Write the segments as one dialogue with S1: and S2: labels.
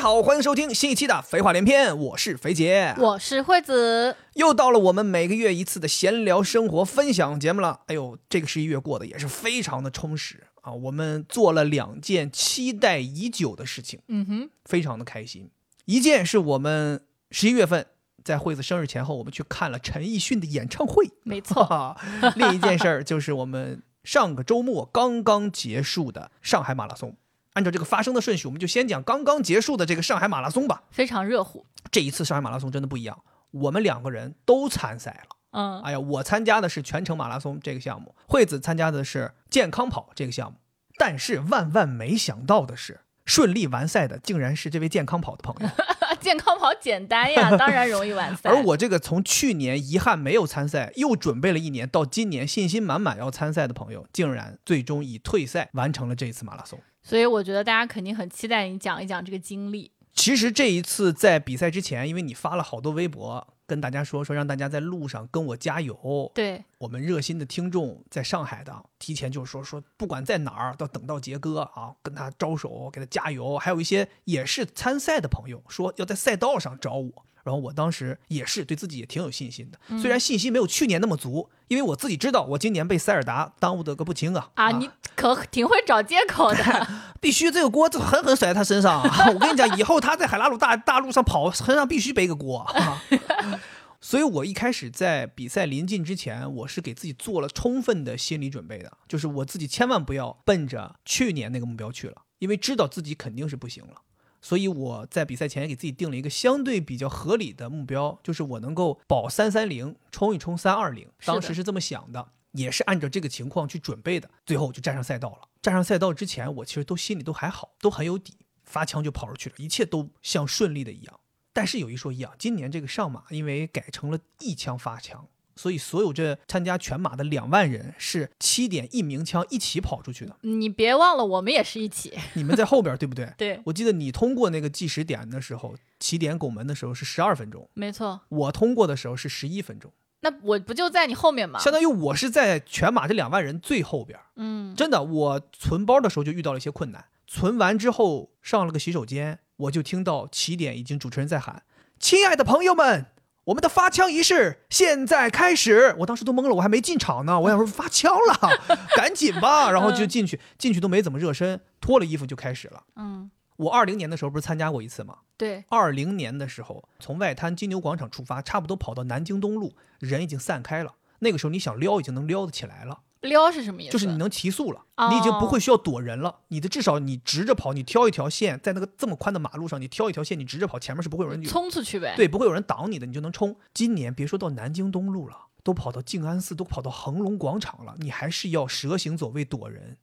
S1: 好，欢迎收听新一期的《肥话连篇》，我是肥姐，
S2: 我是惠子，
S1: 又到了我们每个月一次的闲聊生活分享节目了。哎呦，这个十一月过得也是非常的充实啊！我们做了两件期待已久的事情，
S2: 嗯哼，
S1: 非常的开心。一件是我们十一月份在惠子生日前后，我们去看了陈奕迅的演唱会，
S2: 没
S1: 哈
S2: 错，
S1: 哈。另一件事儿就是我们上个周末刚刚结束的上海马拉松。按照这个发生的顺序，我们就先讲刚刚结束的这个上海马拉松吧。
S2: 非常热乎，
S1: 这一次上海马拉松真的不一样，我们两个人都参赛了。
S2: 嗯，
S1: 哎呀，我参加的是全程马拉松这个项目，惠子参加的是健康跑这个项目。但是万万没想到的是，顺利完赛的竟然是这位健康跑的朋友，
S2: 啊健康跑简单 呀，当然容易完赛。
S1: 而我这个从去年遗憾没有参赛，又准备了一年，到今年信心满满要参赛的朋友，竟然最终以退赛完成了这一次马拉松。
S2: 所以我觉得大家肯定很期待你讲一讲这个经历。
S1: 其实这一次在比赛之前，因为你发了好多微博，跟大家说说让大家在路上跟我加油，
S2: 对，
S1: 我们热心的听众在上海的，提前就说说，不管在哪儿，都等到杰哥啊，跟他招手，给他加油。还有一些也是参赛的朋友说要在赛道上找我，然后我当时也是对自己也挺有信心的，虽然信心没有去年那么足，因为我自己知道我今年被塞尔达耽误的个不轻啊
S2: 啊，你可挺会找借口的，
S1: 必须这个锅这狠狠甩在他身上啊！我跟你讲，以后他在海拉鲁大大陆上跑，身上必须背个锅啊！所以我一开始在比赛临近之前，我是给自己做了充分的心理准备的，就是我自己千万不要奔着去年那个目标去了，因为知道自己肯定是不行了。所以我在比赛前给自己定了一个相对比较合理的目标，就是我能够保三三零，冲一冲三二零。
S2: 是的
S1: 当时是这么想的，也是按照这个情况去准备的。最后我就站上赛道了。站上赛道之前，我其实都心里都还好，都很有底，发枪就跑出去了，一切都像顺利的一样。但是有一说一啊，今年这个上马因为改成了一枪发枪，所以所有这参加全马的两万人是七点一鸣枪一起跑出去的。
S2: 你别忘了我们也是 一起。
S1: 你们在后边对不对？
S2: 对，
S1: 我记得你通过那个计时点的时候，起点拱门的时候是十二分钟，
S2: 没错，
S1: 我通过的时候是十一分钟，
S2: 那我不就在你后面吗？
S1: 相当于我是在全马这两万人最后边。
S2: 嗯，
S1: 真的，我存包的时候就遇到了一些困难，存完之后上了个洗手间，我就听到起点已经主持人在喊：“亲爱的朋友们，我们的发枪仪式现在开始。”我当时都懵了，我还没进场呢，我想说发枪了， 赶紧吧，然后就进去，进去都没怎么热身，脱了衣服就开始了。
S2: 嗯，
S1: 我二零年的时候不是参加过一次吗？
S2: 对，
S1: 二零年的时候，从外滩金牛广场出发，差不多跑到南京东路，人已经散开了。那个时候你想撩已经能撩得起来了。
S2: 撩是什么意思？
S1: 就是你能提速了，
S2: 哦
S1: 你已经不会需要躲人了。你的至少你直着跑，你挑一条线，在那个这么宽的马路上，你挑一条线，你直着跑，前面是不会有人
S2: 你冲出去呗。，
S1: 对，不会有人挡你的，你就能冲。今年别说到南京东路了，都跑到静安寺，都跑到恒隆广场了，你还是要蛇行走位躲人。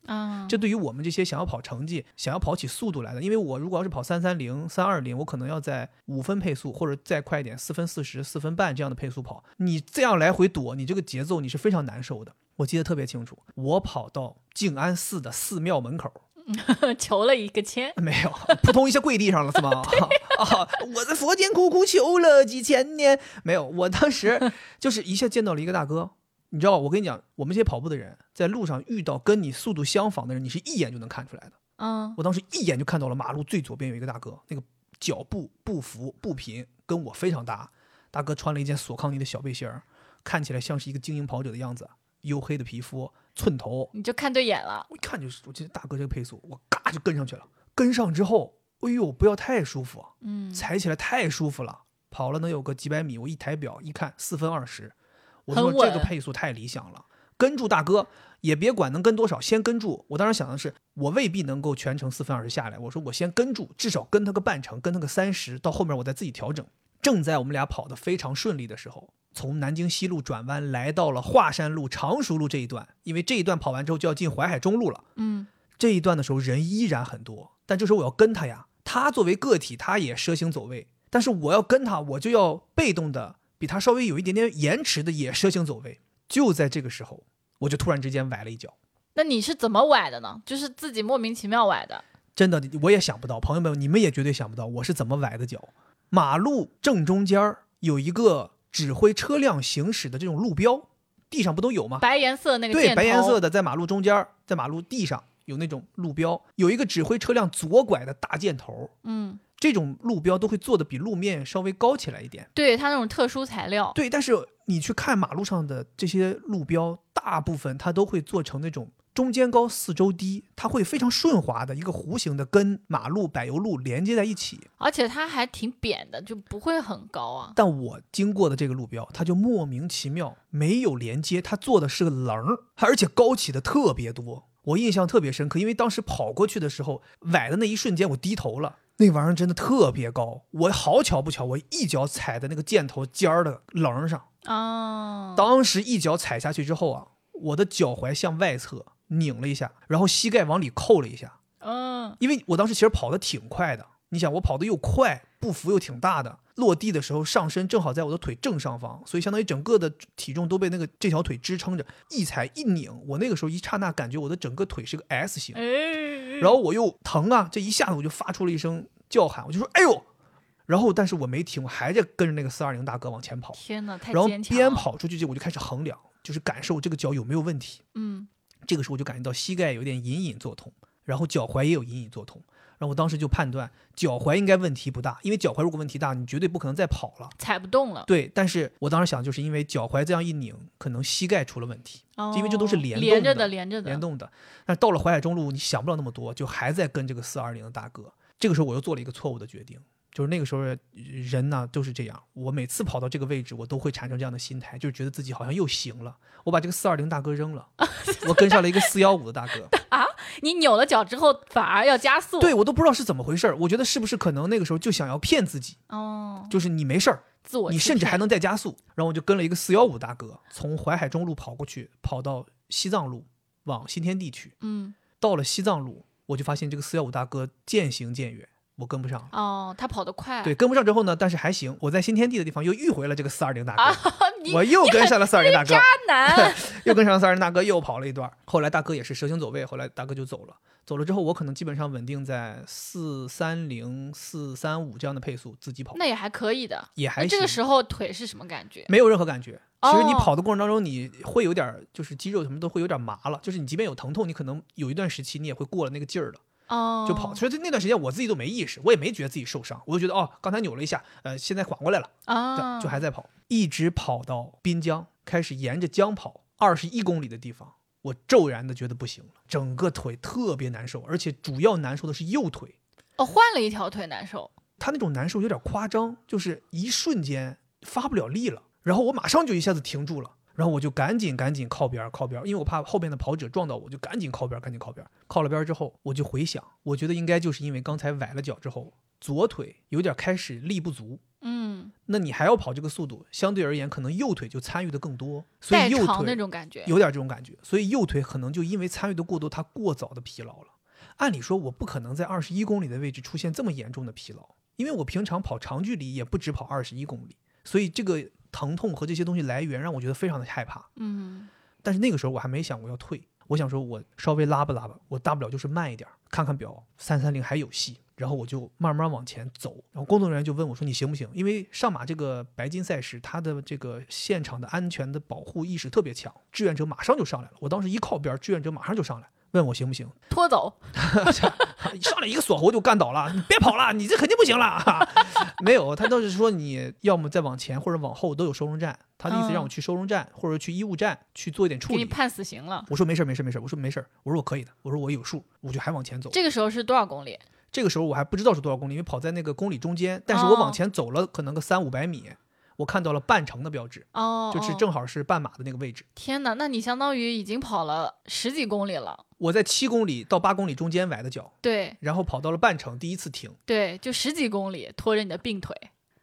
S2: 嗯，
S1: 这对于我们这些想要跑成绩、想要跑起速度来的，因为我如果要是跑三三零、三二零，我可能要在五分配速或者再快一点，四分四十、四分半这样的配速跑。你这样来回躲，你这个节奏你是非常难受的。我记得特别清楚，我跑到静安寺的寺庙门口，
S2: 求了一个签，
S1: 没有，扑通一下跪地上了，是吗？ 啊，我在佛前苦苦求了几千年，没有。我当时就是一下见到了一个大哥，你知道，我跟你讲，我们这些跑步的人在路上遇到跟你速度相仿的人，你是一眼就能看出来的。
S2: 嗯，
S1: 我当时一眼就看到了马路最左边有一个大哥，那个脚步步幅步频跟我非常搭。大哥穿了一件索康尼的小背心儿，看起来像是一个精英跑者的样子，黝黑的皮肤，寸头，
S2: 你就看对眼了。
S1: 我一看就是，我记得大哥这个配速，我嘎就跟上去了。跟上之后，哎呦，不要太舒服，啊
S2: 嗯，
S1: 踩起来太舒服了。跑了能有个几百米，我一抬表一看，四分二十，我
S2: 很
S1: 说这个
S2: 稳
S1: 配速太理想了。跟住大哥，也别管能跟多少，先跟住。我当时想的是，我未必能够全程四分二十下来，我说我先跟住，至少跟他个半程，跟他个三十，到后面我再自己调整。正在我们俩跑得非常顺利的时候，从南京西路转弯来到了华山路、常熟路这一段，因为这一段跑完之后就要进淮海中路了。
S2: 嗯，
S1: 这一段的时候人依然很多，但这时候我要跟他呀，他作为个体他也蛇行走位，但是我要跟他，我就要被动的比他稍微有一点点延迟的也蛇行走位。就在这个时候，我就突然之间崴了一脚，
S2: 那你是怎么崴的呢？就是自己莫名其妙崴的。
S1: 真的我也想不到，朋友们你们也绝对想不到我是怎么崴的脚。马路正中间儿有一个指挥车辆行驶的这种路标，地上不都有吗？
S2: 白颜色那个箭
S1: 对，
S2: 头，
S1: 白颜色的在马路中间儿，在马路地上有那种路标，有一个指挥车辆左拐的大箭头。
S2: 嗯，
S1: 这种路标都会做的比路面稍微高起来一点。
S2: 对它那种特殊材料，
S1: 对，但是你去看马路上的这些路标，大部分它都会做成那种中间高、四周低，它会非常顺滑的一个弧形的跟马路、柏油路连接在一起。
S2: 而且它还挺扁的，就不会很高啊。
S1: 但我经过的这个路标，它就莫名其妙没有连接，它做的是个棱儿，还而且高起的特别多。我印象特别深刻，因为当时跑过去的时候，崴的那一瞬间，我低头了，那玩意儿真的特别高。我好巧不巧，我一脚踩在那个箭头尖儿的棱儿上，
S2: 哦，
S1: 当时一脚踩下去之后啊，我的脚踝向外侧拧了一下，然后膝盖往里扣了一下，
S2: 嗯，
S1: 因为我当时其实跑得挺快的，你想我跑得又快，步幅又挺大的，落地的时候上身正好在我的腿正上方，所以相当于整个的体重都被那个这条腿支撑着，一踩一拧，我那个时候一刹那感觉我的整个腿是个 S 型，
S2: 哎，
S1: 然后我又疼啊，这一下子我就发出了一声叫喊，我就说哎呦，然后但是我没停，我还在跟着那个四二零大哥往前跑，
S2: 天哪，太
S1: 然后
S2: 坚强了。
S1: 边跑出去，我就开始衡量，就是感受这个脚有没有问题。
S2: 嗯，
S1: 这个时候我就感觉到膝盖有点隐隐作痛，然后脚踝也有隐隐作痛。然后我当时就判断脚踝应该问题不大，因为脚踝如果问题大，你绝对不可能再跑了。
S2: 踩不动了，
S1: 对，但是我当时想，就是因为脚踝这样一拧，可能膝盖出了问题，
S2: 哦、
S1: 因为这都是联
S2: 连
S1: 动
S2: 着
S1: 的
S2: 连着的，
S1: 联动的。但到了淮海中路，你想不了那么多，就还在跟这个四二零的大哥。这个时候我又做了一个错误的决定，就是那个时候呃人呢、都是这样，我每次跑到这个位置，我都会产生这样的心态，就是觉得自己好像又行了。我把这个四二零大哥扔 了，我跟上了一个四幺五的大哥。
S2: 你扭了脚之后反而要加速。，
S1: 对我都不知道是怎么回事儿，我觉得是不是可能那个时候就想要骗自己，
S2: 哦，
S1: 就是你没事儿，
S2: 自我
S1: 你
S2: 欺
S1: 甚至
S2: 骗
S1: 还能再加速。然后我就跟了一个四幺五大哥，从淮海中路跑过去，跑到西藏路，往新天地去。
S2: 嗯
S1: 到了西藏路，我就发现这个四幺五大哥渐行渐远，我跟不上了。
S2: 哦，他跑得快，
S1: 对，跟不上之后呢，但是还行，我在新天地的地方又遇回了这个四二零大
S2: 啊
S1: 哥，，
S2: 你
S1: 我又跟上了四二零大哥。
S2: 渣男
S1: 又跟上三人大哥又跑了一段儿，后来大哥也是蛇形走位，后来大哥就走了。走了之后，我可能基本上稳定在四三零、四三五这样的配速自己跑，
S2: 那也还可以的。
S1: 也还
S2: 那
S1: 行。
S2: 这个时候腿是什么感觉？
S1: 没有任何感觉。其实你
S2: 哦
S1: 跑的过程当中，你会有点儿就是肌肉什么都会有点儿麻了，就是你即便有疼痛，你可能有一段时期你也会过了那个劲儿了，
S2: 哦，
S1: 就跑。所以那段时间我自己都没意识，我也没觉得自己受伤，我就觉得哦，刚才扭了一下，呃，现在缓过来了，
S2: 啊，
S1: 对，就还在跑，一直跑到滨江，开始沿着江跑二十一公里的地方，我骤然的觉得不行了，整个腿特别难受，而且主要难受的是右腿，
S2: 哦，换了一条腿难受。
S1: 它那种难受有点夸张，就是一瞬间发不了力了，然后我马上就一下子停住了。然后我就赶紧赶紧靠边儿靠边儿，因为我怕后边的跑者撞到我，就赶紧靠边儿赶紧靠边儿。靠了边儿之后，我就回想，我觉得应该就是因为刚才崴了脚之后，左腿有点开始力不足，
S2: 嗯，
S1: 那你还要跑这个速度，相对而言，可能右腿就参与的更多，所以
S2: 代
S1: 右
S2: 偿
S1: 腿
S2: 那种感觉。
S1: 有点这种感觉，所以右腿可能就因为参与的过多，它过早的疲劳了。按理说，我不可能在二十一公里的位置出现这么严重的疲劳，因为我平常跑长距离也不止跑二十一公里，所以这个疼痛和这些东西来源让我觉得非常的害怕。
S2: 嗯，
S1: 但是那个时候我还没想过要退，我想说我稍微拉吧拉吧，我大不了就是慢一点儿，看看表，三三零还有戏。然后我就慢慢往前走，然后工作人员就问我说：“你行不行？”因为上马这个白金赛事，它的这个现场的安全的保护意识特别强，志愿者马上就上来了。我当时一靠边儿，志愿者马上就上来问我行不行，
S2: 拖走。
S1: 上来一个锁喉就干倒了，你别跑了，你这肯定不行了。 没有，他倒是说你要么再往前或者往后都有收容站，他的意思让我去收容站、或者去医务站去做一点处
S2: 给你
S1: 理。
S2: 判死刑了。
S1: 我说没事儿没事儿没事儿，我说没事儿，我说我可以的，我说我有数，我就还往前走。
S2: 这个时候是多少公里？
S1: 这个时候我还不知道是多少公里，因为跑在那个公里中间，但是我往
S2: 哦
S1: 前走了可能个三五百米，我看到了半程的标志，
S2: 哦，
S1: 就是
S2: 哦
S1: 正好是半马的那个位置。
S2: 天哪，那你相当于已经跑了十几公里了。
S1: 我在七公里到八公里中间崴的脚，
S2: 对
S1: 然后跑到了半程，第一次停，
S2: 对，就十几公里，拖着你的病腿。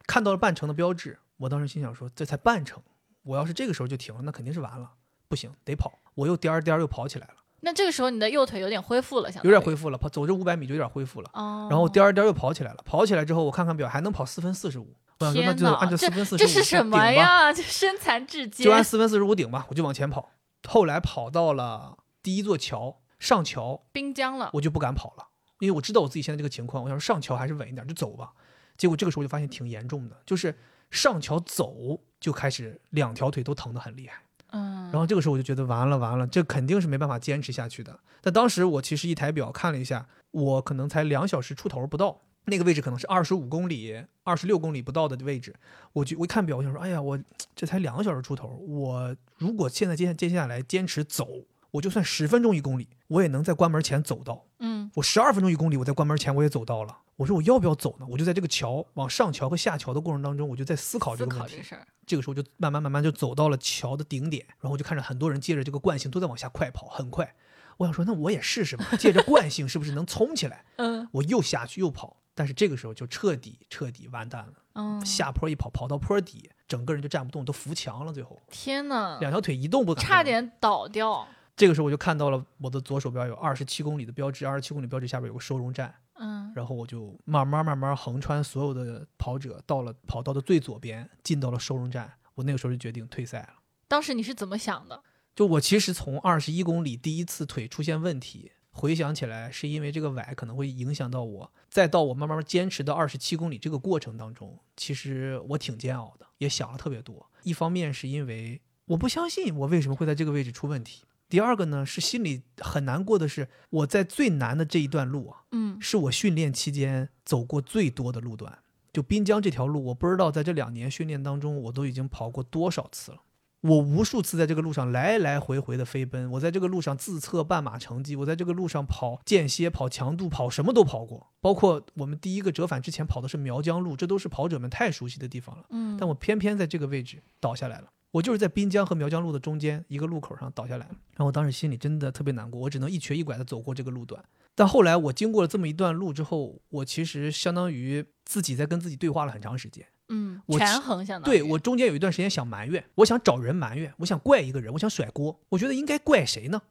S1: 看到了半程的标志，我当时心想说，这才半程，我要是这个时候就停了，那肯定是完了，不行，得跑。我又颠儿颠儿又跑起来了，
S2: 那这个时候你的右腿有点恢复了，相当
S1: 有点
S2: 于
S1: 恢复了，跑走这五百米就有点恢复了。
S2: 哦。
S1: 然后颠儿颠儿又跑起来了，跑起来之后我看看表还能跑四分四十五，我想说那
S2: 天
S1: 就
S2: 哪，
S1: 按照四分四十
S2: 这
S1: 五
S2: 是什么？呀？这身残志
S1: 就按
S2: 坚，
S1: 四分四十五顶吧，我就往前跑。后来跑到了第一座桥，上桥
S2: 滨江了。
S1: 我就不敢跑了，因为我知道我自己现在这个情况，我想上桥还是稳一点，就走吧。结果这个时候我就发现挺严重的，就是上桥走就开始两条腿都疼得很厉害。
S2: 嗯，
S1: 然后这个时候我就觉得完了完了，这肯定是没办法坚持下去的。但当时我其实一抬表看了一下，我可能才两小时出头不到，那个位置可能是二十五公里、二十六公里不到的位置。我就我一看表，我想说，哎呀，我这才两个小时出头，我如果现在接接下来坚持走，我就算十分钟一公里，我也能在关门前走到。
S2: 嗯
S1: 我十二分钟一公里，我在关门前我也走到了。我说我要不要走呢？我就在这个桥往上桥和下桥的过程当中，我就在思考这
S2: 思
S1: 个问
S2: 考
S1: 题
S2: 这。事儿，
S1: 这个时候就慢慢慢慢就走到了桥的顶点，然后我就看着很多人借着这个惯性都在往下快跑，很快。我想说，那我也试试吧，借着惯性是不是能冲起来？
S2: 嗯
S1: 我又下去又跑，但是这个时候就彻底彻底完蛋了，
S2: 嗯，
S1: 下坡一跑，跑到坡底，整个人就站不动，都扶墙了，最后
S2: 嗯天呐，
S1: 两条啊腿一动不敢动。
S2: 差点倒掉，
S1: 这个时候我就看到了我的左手边有二十七公里的标志，二十七公里标志下边有个收容站，
S2: 嗯
S1: 然后我就慢慢慢慢横穿所有的跑者，到了跑道的最左边，进到了收容站。我那个时候就决定退赛了。
S2: 当时你是怎么想的？
S1: 就我其实从二十一公里第一次腿出现问题，回想起来是因为这个崴可能会影响到我，再到我慢慢坚持到二十七公里这个过程当中，其实我挺煎熬的，也想了特别多。一方面是因为我不相信我为什么会在这个位置出问题，第二个呢是心里很难过的是我在最难的这一段路啊，
S2: 嗯
S1: 是我训练期间走过最多的路段。就滨江这条路，我不知道在这两年训练当中，我都已经跑过多少次了。我无数次在这个路上来来回回的飞奔，我在这个路上自测半马成绩，我在这个路上跑间歇、跑强度、跑什么都跑过，包括我们第一个折返之前跑的是苗江路，这都是跑者们太熟悉的地方了。
S2: 嗯，
S1: 但我偏偏在这个位置倒下来了。我就是在滨江和苗江路的中间一个路口上倒下来了，然后我当时心里真的特别难过，我只能一瘸一拐地走过这个路段。但后来我经过了这么一段路之后，我其实相当于自己在跟自己对话了很长时间。
S2: 嗯
S1: 我
S2: 权衡相当于
S1: 对我中间有一段时间想埋怨，我想找人埋怨，我想怪一个人，我想甩锅，我觉得应该怪谁呢？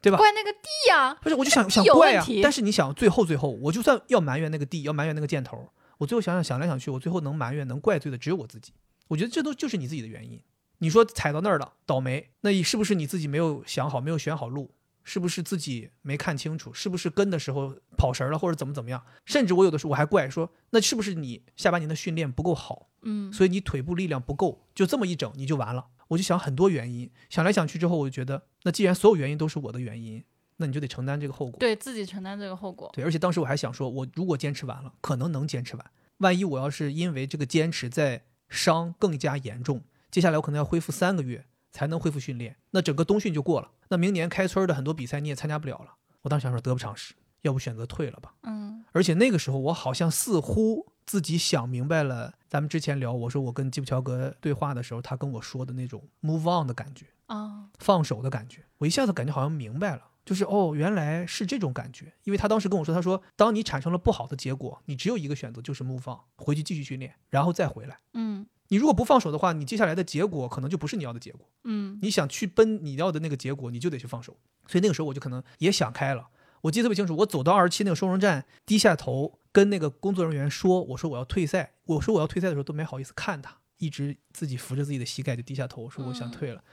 S1: 对吧？
S2: 怪那个地呀，
S1: 不是，我就想
S2: 地
S1: 想
S2: 有
S1: 怪
S2: 问
S1: 啊
S2: 题。
S1: 但是你想，最后最后，我就算要埋怨那个地，要埋怨那个箭头，我最后想想想来想去，我最后能埋怨能怪罪的只有我自己。我觉得这都就是你自己的原因。你说踩到那儿了，倒霉，那你是不是你自己没有想好，没有选好路？是不是自己没看清楚？是不是跟的时候跑神儿了，或者怎么怎么样？甚至我有的时候我还怪说，那是不是你下半年的训练不够好？
S2: 嗯
S1: 所以你腿部力量不够，就这么一整你就完了。我就想很多原因，想来想去之后，我就觉得，那既然所有原因都是我的原因，那你就得承担这个后果。
S2: 对自己承担这个后果，
S1: 对而且当时我还想说，我如果坚持完了，可能能坚持完。万一我要是因为这个坚持再伤更加严重，接下来我可能要恢复三个月才能恢复训练，那整个冬训就过了，那明年开春的很多比赛你也参加不了了。我当时想说得不偿失，要不选择退了吧。
S2: 嗯
S1: 而且那个时候，我好像似乎自己想明白了，咱们之前聊，我说我跟基普乔格对话的时候，他跟我说的那种 move on 的感觉，
S2: 啊
S1: 放手的感觉，我一下子感觉好像明白了，就是哦，原来是这种感觉。因为他当时跟我说，他说，当你产生了不好的结果，你只有一个选择，就是 move on，回去继续训练，然后再回来。
S2: 嗯
S1: 你如果不放手的话，你接下来的结果可能就不是你要的结果。
S2: 嗯
S1: 你想去奔你要的那个结果，你就得去放手。所以那个时候我就可能也想开了。我记得特别清楚，我走到二十七那个收容站，低下头跟那个工作人员说：“我说我要退赛。”我说我要退赛的时候都没好意思看他，一直自己扶着自己的膝盖就低下头，我说我想退了。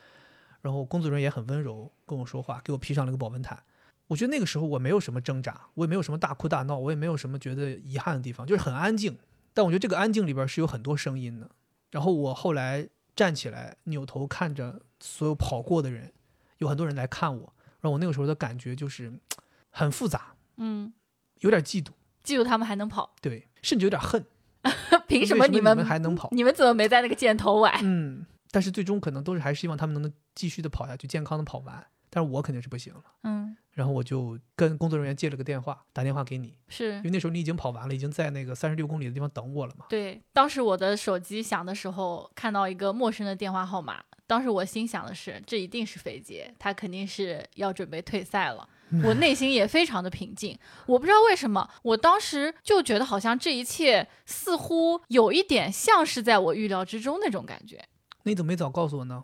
S1: 然后工作人员也很温柔跟我说话，给我披上了个保温毯。我觉得那个时候我没有什么挣扎，我也没有什么大哭大闹，我也没有什么觉得遗憾的地方，就是很安静。但我觉得这个安静里边是有很多声音的。然后我后来站起来，扭头看着所有跑过的人，有很多人来看我，然后我那个时候的感觉就是很复杂，
S2: 嗯，
S1: 有点嫉妒，
S2: 记住他们还能跑，
S1: 对，甚至有点恨，
S2: 凭什
S1: 为么
S2: 你
S1: 们
S2: 们
S1: 还能跑？
S2: 你们怎么没在那个箭头 崴？
S1: 嗯，但是最终可能都是还是希望他们能继续的跑下去，健康的跑完，但是我肯定是不行了。
S2: 嗯，
S1: 然后我就跟工作人员借了个电话，打电话给你，
S2: 是
S1: 因为那时候你已经跑完了，已经在那个三十六公里的地方等我了嘛。
S2: 对，当时我的手机响的时候，看到一个陌生的电话号码，当时我心想的是，这一定是肥姐，她肯定是要准备退赛了。
S1: 嗯
S2: 我内心也非常的平静，我不知道为什么，我当时就觉得好像这一切似乎有一点像是在我预料之中那种感觉。
S1: 那你怎么没早告诉我呢？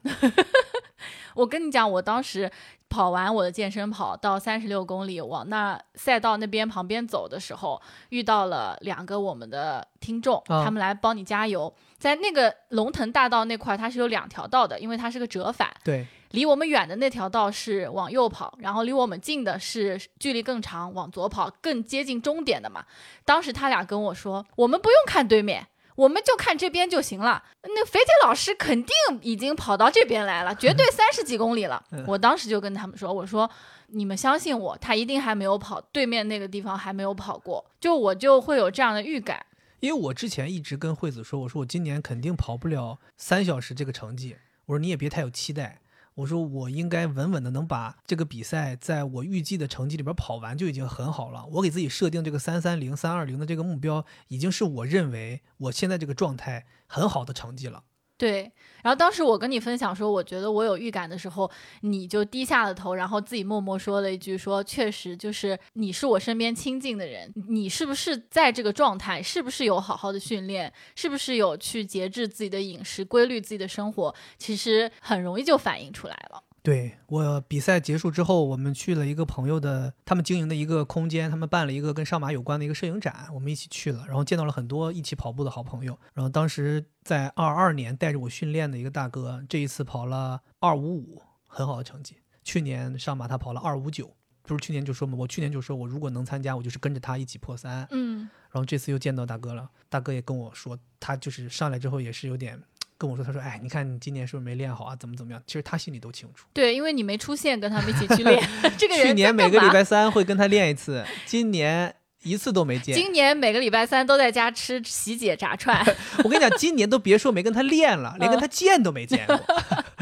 S2: 我跟你讲，我当时跑完我的健身跑到三十六公里，往那赛道那边旁边走的时候，遇到了两个我们的听众，
S1: 啊
S2: 他们来帮你加油。在那个龙腾大道那块儿，它是有两条道的，因为它是个折返。
S1: 对，
S2: 离我们远的那条道是往右跑，然后离我们近的是距离更长往左跑，更接近终点的嘛。当时他俩跟我说，我们不用看对面，我们就看这边就行了。那肥铁老师肯定已经跑到这边来了，绝对三十几公里了。我当时就跟他们说，我说你们相信我，他一定还没有跑，对面那个地方还没有跑过，就我就会有这样的预感。
S1: 因为我之前一直跟惠子说，我说我今年肯定跑不了三小时这个成绩，我说你也别太有期待，我说我应该稳稳的能把这个比赛在我预计的成绩里边跑完就已经很好了。我给自己设定这个三三零、三二零的这个目标，已经是我认为我现在这个状态很好的成绩了。
S2: 对，然后当时我跟你分享说，我觉得我有预感的时候，你就低下了头，然后自己默默说了一句说，确实就是你是我身边亲近的人，你是不是在这个状态？是不是有好好的训练？是不是有去节制自己的饮食，规律自己的生活？其实很容易就反映出来了。
S1: 对我比赛结束之后，我们去了一个朋友的，他们经营的一个空间，他们办了一个跟上马有关的一个摄影展，我们一起去了，然后见到了很多一起跑步的好朋友。然后当时在二二年带着我训练的一个大哥，这一次跑了二五五，很好的成绩。去年上马他跑了二五九，就是去年就说嘛，我去年就说我如果能参加，我就是跟着他一起破三。
S2: 嗯，
S1: 然后这次又见到大哥了，大哥也跟我说，他就是上来之后也是有点跟我说，他说，哎，你看你今年是不是没练好啊？怎么怎么样？其实他心里都清楚。
S2: 对，因为你没出现，跟他们一起去 练，这个人
S1: 去年
S2: 在
S1: 每
S2: 干
S1: 个礼
S2: 嘛
S1: 拜三会跟他练一次，今年一次都没见。
S2: 今年每个礼拜三都在家吃喜姐炸串，
S1: 我跟你讲，今年都别说没跟他练了，
S2: 嗯
S1: 连跟他见都没见过。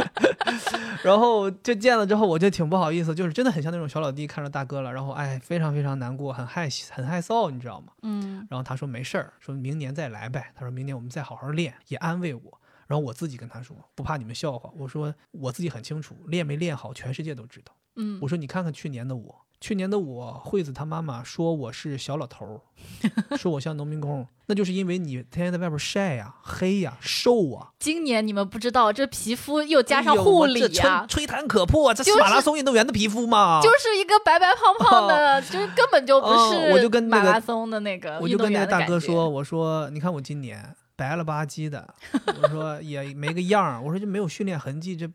S1: 然后就见了之后，我就挺不好意思，就是真的很像那种小老弟看着大哥了，然后哎，非常非常难过，很害很害臊，你知道吗？
S2: 嗯，
S1: 然后他说没事儿，说明年再来呗。他说明年我们再好好练，也安慰我。然后我自己跟他说，不怕你们笑话。我说我自己很清楚，练没练好，全世界都知道。
S2: 嗯
S1: 我说你看看去年的我，去年的我，惠子她妈妈说我是小老头儿，说我像农民工，那就是因为你天天在外边晒呀、黑呀、瘦啊，
S2: 今年你们不知道，这皮肤又加上
S1: 哎呦
S2: 护
S1: 我
S2: 理
S1: 这
S2: 啊
S1: 吹
S2: 呀、
S1: 吹弹可破，这是
S2: 就是
S1: 马拉松运动员的皮肤嘛。
S2: 就是一个白白胖胖的，就是根本就不
S1: 哦我
S2: 是
S1: 就跟那
S2: 马
S1: 个
S2: 拉松的那个
S1: 我
S2: 运
S1: 就
S2: 动
S1: 跟那
S2: 员
S1: 个
S2: 的感
S1: 大
S2: 觉。
S1: 哥说，我说你看我今年白了吧唧 的，我说也没个样儿，我说就没有训练痕迹，这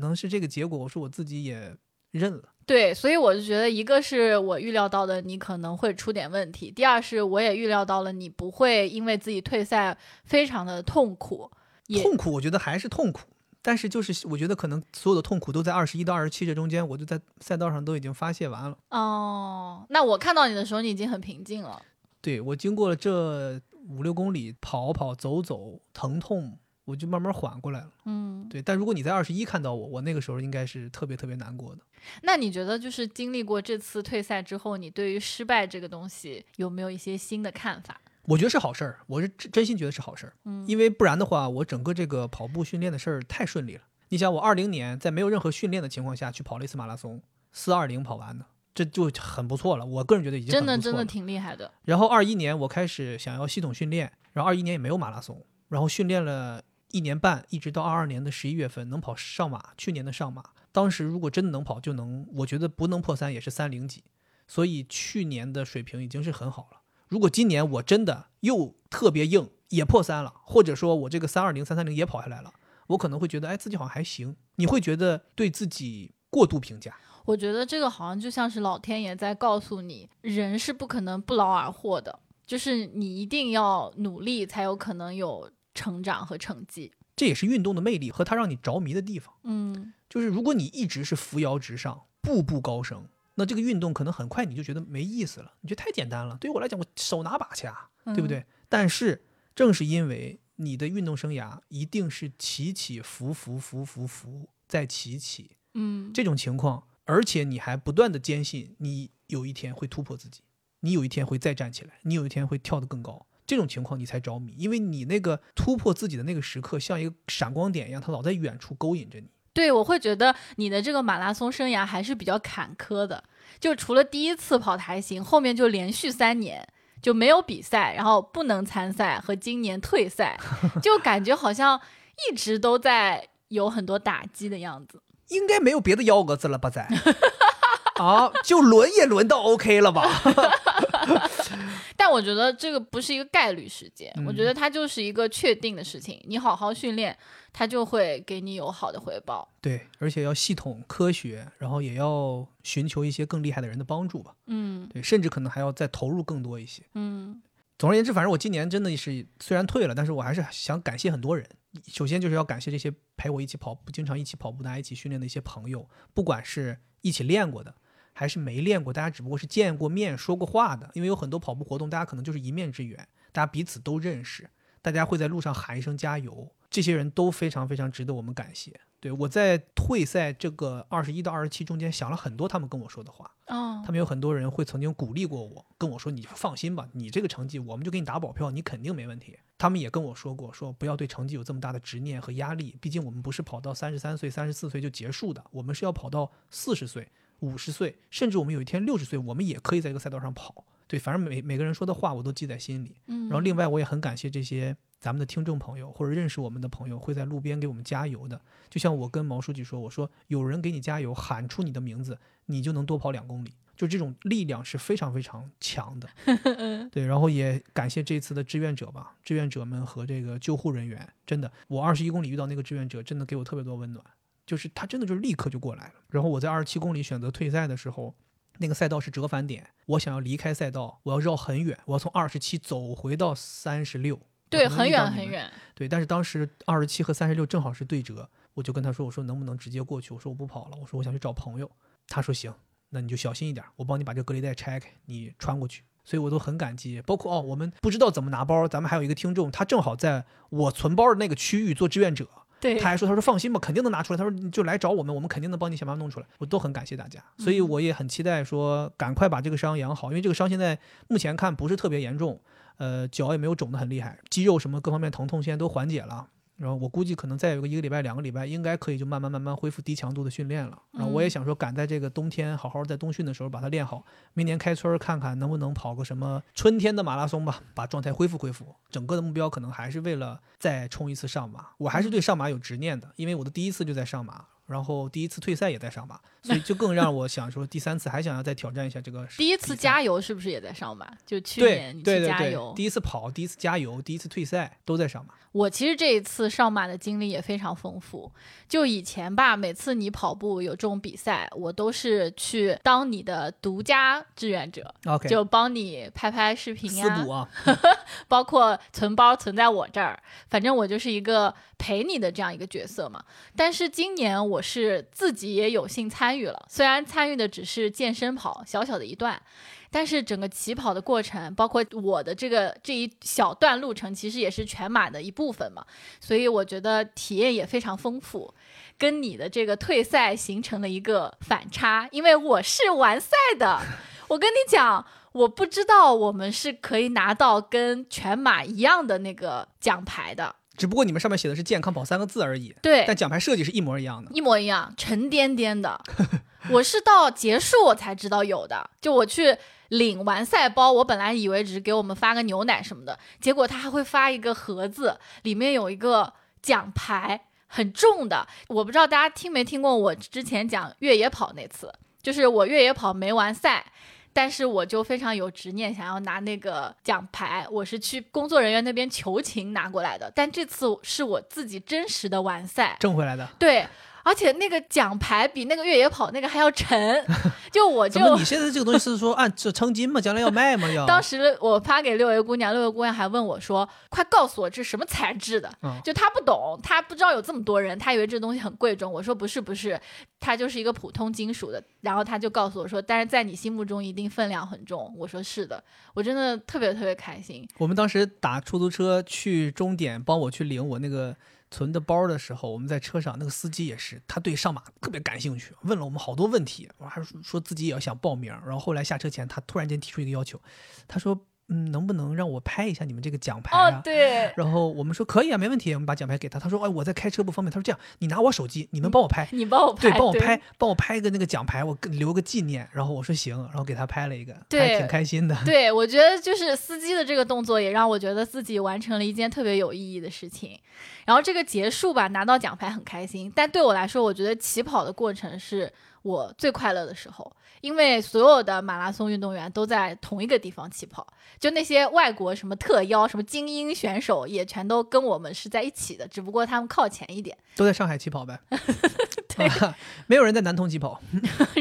S1: 能是这个结果？我说我自己也认了。
S2: 对，所以我就觉得，一个是我预料到的你可能会出点问题，第二是我也预料到了你不会因为自己退赛非常的痛苦，也
S1: 痛苦，我觉得还是痛苦。但是就是我觉得可能所有的痛苦都在二十一到二十七这中间，我就在赛道上都已经发泄完了。
S2: 哦。那我看到你的时候，你已经很平静了。
S1: 对我经过了这五六公里跑跑走走，疼痛我就慢慢缓过来了。
S2: 嗯，
S1: 对，但如果你在二十一看到我，我那个时候应该是特别特别难过的。
S2: 那你觉得就是经历过这次退赛之后，你对于失败这个东西有没有一些新的看法？
S1: 我觉得是好事儿，我是真真心觉得是好事儿，
S2: 嗯
S1: 因为不然的话，我整个这个跑步训练的事儿太顺利了。你想，我二零年在没有任何训练的情况下去跑了一次马拉松，四二零跑完的，这就很不错了。我个人觉得已经很
S2: 真
S1: 不
S2: 的
S1: 错
S2: 真的
S1: 了
S2: 挺厉害的。
S1: 然后二一年我开始想要系统训练，然后二一年也没有马拉松，然后训练了一年半，一直到二二年的十一月份能跑上马，去年的上马，当时如果真的能跑，就能，我觉得不能破三也是三零几，所以去年的水平已经是很好了。如果今年我真的又特别硬，也破三了，或者说我这个三二零、三三零也跑下来了，我可能会觉得，哎，自己好像还行。你会觉得对自己过度评价，
S2: 我觉得这个好像就像是老天爷在告诉你，人是不可能不劳而获的，就是你一定要努力才有可能有成长和成绩。
S1: 这也是运动的魅力和它让你着迷的地方。
S2: 嗯，
S1: 就是如果你一直是扶摇直上、步步高升，那这个运动可能很快你就觉得没意思了，你觉得太简单了。对于我来讲，我手拿把掐，对不对？但是正是因为你的运动生涯一定是起起伏伏、伏伏伏再起起
S2: 嗯？嗯，
S1: 这种情况，而且你还不断的坚信你有一天会突破自己，你有一天会再站起来，你有一天会跳得更高。这种情况你才着迷，因为你那个突破自己的那个时刻，像一个闪光点一样，它老在远处勾引着你。
S2: 对，我会觉得你的这个马拉松生涯还是比较坎坷的，就除了第一次跑台行，后面就连续三年。就没有比赛，然后不能参赛和今年退赛，就感觉好像一直都在有很多打击的样子。
S1: 应该没有别的幺蛾子了吧？在 啊，就轮也轮到 OK 了吧？
S2: 但我觉得这个不是一个概率事件，
S1: 嗯
S2: 我觉得它就是一个确定的事情。你好好训练，它就会给你有好的回报。
S1: 对，而且要系统、科学，然后也要寻求一些更厉害的人的帮助吧。
S2: 嗯
S1: 对，甚至可能还要再投入更多一些。
S2: 嗯，
S1: 总而言之，反正我今年真的是虽然退了，但是我还是想感谢很多人。首先就是要感谢这些陪我一起跑步、经常一起跑步、大家一起训练的一些朋友，不管是一起练过的，还是没练过，大家只不过是见过面、说过话的。因为有很多跑步活动，大家可能就是一面之缘，大家彼此都认识，大家会在路上喊一声加油，这些人都非常非常值得我们感谢。对我在退赛这个二十一到二十七中间想了很多他们跟我说的话，
S2: 哦
S1: 他，们有很多人会曾经鼓励过我，跟我说：“你放心吧，你这个成绩我们就给你打保票，你肯定没问题。”他们也跟我说过，说不要对成绩有这么大的执念和压力，毕竟我们不是跑到三十三岁、三十四岁就结束的，我们是要跑到四十岁、五十岁，甚至我们有一天六十岁，我们也可以在一个赛道上跑。对，反正每每个人说的话我都记在心里。
S2: 嗯，
S1: 然后另外我也很感谢这些咱们的听众朋友或者认识我们的朋友会在路边给我们加油的。就像我跟毛书记说，我说有人给你加油，喊出你的名字，你就能多跑两公里。就这种力量是非常非常强的，对。然后也感谢这次的志愿者吧，志愿者们和这个救护人员，真的，我二十一公里遇到那个志愿者，真的给我特别多温暖。就是他真的就是立刻就过来了。然后我在二十七公里选择退赛的时候，那个赛道是折返点，我想要离开赛道，我要绕很远，我要从二十七走回到三十六。
S2: 对，
S1: 我才能
S2: 很
S1: 遇到
S2: 远
S1: 你
S2: 很
S1: 们。
S2: 远，
S1: 对，但是当时二十七和三十六正好是对折，我就跟他说，我说能不能直接过去？我说我不跑了，我说我想去找朋友。他说行，那你就小心一点，我帮你把这个隔离带拆开，你穿过去。所以我都很感激，包括哦，我们不知道怎么拿包，咱们还有一个听众，他正好在我存包的那个区域做志愿者，
S2: 对
S1: 他，还说：“他说放心吧，肯定能拿出来。他说你就来找我们，我们肯定能帮你想办法弄出来。”我都很感谢大家，所以我也很期待说赶快把这个伤养好，因为这个伤现在目前看不是特别严重，呃，脚也没有肿得很厉害，肌肉什么各方面疼痛现在都缓解了。然后我估计可能再有个一个礼拜、两个礼拜，应该可以就慢慢慢慢恢复低强度的训练了。然后我也想说，赶在这个冬天好好在冬训的时候把它练好，明年开春儿看看能不能跑个什么春天的马拉松吧，把状态恢复恢复。整个的目标可能还是为了再冲一次上马，我还是对上马有执念的，因为我的第一次就在上马，然后第一次退赛也在上马，所以就更让我想说，第三次还想要再挑战一下这个
S2: 第一次
S1: 比赛
S2: 加油是不是也在上马？就去
S1: 对
S2: 年你
S1: 对
S2: 去
S1: 对
S2: 加
S1: 对，
S2: 油
S1: 第，一次跑，第一次加油，第一次退赛都在上马。
S2: 我其实这一次上马的经历也非常丰富。就以前吧，每次你跑步有这种比赛，我都是去当你的独家志愿者，
S1: OK，
S2: 就帮你拍拍视频
S1: 四
S2: 呀、
S1: 补啊，
S2: 包括存包存在我这儿，反正我就是一个陪你的这样一个角色嘛。但是今年我是自己也有幸参与了，虽然参与的只是健身跑小小的一段，但是整个起跑的过程，包括我的这个这一小段路程，其实也是全马的一部分嘛，所以我觉得体验也非常丰富。跟你的这个退赛形成了一个反差，因为我是完赛的， 我跟你讲，我不知道我们是可以拿到跟全马一样的那个奖牌的，
S1: 只不过你们上面写的是“健康跑”三个字而已，但
S2: 对，
S1: 奖牌设计是一模一样的。
S2: 一模一样，沉甸甸的。 我是到结束我才知道有的，就我去领完赛包，我本来以为只是给我们发个牛奶什么的，结果他还会发一个盒子，里面有一个奖牌，很重的。我不知道大家听没听过我之前讲越野跑那次，就是我越野跑没完赛。但是我就非常有执念，想要拿那个奖牌，我是去工作人员那边求情拿过来的。但这次是我自己真实的完赛，
S1: 挣回来的，
S2: 对，而且那个奖牌比那个越野跑那个还要 沉，就我
S1: 怎么
S2: 就
S1: 你啊现在这个东西是说按这称斤吗？将来要卖吗？要
S2: 当时我发给六爷姑娘，六爷姑娘还问我说：“快告诉我这什么材质的
S1: 嗯？”
S2: 就她不懂，她不知道有这么多人，她以为这东西很贵重。我说：“不是，不是，它就是一个普通金属的。”然后她就告诉我说：“但是在你心目中一定分量很重。”我说：“是的。”我真的特别特别开心。
S1: 我们当时打出租车去终点，帮我去领我那个存的包的时候，我们在车上，那个司机也是，他对上马特别感兴趣，问了我们好多问题，我还说说自己也要想报名。然后后来下车前，他突然间提出一个要求，他说：“嗯，能不能让我拍一下你们这个奖牌啊？”
S2: 哦， 对，
S1: 然后我们说可以啊，没问题，我们把奖牌给他。他说：“哎，我在开车不方便。”他说：“这样，你拿我手机，你们帮我拍，
S2: 你帮我拍，
S1: 对，帮我拍，帮我拍一个那个奖牌，我跟留个纪念。”然后我说：“行。”然后给他拍了一个，还
S2: 对
S1: 挺开心的。
S2: 对，我觉得就是司机的这个动作也让我觉得自己完成了一件特别有意义的事情。然后这个结束吧，拿到奖牌很开心，但对我来说，我觉得起跑的过程是我最快乐的时候，因为所有的马拉松运动员都在同一个地方起跑，就那些外国什么特邀、什么精英选手也全都跟我们是在一起的，只不过他们靠前一点。
S1: 都在上海起跑呗。 没有人在南通起跑。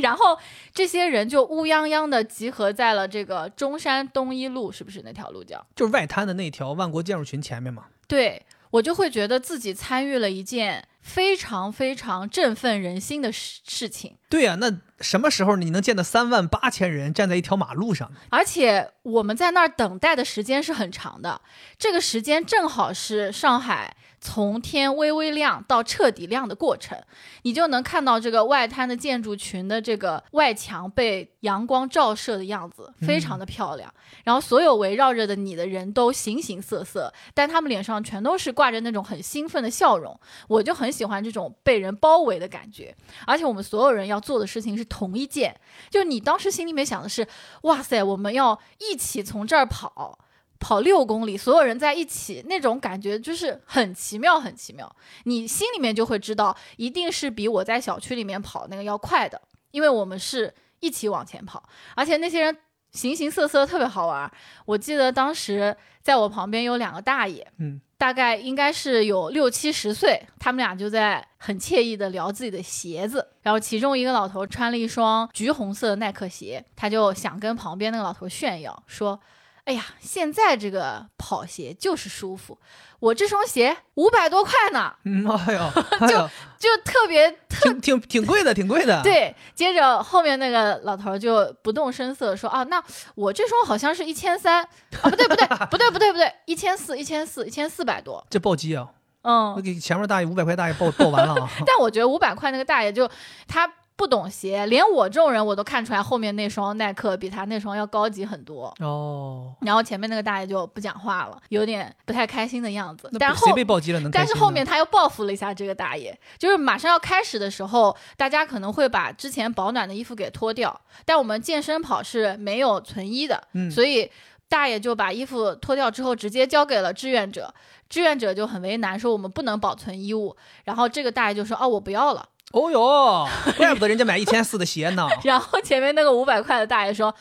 S2: 然后这些人就乌泱泱的集合在了这个中山东一路，是不是那条路叫？
S1: 就是外滩的那条万国建筑群前面嘛。
S2: 对我就会觉得自己参与了一件非常非常振奋人心的事事情，
S1: 对呀、那什么时候你能见到三万八千人站在一条马路上？
S2: 而且我们在那儿等待的时间是很长的，这个时间正好是上海。从天微微亮到彻底亮的过程，你就能看到这个外滩的建筑群的这个外墙被阳光照射的样子，非常的漂亮。然后所有围绕着的你的人都形形色色，但他们脸上全都是挂着那种很兴奋的笑容。我就很喜欢这种被人包围的感觉。而且我们所有人要做的事情是同一件，就你当时心里面想的是，哇塞，我们要一起从这儿跑。跑六公里，所有人在一起，那种感觉就是很奇妙，很奇妙。你心里面就会知道，一定是比我在小区里面跑那个要快的，因为我们是一起往前跑，而且那些人形形色色，特别好玩儿。我记得当时在我旁边有两个大爷，
S1: 嗯，
S2: 大概应该是有六七十岁，他们俩就在很惬意的聊自己的鞋子。然后其中一个老头穿了一双橘红色的耐克鞋，他就想跟旁边那个老头炫耀说：“哎呀，现在这个跑鞋就是舒服，我这双鞋五百多块呢，
S1: 嗯，哎呦，哎呦，
S2: 就特别
S1: 挺挺挺贵的，挺贵的。，
S2: 对，接着后面那个老头儿就不动声色地说：“啊，那我这双好像是一千三，啊，不对不对不对不对不对，一千四一千四一千四百多。
S1: 这暴击啊！”我
S2: 嗯，
S1: 给前面大爷五百块大爷报报完了啊！
S2: 但我觉得五百块那个大爷就他不懂鞋，连我这种人我都看出来后面那双耐克比他那双要高级很多。
S1: 哦，
S2: 然后前面那个大爷就不讲话了，有点不太开心的样子。但
S1: 那
S2: 后
S1: 谁被暴击了能开
S2: 但
S1: 心呢？
S2: 是后面他又报复了一下这个大爷，就是马上要开始的时候，大家可能会把之前保暖的衣服给脱掉，但我们健身跑是没有存衣的，
S1: 嗯
S2: 所以大爷就把衣服脱掉之后直接交给了志愿者，志愿者就很为难，说我们不能保存衣物，然后这个大爷就说哦我不要了，
S1: 哦哟，怪不得人家买一千四的鞋 呢。
S2: 然后前面那个五百块的大爷说。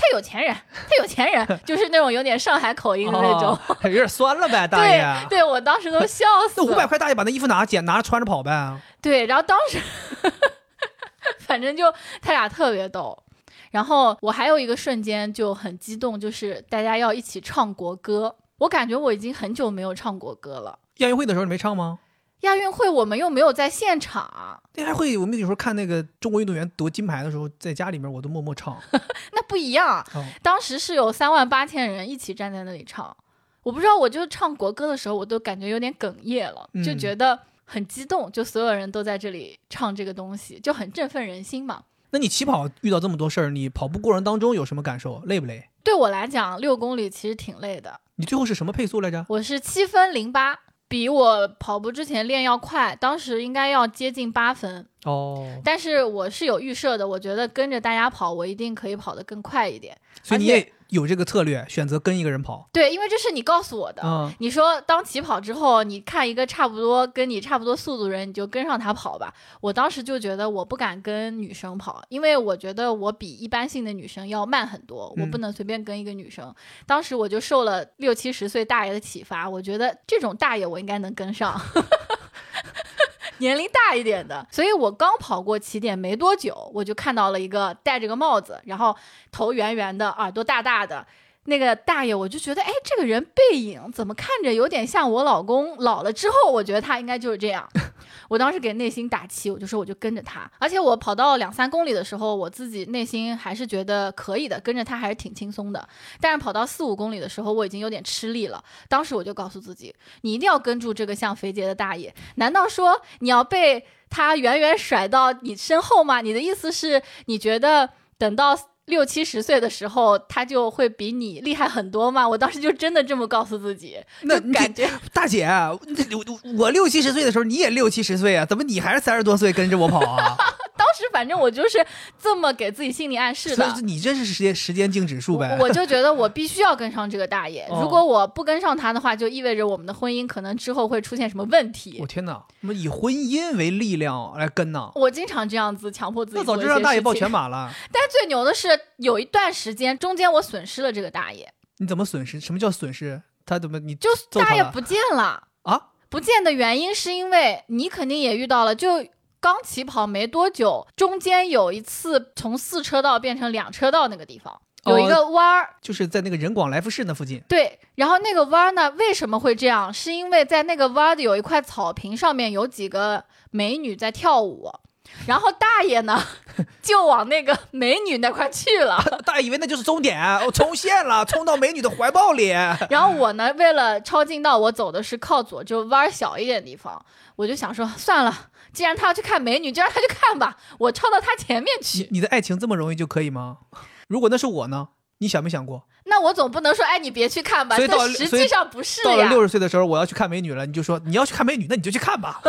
S2: 他有钱人，他有钱人，就是那种有点上海口音的那种。
S1: 哦，有点酸了呗，大爷。啊
S2: 对，对我当时都笑死
S1: 那
S2: 了。
S1: 五百块大爷把那衣服拿捡拿着穿着跑呗。
S2: 对，然后当时 反正就他俩特别逗。然后我还有一个瞬间就很激动，就是大家要一起唱国歌。我感觉我已经很久没有唱国歌了。
S1: 亚运会的时候你没唱吗？
S2: 亚运会我们又没有在现场，
S1: 那还会，我们有时候看那个中国运动员夺金牌的时候，在家里面我都默默唱。
S2: 那不一样。啊
S1: 哦
S2: 当时是有三万八千人一起站在那里唱，我不知道，我就唱国歌的时候，我都感觉有点哽咽了，就
S1: 嗯
S2: 觉得很激动，就所有人都在这里唱这个东西，就很振奋人心嘛。
S1: 那你起跑遇到这么多事儿，你跑步过程当中有什么感受？累不累？
S2: 对我来讲，六公里其实挺累的，
S1: 你最后是什么配速来着？
S2: 我是七分零八，比我跑步之前练要快，当时应该要接近八分，
S1: 哦，
S2: 但是我是有预设的，我觉得跟着大家跑，我一定可以跑得更快一点。
S1: 所以你
S2: 而
S1: 也有这个策略，选择跟一个人跑。
S2: 对，因为这是你告诉我的。
S1: 嗯，
S2: 你说，当起跑之后，你看一个差不多跟你差不多速度的人，你就跟上他跑吧。我当时就觉得我不敢跟女生跑，因为我觉得我比一般性的女生要慢很多，我
S1: 嗯
S2: 不能随便跟一个女生。当时我就受了六七十岁大爷的启发，我觉得这种大爷我应该能跟上。 年龄大一点的，所以我刚跑过起点没多久，我就看到了一个戴着个帽子，然后头圆圆的，耳朵大大的那个大爷，我就觉得，哎，这个人背影怎么看着有点像我老公？老了之后，我觉得他应该就是这样。 我当时给内心打气，我就说我就跟着他，而且我跑到两三公里的时候，我自己内心还是觉得可以的，跟着他还是挺轻松的。但是跑到四五公里的时候，我已经有点吃力了。当时我就告诉自己，你一定要跟住这个像肥杰的大爷。难道说你要被他远远甩到你身后吗？你的意思是你觉得等到六七十岁的时候，他就会比你厉害很多吗？我当时就真的这么告诉自己，
S1: 那
S2: 就感觉
S1: 大姐，啊我我六七十岁的时候，你也六七十岁啊，怎么你还是三十多岁跟着我跑啊？
S2: 当时反正我就是这么给自己心理暗示
S1: 所
S2: 的。
S1: 以你这是时间时间静止数呗。
S2: 我我就觉得我必须要跟上这个 大爷，
S1: 哦
S2: 如果我不跟上他的话，就意味着我们的婚姻可能之后会出现什么问题
S1: 我。天哪，我们以婚姻为力量来跟呐，
S2: 我经常这样子强迫自己
S1: 那
S2: 做
S1: 早
S2: 一些
S1: 知
S2: 事
S1: 让
S2: 情。
S1: 大爷报全马了。
S2: 但最牛的是，有一段时间中间我损失了这个大爷，
S1: 你怎么损失？什么叫损失？他怎么你
S2: 就
S1: 揍
S2: 大
S1: 他
S2: 爷
S1: 了
S2: 不见了。
S1: 啊？
S2: 不见的原因是因为你肯定也遇到了，就刚起跑没多久，中间有一次从四车道变成两车道那个地方有一
S1: 哦
S2: 个弯儿，
S1: 就是在那个人广来福士那附近。
S2: 对，然后那个弯儿呢，为什么会这样？是因为在那个弯儿的有一块草坪上面有几个美女在跳舞，然后大爷 呢就往那个美女那块去了。
S1: 大爷以为那就是终点，我冲线了，冲到美女的怀抱里。
S2: 然后我呢，为了抄近道，我走的是靠左，就弯儿小一点地方。我就想说，算了，既然他要去看美女，就让他去看吧，我超到他前面 去。
S1: 你的爱情这么容易就可以吗？如果那是我呢？你想没想过，
S2: 那我总不能说，哎，你别去看吧，
S1: 所以到
S2: 这
S1: 了
S2: 实
S1: 所以
S2: 际上不是
S1: 到了
S2: 呀。
S1: 六十岁的时候，我要去看美女了，你就说你要去看美女，那你就去看吧。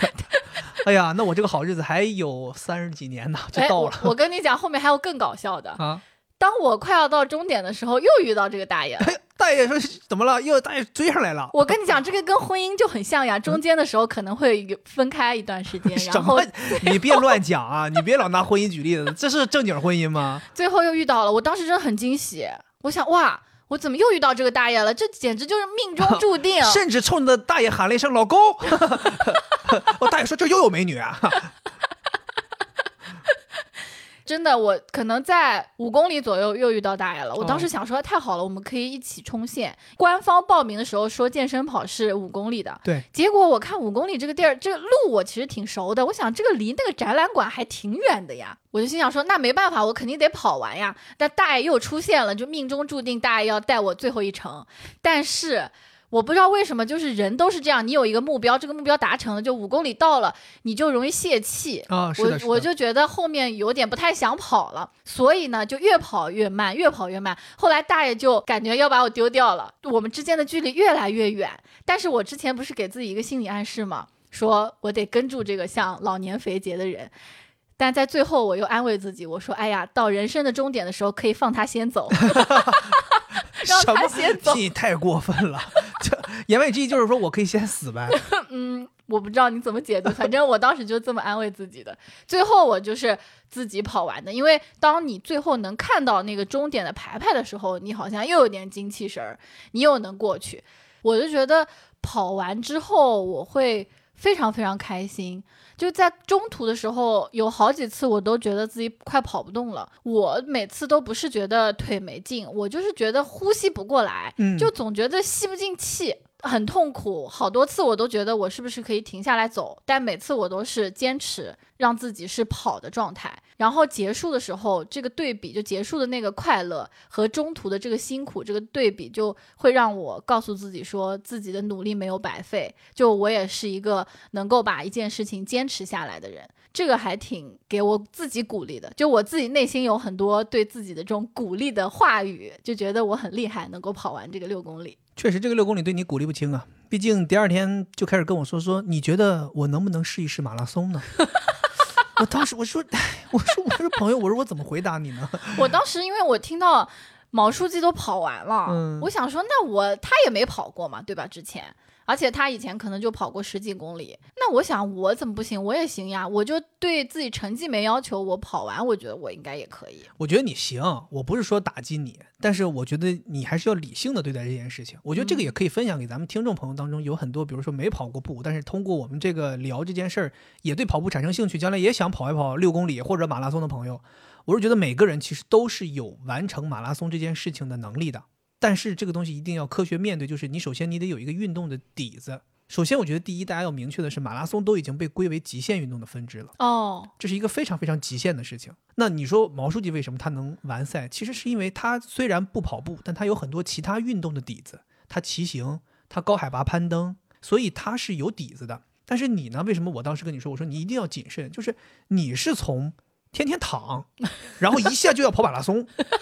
S1: 哎呀，那我这个好日子还有三十几年呢，就
S2: 哎，
S1: 到
S2: 我
S1: 了、
S2: 我跟你讲，后面还有更搞笑的。
S1: 啊！
S2: 当我快要到终点的时候，又遇到这个大 爷了。
S1: 哎，大爷说怎么了？又大爷追上来了。
S2: 我跟你讲，这个跟婚姻就很 像呀，中间的时候可能会有分开一段时间，
S1: 什
S2: 然后
S1: 么？你别乱讲啊！你别老拿婚姻举例子，这是正经婚姻吗？
S2: 最后又遇到了。我当时真的很惊喜，我想哇，我怎么又遇到这个大爷了？这简直就是命中注定。
S1: 甚至冲着大爷喊了一声“老公”， 哦，大爷说这又有美女啊！
S2: 真的，我可能在五公里左右又遇到大爷了。我当时想说，太好了，我们可以一起冲线。官方报名的时候说健身跑是五公里的，
S1: 对，
S2: 结果我看五公里这个地儿，这个路我其实挺熟的，我想这个离那个展览馆还挺远的呀，我就心想说那没办法，我肯定得跑完呀。但大爷又出现了，就命中注定大爷要带我最后一程。但是我不知道为什么，就是人都是这样，你有一个目标，这个目标达成了，就五公里到了，你就容易泄气。
S1: 啊，是的，是
S2: 我我
S1: 的。
S2: 就觉得后面有点不太想跑了，所以呢就越跑越慢，越跑越慢。后来大爷就感觉要把我丢掉了，我们之间的距离越来越远。但是我之前不是给自己一个心理暗示嘛，说我得跟住这个像老年肥杰的人。但在最后，我又安慰自己，我说：“哎呀，到人生的终点的时候，可以放他先走，让
S1: 什
S2: 他
S1: 么
S2: 先走。
S1: 你太过分了！ 这言外之意就是说我可以先死呗。”
S2: 嗯，我不知道你怎么解读，反正我当时就这么安慰自己的。最后我就是自己跑完的，因为当你最后能看到那个终点的牌牌的时候，你好像又有点精气神儿，你又能过去。我就觉得跑完之后我会非常非常开心。就在中途的时候，有好几次我都觉得自己快跑不动了。我每次都不是觉得腿没劲，我就是觉得呼吸不过来，
S1: 嗯
S2: 就总觉得吸不进气，很痛苦。好多次我都觉得我是不是可以停下来走，但每次我都是坚持让自己是跑的状态。然后结束的时候，这个对比就结束的那个快乐和中途的这个辛苦，这个对比就会让我告诉自己说，自己的努力没有白费。就我也是一个能够把一件事情坚持下来的人。这个还挺给我自己鼓励的，就我自己内心有很多对自己的这种鼓励的话语，就觉得我很厉害，能够跑完这个六公里。
S1: 确实，这个六公里对你鼓励不轻啊。毕竟第二天就开始跟我说说，你觉得我能不能试一试马拉松呢？ 我当时我说， 哎我说我说朋友，我说我怎么回答你呢？
S2: 我当时因为我听到毛书记都跑完了，
S1: 嗯
S2: 我想说，那我他也没跑过嘛，对吧？之前，而且他以前可能就跑过十几公里，那我想我怎么不行？我也行呀，我就对自己成绩没要求，我跑完，我觉得我应该也可以。
S1: 我觉得你行，我不是说打击你，但是我觉得你还是要理性的对待这件事情。我觉得这个也可以分享给咱们听众朋友当中有很多，比如说没跑过步，但是通过我们这个聊这件事儿，也对跑步产生兴趣，将来也想跑一跑六公里或者马拉松的朋友，我是觉得每个人其实都是有完成马拉松这件事情的能力的。但是这个东西一定要科学面对，就是你首先你得有一个运动的底子。首先，我觉得第一，大家要明确的是，马拉松都已经被归为极限运动的分支了。
S2: 哦，
S1: 这是一个非常非常极限的事情。那你说毛书记为什么他能完赛？其实是因为他虽然不跑步，但他有很多其他运动的底子，他骑行，他高海拔攀登，所以他是有底子的。但是你呢？为什么我当时跟你说，我说你一定要谨慎，就是你是从天天躺，然后一下就要跑马拉松，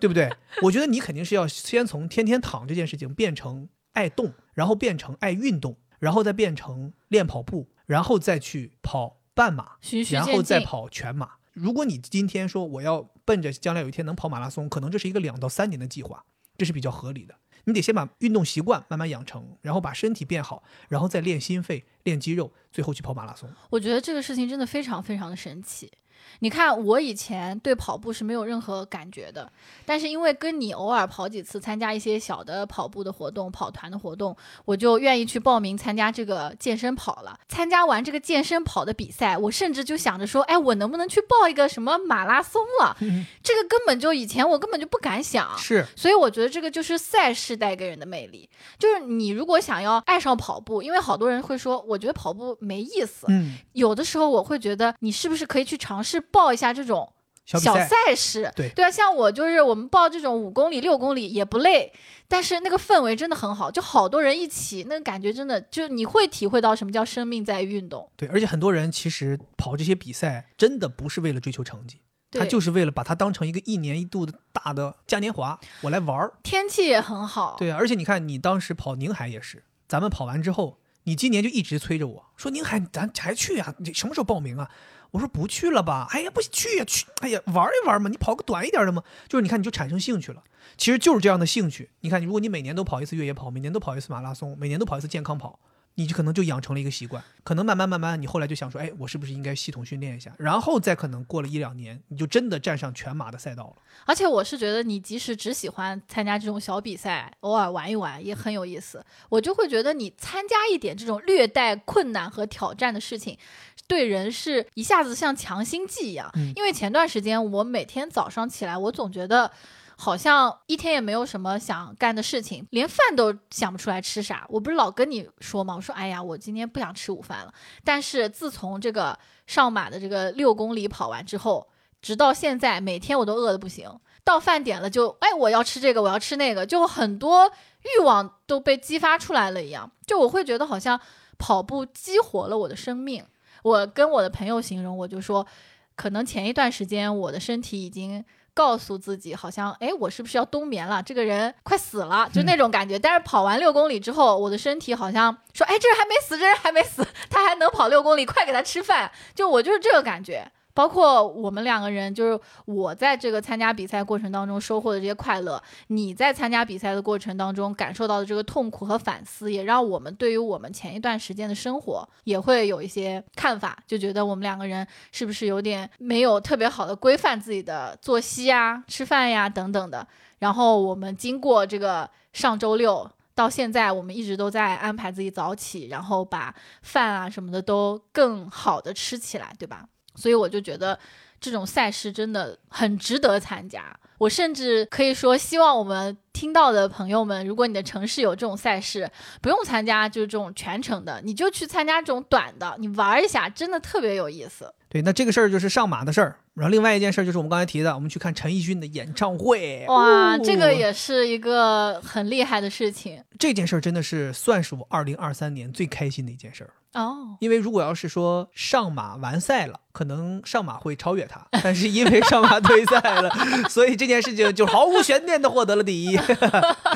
S1: 对不对？我觉得你肯定是要先从天天躺这件事情变成爱动，然后变成爱运动，然后再变成练跑步，然后再去跑半马，
S2: 循序
S1: 然后
S2: 渐
S1: 再
S2: 进。
S1: 跑全马。如果你今天说我要奔着将来有一天能跑马拉松，可能这是一个两到三年的计划，这是比较合理的。你得先把运动习惯慢慢养成，然后把身体变好，然后再练心肺、练肌肉，最后去跑马拉松。
S2: 我觉得这个事情真的非常非常的神奇。你看，我以前对跑步是没有任何感觉的，但是因为跟你偶尔跑几次，参加一些小的跑步的活动、跑团的活动，我就愿意去报名参加这个健身跑了。参加完这个健身跑的比赛，我甚至就想着说，哎，我能不能去报一个什么马拉松了？
S1: 嗯
S2: 这个根本就以前我根本就不敢想。
S1: 是
S2: 所以我觉得这个就是赛事带给人的魅力，就是你如果想要爱上跑步，因为好多人会说，我觉得跑步没意思。
S1: 嗯，
S2: 有的时候我会觉得，你是不是可以去尝试报一下这种
S1: 小比
S2: 小
S1: 赛
S2: 赛事？
S1: 对
S2: 啊，像我就是我们报这种五公里、六公里也不累，但是那个氛围真的很好，就好多人一起，那个感觉真的就你会体会到什么叫生命在于运动。
S1: 对，而且很多人其实跑这些比赛真的不是为了追求成绩，他
S2: 对
S1: 就是为了把它当成一个一年一度的大的嘉年华，我来玩儿。
S2: 天气也很好，
S1: 对啊，而且你看，你当时跑宁海也是，咱们跑完之后，你今年就一直催着我说宁海咱还去啊，你什么时候报名啊？我说不去了吧，哎呀不去呀、去，哎呀玩一玩嘛，你跑个短一点的嘛，就是你看你就产生兴趣了，其实就是这样的兴趣。你看，如果你每年都跑一次越野跑，每年都跑一次马拉松，每年都跑一次健康跑。你就可能就养成了一个习惯，可能慢慢慢慢，你后来就想说，哎，我是不是应该系统训练一下？然后再可能过了一两年，你就真的站上全马的赛道了。
S2: 而且我是觉得，你即使只喜欢参加这种小比赛，偶尔玩一玩也很有意思。我就会觉得，你参加一点这种略带困难和挑战的事情，对人是一下子像强心剂一样。
S1: 嗯
S2: 因为前段时间我每天早上起来，我总觉得。好像一天也没有什么想干的事情，连饭都想不出来吃啥。我不是老跟你说吗？我说，哎呀，我今天不想吃午饭了。但是自从这个上马的这个六公里跑完之后，直到现在，每天我都饿得不行。到饭点了就，哎，我要吃这个，我要吃那个，就很多欲望都被激发出来了一样。就我会觉得好像跑步激活了我的生命。我跟我的朋友形容，我就说，可能前一段时间我的身体已经告诉自己，好像，哎，我是不是要冬眠了？这个人快死了，就那种感觉。但是跑完六公里之后，我的身体好像说，哎，这人还没死，这人还没死，他还能跑六公里，快给他吃饭。就我就是这个感觉。包括我们两个人，就是我在这个参加比赛过程当中收获的这些快乐，你在参加比赛的过程当中感受到的这个痛苦和反思，也让我们对于我们前一段时间的生活也会有一些看法，就觉得我们两个人是不是有点没有特别好的规范自己的作息呀、吃饭呀等等的。然后我们经过这个上周六。到现在，我们一直都在安排自己早起，然后把饭啊什么的都更好的吃起来，对吧？所以我就觉得这种赛事真的很值得参加。我甚至可以说，希望我们听到的朋友们，如果你的城市有这种赛事，不用参加就是这种全程的，你就去参加这种短的，你玩一下，真的特别有意思。
S1: 对，那这个事儿就是上马的事儿，然后另外一件事儿就是我们刚才提的，我们去看陈奕迅的演唱会。
S2: 哇，
S1: 哦
S2: 这个也是一个很厉害的事情
S1: 这件事儿真的是算是我二零二三年最开心的一件事儿，
S2: 哦。
S1: 因为如果要是说上马完赛了，可能上马会超越他，但是因为上马退赛了， 所以这件事情就毫无悬念的获得了第一。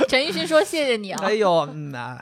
S2: 陈奕迅说：“谢谢你啊
S1: 哦哎，呦，嗯呐、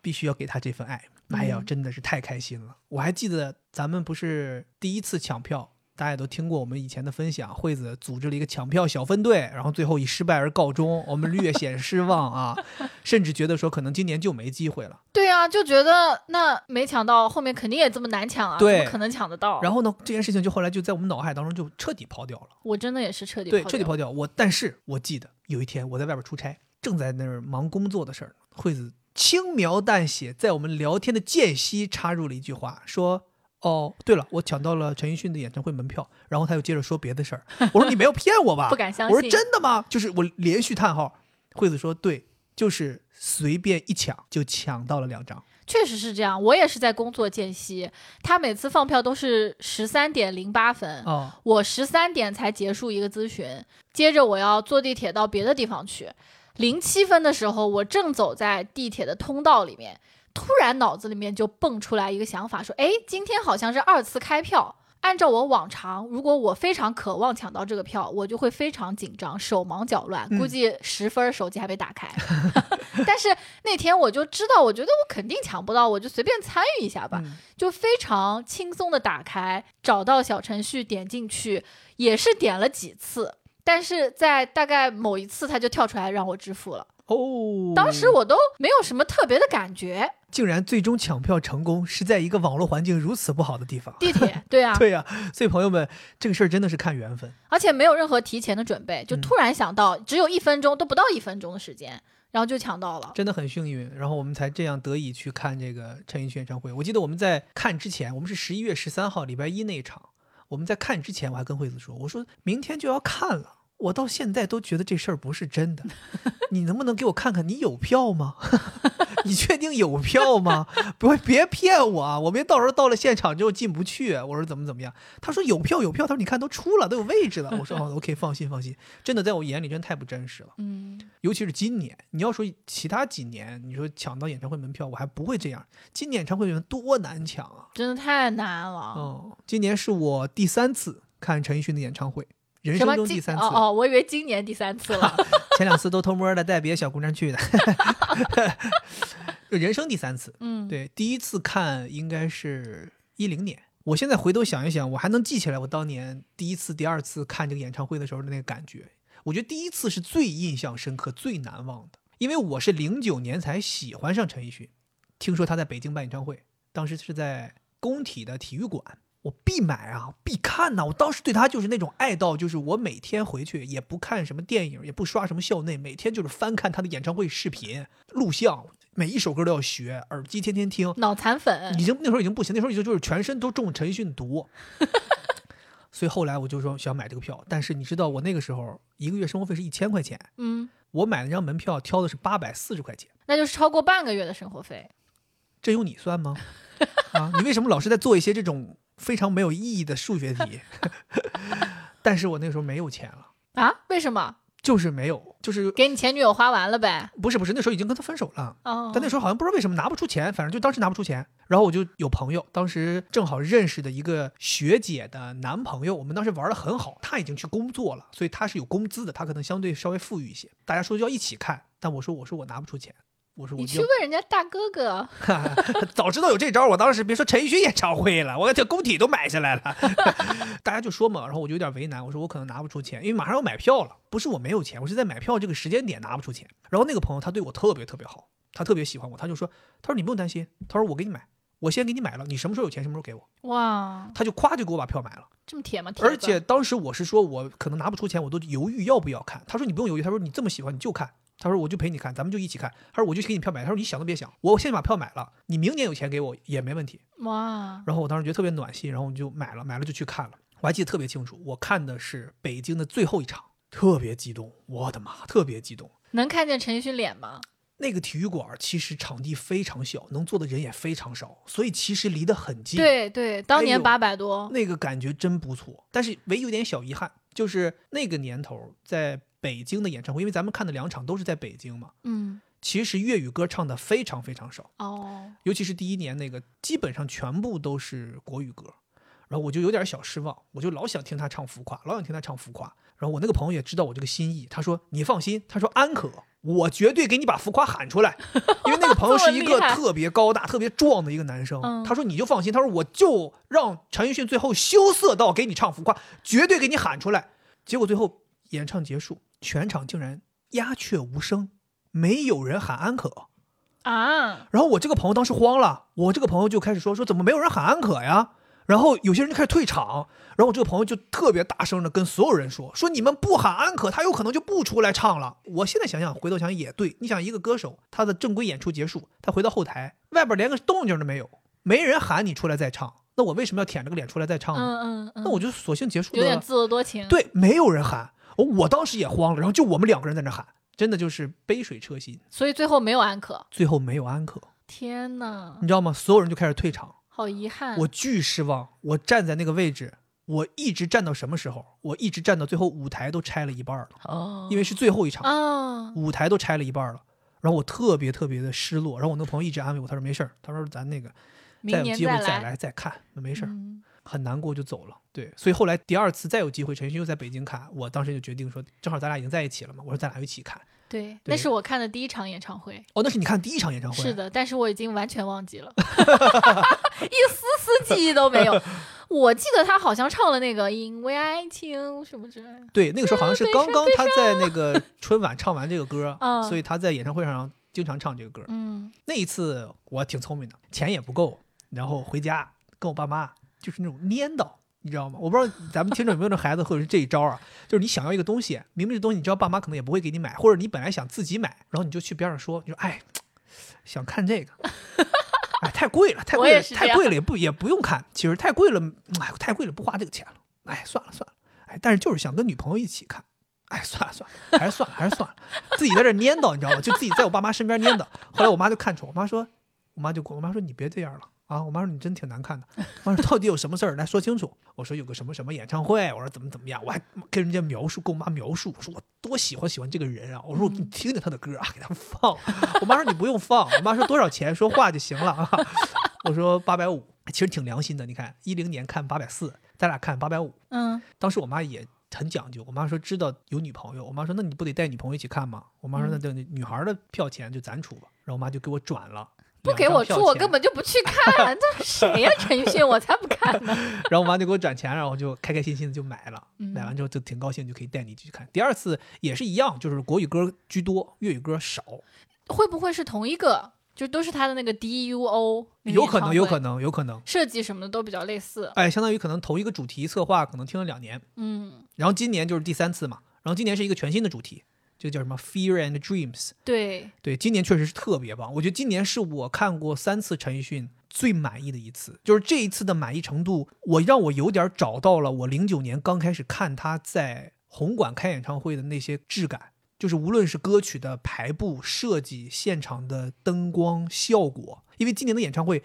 S1: 必须要给他这份爱。哎呀，
S2: 嗯
S1: 真的是太开心了！我还记得咱们不是第一次抢票，大家也都听过我们以前的分享，惠子组织了一个抢票小分队，然后最后以失败而告终，我们略显失望啊，甚至觉得说可能今年就没机会了。
S2: 对啊，就觉得那没抢到，后面肯定也这么难抢啊，怎
S1: 对
S2: 么可能抢得到？
S1: 然后呢，这件事情就后来就在我们脑海当中就彻底抛掉了。
S2: 我真的也是彻底
S1: 对，
S2: 抛
S1: 彻底
S2: 掉
S1: 抛掉。我但是我记得有一天我在外边出差，正在那儿忙工作的事儿呢，惠子轻描淡写在我们聊天的间隙插入了一句话，说。哦，对了，我抢到了陈奕迅的演唱会门票，然后他又接着说别的事儿。我说你没有骗我吧？
S2: 不敢相
S1: 我说
S2: 信
S1: 真的吗？就是我连续叹号。惠子说对，就是随便一抢就抢到了两张。
S2: 确实是这样，我也是在工作间隙，他每次放票都是十三点零八分，
S1: 哦，
S2: 我十三点才结束一个咨询，接着我要坐地铁到别的地方去。零七分的时候，我正走在地铁的通道里面，突然脑子里面就蹦出来一个想法，说：“哎，今天好像是二次开票。”按照我往常，如果我非常渴望抢到这个票，我就会非常紧张，手忙脚乱，
S1: 嗯
S2: 估计十分儿手机还没打开。 但是那天我就知道，我觉得我肯定抢不到，我就随便参与一下吧。
S1: 嗯
S2: 就非常轻松的打开，找到小程序点进去，也是点了几次，但是在大概某一次它就跳出来让我支付了。
S1: 哦，
S2: 当时我都没有什么特别的感觉。
S1: 竟然最终抢票成功，是在一个网络环境如此不好的地方。
S2: 地铁，对 啊，
S1: 对呀、所以朋友们，这个事儿真的是看缘分。
S2: 而且没有任何提前的准备，
S1: 嗯
S2: 就突然想到，只有一分钟，都不到一分钟的时间，然后就抢到了。
S1: 真的很幸运，然后我们才这样得以去看这个陈奕迅演唱会。我记得我们在看之前，我们是十一月十三号礼拜一那一场，我们在看之前，我还跟惠子说，我说明天就要看了。我到现在都觉得这事儿不是真的，你能不能给我看看你有票吗？ 你确定有票吗？不，别骗我啊！我别到时候到了现场之后进不去。我说怎么怎么样？他说有票有票，他说你看都出了，都有位置了。我说哦，OK，放心放心。真的在我眼里真太不真实了。
S2: 嗯，
S1: 尤其是今年，你要说其他几年，你说抢到演唱会门票，我还不会这样。今年演唱会门多难抢啊！
S2: 真的太难了。
S1: 哦，今年是我第三次看陈奕迅的演唱会，人
S2: 什
S1: 生
S2: 么
S1: 中
S2: 今
S1: 第三次，
S2: 哦哦，我以为今年第三次 了。
S1: 前两次都偷摸的带别的小姑娘去的， 就人生第三次。
S2: 嗯，
S1: 对，第一次看应该是一零年。我现在回头想一想，我还能记起来我当年第一次、第二次看这个演唱会的时候的那个感觉。我觉得第一次是最印象深刻、最难忘的，因为我是零九年才喜欢上陈奕迅，听说他在北京办演唱会，当时是在工体的体育馆，我必买啊，必看呐、我当时对他就是那种爱到，就是我每天回去也不看什么电影，也不刷什么校内，每天就是翻看他的演唱会视频、录像，每一首歌都要学，耳机天天听，
S2: 脑残粉
S1: 已经那时候已经不行，那时候已经就是全身都中陈奕迅毒。 所以后来我就说想买这个票，但是你知道我那个时候一个月生活费是一千块钱，
S2: 嗯，
S1: 我买那张门票挑的是八百四十块钱，
S2: 那就是超过半个月的生活费。
S1: 这用你算 吗？啊，你为什么老是在做一些这种非常没有意义的数学题？ 但是我那个时候没有钱了，
S2: 啊？为什么？
S1: 就是没有，就是
S2: 给你前女友花完了呗？
S1: 不是不是那时候已经跟他分手了。
S2: 哦，
S1: 但那时候好像不知道为什么拿不出钱，反正就当时拿不出钱。然后我就有朋友，当时正好认识的一个学姐的男朋友，我们当时玩的很好，他已经去工作了，所以他是有工资的，他可能相对稍微富裕一些。大家说要一起看，但我说我说我拿不出钱，我说我
S2: 你
S1: 就
S2: 去问人家大哥哥，
S1: 早知道有这招，我当时别说陈奕迅演唱会了，我这工体都买下来了。 大家就说嘛，然后我就有点为难，我说我可能拿不出钱，因为马上要买票了，不是我没有钱，我是在买票这个时间点拿不出钱。然后那个朋友他对我特别特别好，他特别喜欢我，他就说，他说你不用担心，他说我给你买，我先给你买了，你什么时候有钱什么时候给我，
S2: 哇，
S1: 他就夸就给我把票买了。
S2: 这么铁吗？铁
S1: 而
S2: 子
S1: 且当时我是说，我可能拿不出钱，我都犹豫要不要看。他说你不用犹豫，他说你这么喜欢你就看，他说我就陪你看，咱们就一起看。他说我就给你票买，他说你想都别想，我现在把票买了，你明年有钱给我也没问题。
S2: 哇，
S1: 然后我当时觉得特别暖心，然后我就买了，买了就去看了。我还记得特别清楚，我看的是北京的最后一场，特别激动，我的妈，特别激动。
S2: 能看见陈奕迅脸吗？
S1: 那个体育馆其实场地非常小，能坐的人也非常少，所以其实离得很近。
S2: 对对，当
S1: 哎
S2: 年
S1: 呦
S2: 八百多，
S1: 那个感觉真不错，但是唯有点小遗憾，就是那个年头在北京的演唱会，因为咱们看的两场都是在北京嘛，
S2: 嗯，
S1: 其实粤语歌唱的非常非常少，
S2: 哦，
S1: 尤其是第一年那个，基本上全部都是国语歌，然后我就有点小失望，我就老想听他唱浮夸，老想听他唱浮夸。然后我那个朋友也知道我这个心意，他说你放心，他说安可，我绝对给你把浮夸喊出来，因为那个朋友
S2: 这么
S1: 是一
S2: 厉
S1: 个
S2: 害
S1: 特别高大、特别壮的一个男生，
S2: 嗯
S1: 他说你就放心，他说我就让陈奕迅最后羞涩到给你唱浮夸，绝对给你喊出来。结果最后演唱结束，全场竟然鸦雀无声，没有人喊安可。
S2: 啊，
S1: 然后我这个朋友当时慌了，我这个朋友就开始说说怎么没有人喊安可呀？然后有些人就开始退场，然后我这个朋友就特别大声的跟所有人说说你们不喊安可，他有可能就不出来唱了。我现在想想，回头想想也对，你想一个歌手，他的正规演出结束，他回到后台，外边连个动静都没有，没人喊你出来再唱，那我为什么要舔着个脸出来再唱呢？
S2: 嗯嗯嗯，
S1: 那我就索性结束
S2: 有
S1: 得
S2: 点
S1: 了。
S2: 自作多情，，
S1: 对，没有人喊，我我当时也慌了，然后就我们两个人在那喊，真的就是杯水车薪。
S2: 所以最后没有安可。
S1: 最后没有安可，
S2: 天呐，
S1: 你知道吗？所有人就开始退场。
S2: 好遗憾。
S1: 我巨失望。我站在那个位置，我一直站到什么时候？我一直站到最后舞台都拆了一半了，
S2: 哦
S1: 因为是最后一场，
S2: 啊，
S1: 舞台都拆了一半了。然后我特别特别的失落。然后我那朋友一直安慰我，他说没事儿，他说咱那个再
S2: 明
S1: 有
S2: 年
S1: 机会再
S2: 来，
S1: 来再看，没事儿。
S2: 嗯
S1: 很难过就走了。对，所以后来第二次再有机会，陈奕迅又在北京看，我当时就决定说，正好咱俩已经在一起了嘛，我说咱俩一起看。
S2: 对，
S1: 对
S2: 那是我看的第一场演唱会，
S1: 哦，那是你看第一场演唱会，
S2: 是的，但是我已经完全忘记了，一丝丝记忆都没有。我记得他好像唱了那个《因为爱情》什么之类的。
S1: 对，那个时候好像是
S2: 悲
S1: 刚
S2: 伤
S1: 刚
S2: 悲
S1: 他在那个春晚唱完这个歌，
S2: 嗯
S1: 所以他在演唱会上经常唱这个歌。
S2: 嗯，
S1: 那一次我挺聪明的，钱也不够，然后回家跟我爸妈就是那种粘叨，你知道吗？我不知道咱们听众有没有这孩子，或者是这一招啊，就是你想要一个东西，明明这东西你知道爸妈可能也不会给你买，或者你本来想自己买，然后你就去边上说，你说哎，想看这 个。哎，太贵了，太
S2: 我
S1: 贵
S2: 也
S1: 了，
S2: 是
S1: 太
S2: 这
S1: 贵了，也不也不用看。其实太贵了，嗯哎，太贵了，不花这个钱了。哎，算了算了，哎，但是就是想跟女朋友一起看。哎，算了算了，还是算了，还是算了，自己在这儿粘叨，你知道吗？就自己在我爸妈身边粘叨。后来我妈就看出，我妈说，我妈就跟我妈说你别这样了啊！我妈说你真挺难看的。我妈说到底有什么事儿来说清楚。我说有个什么什么演唱会，我说怎么怎么样，我还跟人家描述，跟我妈描述，我说我多喜欢喜欢这个人啊！我说你听听他的歌啊，给他放。我妈说你不用放，我妈说多少钱说话就行了啊。 我说八百五，其实挺良心的。你看一零年看八百四，咱俩看八百五，
S2: 嗯，
S1: 当时我妈也很讲究，我妈说知道有女朋友，我妈说那你不得带女朋友一起看吗？我妈说
S2: 嗯
S1: 那就女孩的票钱就咱出吧，然后我妈就给我转了，
S2: 不给我
S1: 出
S2: 出，我根，本就不去看。 这谁呀、陈奕迅，我才不看 呢。
S1: 然后我妈就给我转钱，然后我就开开心心的就买 了，
S2: 嗯
S1: 买完之后就挺高兴，就可以带你去看。第二次也是一样，就是国语歌居多，粤语歌少，
S2: 会不会是同一个？就都是他的那个 DUO，那个
S1: 有可能，有可
S2: 演唱会
S1: 能，有可能，
S2: 设计什么的都比较类似。
S1: 哎，相当于可能同一个主题策划可能听了两年，
S2: 嗯，
S1: 然后今年就是第三次嘛，然后今年是一个全新的主题，就叫什么 Fear and Dreams。
S2: 对，
S1: 对，今年确实是特别棒。我觉得今年是我看过三次陈奕迅最满意的一次，就是这一次的满意程度，我让我有点找到了我零九年刚开始看他在红馆开演唱会的那些质感，就是无论是歌曲的排布设计、现场的灯光效果，因为今年的演唱会。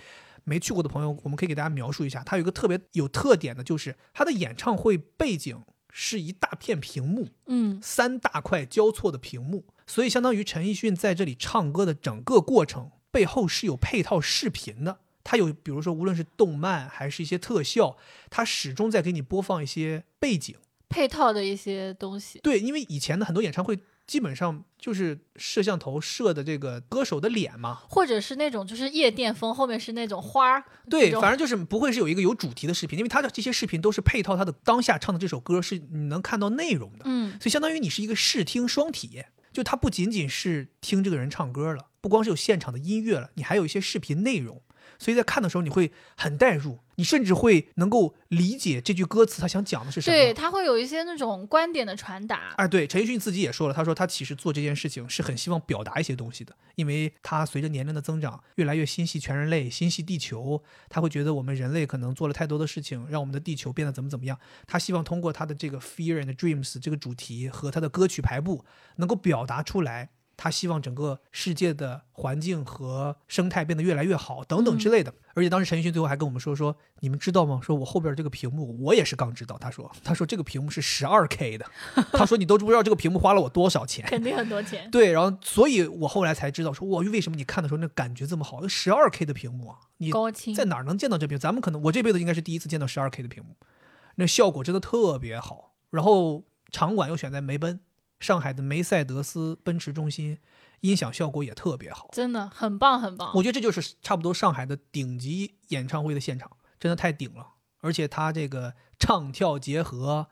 S1: 没去过的朋友，我们可以给大家描述一下，它有一个特别有特点的，就是它的演唱会背景是一大片屏幕，
S2: 嗯
S1: 三大块交错的屏幕，所以相当于陈奕迅在这里唱歌的整个过程背后是有配套视频的。它有，比如说无论是动漫还是一些特效，它始终在给你播放一些背景。
S2: 配套的一些东西。
S1: 对，因为以前的很多演唱会基本上就是摄像头摄的这个歌手的脸嘛，
S2: 或者是那种就是夜店风，后面是那种花儿，
S1: 对
S2: 这，种
S1: 反正就是不会是有一个有主题的视频，因为他的这些视频都是配套他的当下唱的这首歌，是你能看到内容的。
S2: 嗯，
S1: 所以相当于你是一个视听双体验，就它不仅仅是听这个人唱歌了，不光是有现场的音乐了，你还有一些视频内容。所以在看的时候，你会很代入，你甚至会能够理解这句歌词他想讲的是什么。
S2: 对，它会有一些那种观点的传达。
S1: 哎，对，陈奕迅自己也说了，他说他其实做这件事情是很希望表达一些东西的，因为他随着年龄的增长，越来越心系全人类，心系地球，他会觉得我们人类可能做了太多的事情，让我们的地球变得怎么怎么样。他希望通过他的这个 Fear and Dreams 这个主题和他的歌曲排布，能够表达出来。他希望整个世界的环境和生态变得越来越好，等等之类的。而且当时陈奕迅最后还跟我们说说，你们知道吗？说我后边这个屏幕，我也是刚知道。他说，他说这个屏幕是十二 K 的，他说你都不知道这个屏幕花了我多少钱。
S2: 肯定很多钱，
S1: 对，然后所以我后来才知道说，哇，为什么你看的时候那感觉这么好？十二 K 的屏幕啊， 你
S2: 高清
S1: 在哪儿能见到这屏？咱们可能我这辈子应该是第一次见到十二 K 的屏幕，那效果真的特别好。然后场馆又选在梅奔，上海的梅赛德斯奔驰中心，音响效果也特别好。
S2: 真的很棒很棒。
S1: 我觉得这就是差不多上海的顶级演唱会的现场，真的太顶了。而且他这个唱跳结合，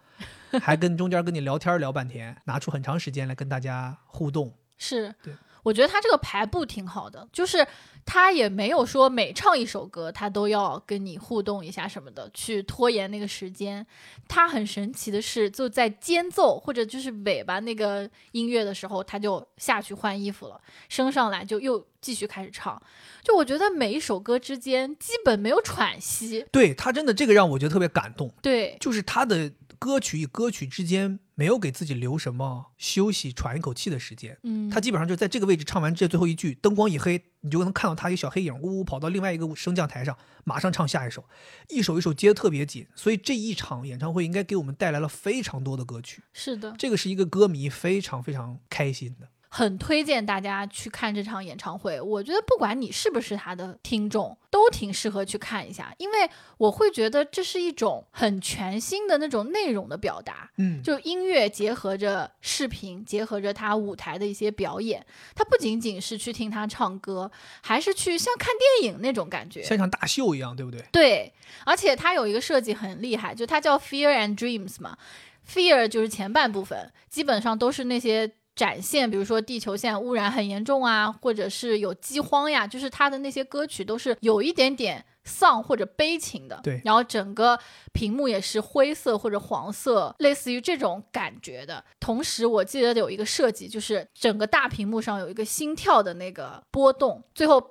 S1: 还跟中间跟你聊天聊半天， 拿出很长时间来跟大家互动。
S2: 是
S1: 对，
S2: 我觉得他这个排布挺好的，就是他也没有说每唱一首歌，他都要跟你互动一下什么的，去拖延那个时间。他很神奇的是，就在间奏或者就是尾巴那个音乐的时候，他就下去换衣服了，升上来就又继续开始唱。就我觉得每一首歌之间基本没有喘息，
S1: 对他真的这个让我觉得特别感动，
S2: 对，
S1: 就是他的歌曲与歌曲之间没有给自己留什么休息、喘一口气的时间。
S2: 嗯，
S1: 他基本上就在这个位置唱完这最后一句，灯光一黑，你就能看到他一个小黑影，呜呜跑到另外一个升降台上，马上唱下一首，一首一首接得特别紧。所以这一场演唱会应该给我们带来了非常多的歌曲，
S2: 是的。
S1: 这个是一个歌迷非常非常开心的。
S2: 很推荐大家去看这场演唱会。我觉得不管你是不是他的听众，都挺适合去看一下，因为我会觉得这是一种很全新的那种内容的表达。
S1: 嗯，
S2: 就音乐结合着视频，结合着他舞台的一些表演，他不仅仅是去听他唱歌，还是去像看电影那种感觉。
S1: 像场大秀一样，对不对？
S2: 对，而且它有一个设计很厉害，就它叫 Fear and Dreams 嘛。Fear 就是前半部分，基本上都是那些展现，比如说地球现在污染很严重啊，或者是有饥荒呀，就是它的那些歌曲都是有一点点丧或者悲情的。
S1: 对
S2: 然后整个屏幕也是灰色或者黄色，类似于这种感觉的。同时，我记得有一个设计，就是整个大屏幕上有一个心跳的那个波动，最后哔，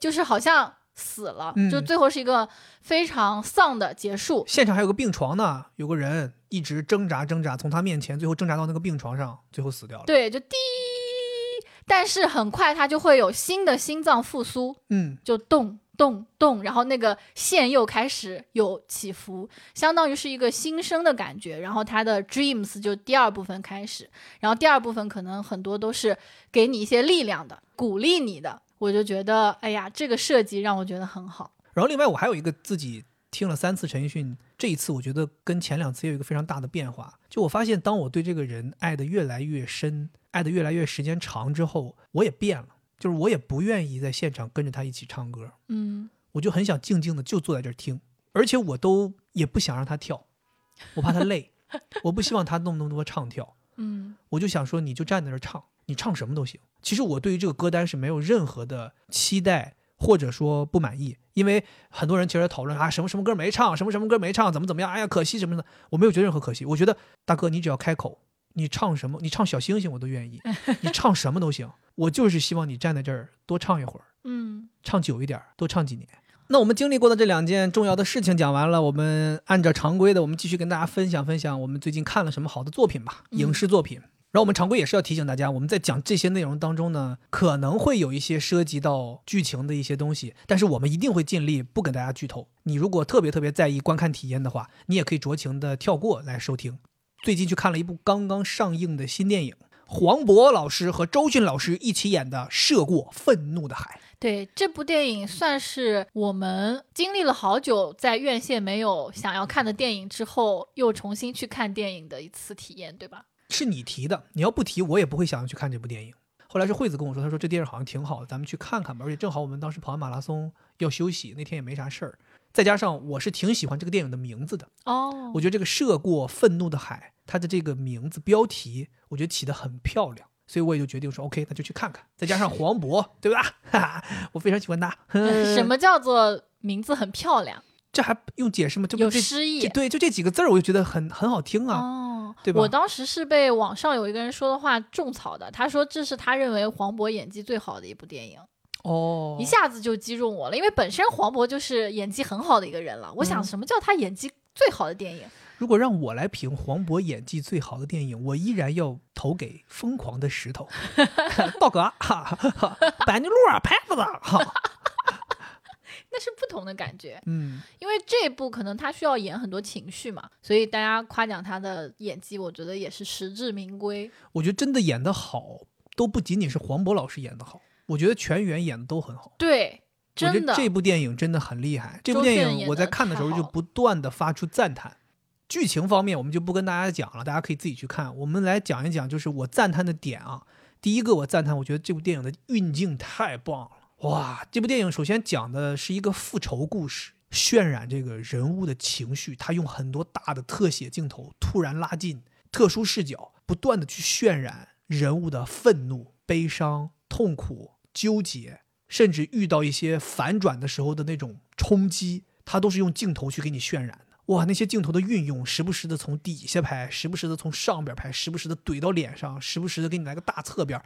S2: 就是好像。死了，
S1: 嗯
S2: 就最后是一个非常丧的结束。
S1: 现场还有个病床呢，有个人一直挣扎挣扎，从他面前最后挣扎到那个病床上，最后死掉了。
S2: 对，就滴，但是很快它就会有新的心脏复苏，
S1: 嗯，
S2: 就动动动，然后那个线又开始有起伏，相当于是一个新生的感觉。然后它的 dreams 就第二部分开始，然后第二部分可能很多都是给你一些力量的，鼓励你的。我就觉得，哎呀，这个设计让我觉得很好。
S1: 然后另外我还有一个自己听了三次陈奕迅，这一次我觉得跟前两次也有一个非常大的变化，就我发现当我对这个人爱的越来越深，爱的越来越时间长之后，我也变了，就是我也不愿意在现场跟着他一起唱歌，
S2: 嗯，
S1: 我就很想静静的就坐在这儿听，而且我都也不想让他跳，我怕他累，我不希望他弄那么多唱跳。
S2: 嗯，
S1: 我就想说，你就站在那儿唱，你唱什么都行。其实我对于这个歌单是没有任何的期待或者说不满意，因为很多人其实讨论啊，什么什么歌没唱，什么什么歌没唱，怎么怎么样，哎呀可惜什么的，我没有觉得任何可惜。我觉得大哥，你只要开口，你唱什么，你唱小星星我都愿意，你唱什么都行。我就是希望你站在这儿多唱一会儿，
S2: 嗯，
S1: 唱久一点儿，多唱几年。那我们经历过的这两件重要的事情讲完了，我们按照常规的，我们继续跟大家分享分享我们最近看了什么好的作品吧，
S2: 嗯
S1: 影视作品。然后我们常规也是要提醒大家，我们在讲这些内容当中呢，可能会有一些涉及到剧情的一些东西，但是我们一定会尽力不跟大家剧透。你如果特别特别在意观看体验的话，你也可以酌情的跳过来收听。最近去看了一部刚刚上映的新电影，黄渤老师和周迅老师一起演的《涉过愤怒的海》。
S2: 对，这部电影算是我们经历了好久在院线没有想要看的电影之后，又重新去看电影的一次体验，对吧？
S1: 是你提的，你要不提，我也不会想要去看这部电影。后来是惠子跟我说，她说这电影好像挺好的，咱们去看看吧。而且正好我们当时跑完马拉松要休息，那天也没啥事儿。再加上我是挺喜欢这个电影的名字的，
S2: 哦
S1: 我觉得这个“涉过愤怒的海”它的这个名字标题，我觉得起得很漂亮，所以我也就决定说 OK，那就去看看。再加上黄渤，对吧？ 哈哈，我非常喜欢他。
S2: 什么叫做名字很漂亮，
S1: 这还用解释吗？这不
S2: 有
S1: 这
S2: 诗
S1: 这
S2: 意
S1: 对，就这几个字儿，我就觉得很很好听啊。
S2: 哦
S1: 对吧
S2: 我当时是被网上有一个人说的话种草的，他说这是他认为黄渤演技最好的一部电影，
S1: 哦，
S2: 一下子就击中我了，因为本身黄渤就是演技很好的一个人了。我想
S1: 嗯
S2: 什么叫他演技最好的电影？
S1: 如果让我来评黄渤演技最好的电影，我依然要投给《疯狂的石头》。 道格，哈哈哈板着路啊，拍子的，哈，
S2: 那是不同的感觉。
S1: 嗯，
S2: 因为这部可能他需要演很多情绪嘛，所以大家夸奖他的演技，我觉得也是实至名归。
S1: 我觉得真的演得好，都不仅仅是黄渤老师演得好，我觉得全员演的都很好。
S2: 对，
S1: 我觉
S2: 真
S1: 得
S2: 的，
S1: 这部电影真的很厉害，这部
S2: 周迅
S1: 电影
S2: 演
S1: 我
S2: 得
S1: 在看的时候
S2: 太
S1: 就
S2: 好
S1: 不断的发出赞叹。剧情方面我们就不跟大家讲了，大家可以自己去看。我们来讲一讲，就是我赞叹的点啊。第一个我赞叹，我觉得这部电影的运镜太棒了，哇！这部电影首先讲的是一个复仇故事，渲染这个人物的情绪，他用很多大的特写镜头突然拉近，特殊视角不断的去渲染人物的愤怒、悲伤、痛苦、纠结，甚至遇到一些反转的时候的那种冲击，它都是用镜头去给你渲染的。哇，那些镜头的运用，时不时的从底下拍，时不时的从上边拍，时不时的怼到脸上，时不时的给你来个大侧边，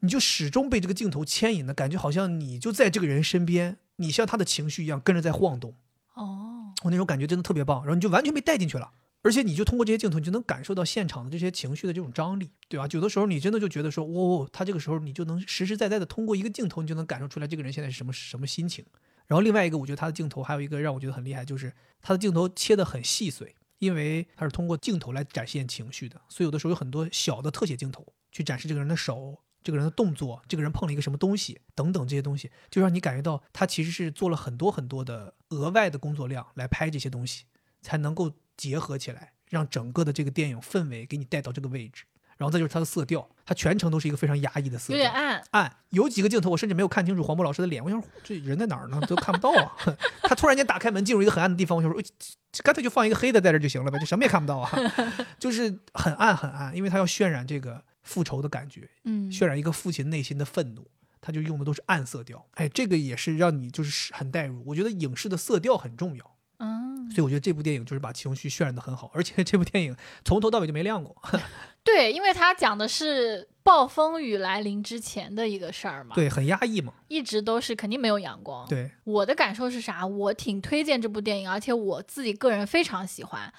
S1: 你就始终被这个镜头牵引的感觉，好像你就在这个人身边，你像他的情绪一样跟着在晃动。
S2: 哦，
S1: 我那种感觉真的特别棒，然后你就完全被带进去了，而且你就通过这些镜头，你就能感受到现场的这些情绪的这种张力，对吧？有的时候你真的就觉得说，哦，他这个时候你就能实实在在的通过一个镜头，你就能感受出来这个人现在是什么什么心情。然后另外一个，我觉得他的镜头还有一个让我觉得很厉害，就是他的镜头切得很细碎，因为他是通过镜头来展现情绪的，所以有的时候有很多小的特写镜头去展示这个人的手、这个人的动作，这个人碰了一个什么东西等等这些东西，就让你感觉到他其实是做了很多很多的额外的工作量来拍这些东西，才能够结合起来，让整个的这个电影氛围给你带到这个位置。然后再就是它的色调，它全程都是一个非常压抑的色
S2: 有
S1: 调，
S2: 点暗，
S1: 暗，哎有几个镜头我甚至没有看清楚黄渤老师的脸，我想这人在哪儿呢？都看不到啊！ 他突然间打开门进入一个很暗的地方，我想说，哎这干脆就放一个黑的在这儿就行了呗，这什么也看不到啊！ 就是很暗很暗，因为他要渲染这个复仇的感觉，
S2: 嗯，
S1: 渲染一个父亲内心的愤怒，他就用的都是暗色调。哎，这个也是让你就是很代入。我觉得影视的色调很重要，
S2: 嗯，
S1: 所以我觉得这部电影就是把情绪渲染的很好，而且这部电影从头到尾就没亮过。
S2: 对，因为他讲的是暴风雨来临之前的一个事儿嘛，，
S1: 对，很压抑嘛。
S2: 一直都是肯定没有阳光，
S1: 对，
S2: 我的感受是啥？我挺推荐这部电影，而且我自己个人非常喜欢。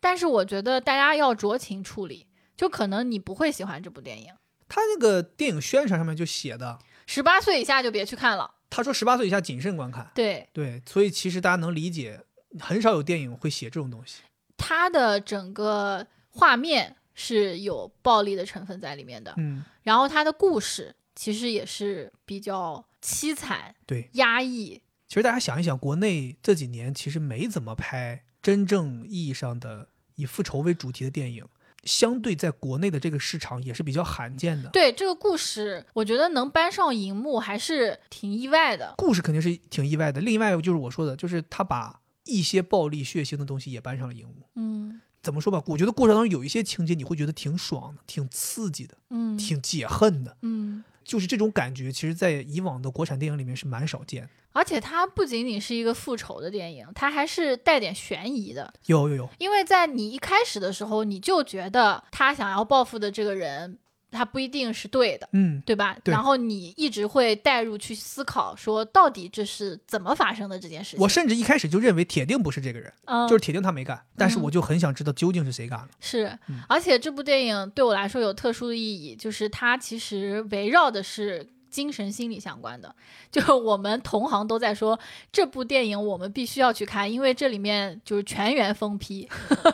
S2: 但是我觉得大家要酌情处理，就可能你不会喜欢这部电影。
S1: 他那个电影宣传上面就写的。
S2: 十八岁以下就别去看了。
S1: 他说十八岁以下谨慎观看，
S2: 对
S1: 对，所以其实大家能理解，很少有电影会写这种东西。
S2: 它的整个画面是有暴力的成分在里面的，
S1: 嗯，
S2: 然后它的故事其实也是比较凄惨、
S1: 对。
S2: 压抑。
S1: 其实大家想一想，国内这几年其实没怎么拍真正意义上的以复仇为主题的电影，相对在国内的这个市场也是比较罕见的。
S2: 对这个故事，我觉得能搬上荧幕还是挺意外的。
S1: 故事肯定是挺意外的，另外就是我说的，就是他把一些暴力血腥的东西也搬上了荧幕。
S2: 嗯
S1: 怎么说吧，我觉得过程当中有一些情节你会觉得挺爽的、挺刺激的、
S2: 嗯
S1: 挺解恨的，
S2: 嗯。
S1: 就是这种感觉，其实在以往的国产电影里面是蛮少见的。
S2: 而且它不仅仅是一个复仇的电影，它还是带点悬疑的。
S1: 有有有，
S2: 因为在你一开始的时候，你就觉得他想要报复的这个人，他不一定是对的，
S1: 嗯，
S2: 对吧？
S1: 对
S2: 然后你一直会带入去思考，说到底这是怎么发生的这件事情。
S1: 我甚至一开始就认为铁定不是这个人，
S2: 嗯，
S1: 就是铁定他没干，但是
S2: 嗯
S1: 我就很想知道究竟是谁干的。
S2: 是
S1: 嗯，
S2: 而且这部电影对我来说有特殊的意义，就是它其实围绕的是精神心理相关的。就是我们同行都在说这部电影我们必须要去看，因为这里面就是全员疯批，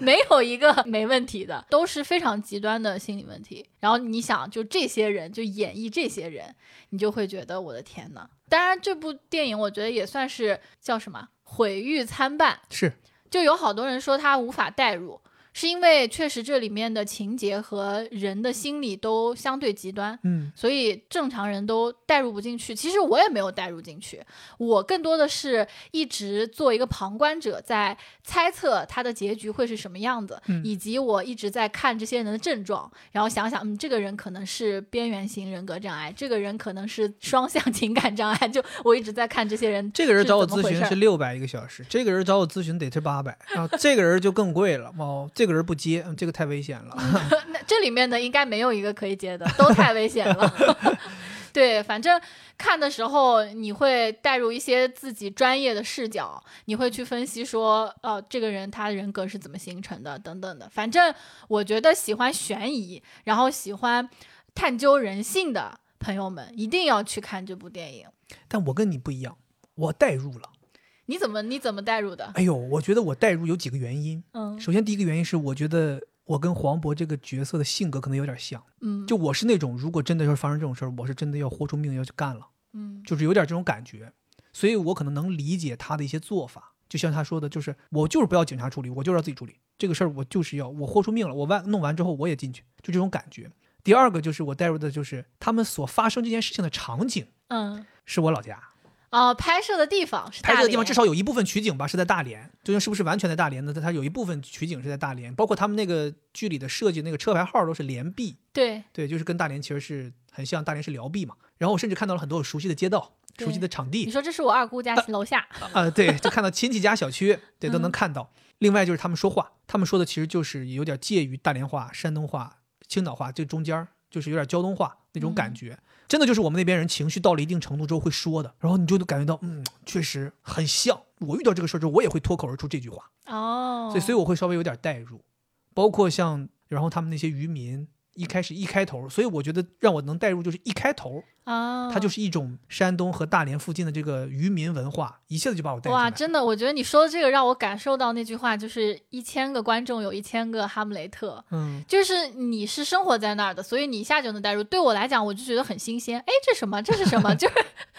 S2: 没有一个没问题的，都是非常极端的心理问题。然后你想，就这些人就演绎这些人，你就会觉得我的天呐。当然，这部电影我觉得也算是叫什么毁誉参半，
S1: 是，
S2: 就有好多人说他无法代入，是因为确实这里面的情节和人的心理都相对极端，
S1: 嗯，
S2: 所以正常人都代入不进去。其实我也没有代入进去，我更多的是一直做一个旁观者，在猜测他的结局会是什么样子，
S1: 嗯
S2: 以及我一直在看这些人的症状，然后想想，嗯，这个人可能是边缘型人格障碍，这个人可能是双向 情感障碍，就我一直在看这些人
S1: 这个人
S2: 是
S1: 找我
S2: 怎么
S1: 咨
S2: 回
S1: 询
S2: 事儿
S1: 是六百一个小时，这个人找我咨询得是八 百，啊，这个人就更贵了。哦，这个人不接，嗯这个太危险了。
S2: 那这里面的应该没有一个可以接的，都太危险了。对，反正看的时候你会带入一些自己专业的视角，你会去分析说，呃，这个人他人格是怎么形成的，等等的。反正我觉得喜欢悬疑，然后喜欢探究人性的朋友们，一定要去看这部电影。
S1: 但我跟你不一样，我代入了。
S2: 你怎么你怎么带入的？
S1: 哎呦，我觉得我代入有几个原因。
S2: 嗯
S1: 首先，第一个原因是我觉得我跟黄渤这个角色的性格可能有点像，
S2: 嗯，
S1: 就我是那种如果真的要是发生这种事儿，我是真的要豁出命要去干了。
S2: 嗯
S1: 就是有点这种感觉，所以我可能能理解他的一些做法。就像他说的，就是我就是不要警察处理，我就是要自己处理这个事儿，我就是要我豁出命了，我完弄完之后我也进去，就这种感觉。第二个就是我带入的就是他们所发生这件事情的场景
S2: 嗯
S1: 是我老家，
S2: 哦、拍摄的地方是
S1: 拍摄的地
S2: 大
S1: 方
S2: 连
S1: 至少有一部分取景吧是在大连，究竟是不是完全在大连呢？但它有一部分取景是在大连，包括他们那个剧里的设计，那个车牌号都是连璧，
S2: 对
S1: 对，就是跟大连其实是很像，大连是辽币嘛。然后我甚至看到了很多我熟悉的街道、熟悉
S2: 对
S1: 的场地
S2: 你，说这是我二姑家楼下，
S1: 啊、对，就看到亲戚家小区，对，都能
S2: 嗯
S1: 看到。另外就是他们说话，他们说的其实就是有点介于大连话、山东话、青岛话这中间儿，就是有点胶东话那种感
S2: 嗯
S1: 觉。真的就是我们那边人情绪到了一定程度之后会说的，然后你就能感觉到，嗯，确实很像。我遇到这个事儿之后，我也会脱口而出这句话，
S2: 哦，
S1: 所以所以我会稍微有点代入，包括像然后他们那些渔民一开始一开头，所以我觉得让我能带入就是一开头，
S2: 啊，
S1: 它就是一种山东和大连附近的这个渔民文化，一下子就把我带进
S2: 哇，
S1: 来。
S2: 真的，我觉得你说的这个让我感受到那句话，就是一千个观众有一千个哈姆雷特，
S1: 嗯，
S2: 就是你是生活在那儿的，所以你一下就能代入。对我来讲，我就觉得很新鲜，哎，这什么？这是什么？ 就是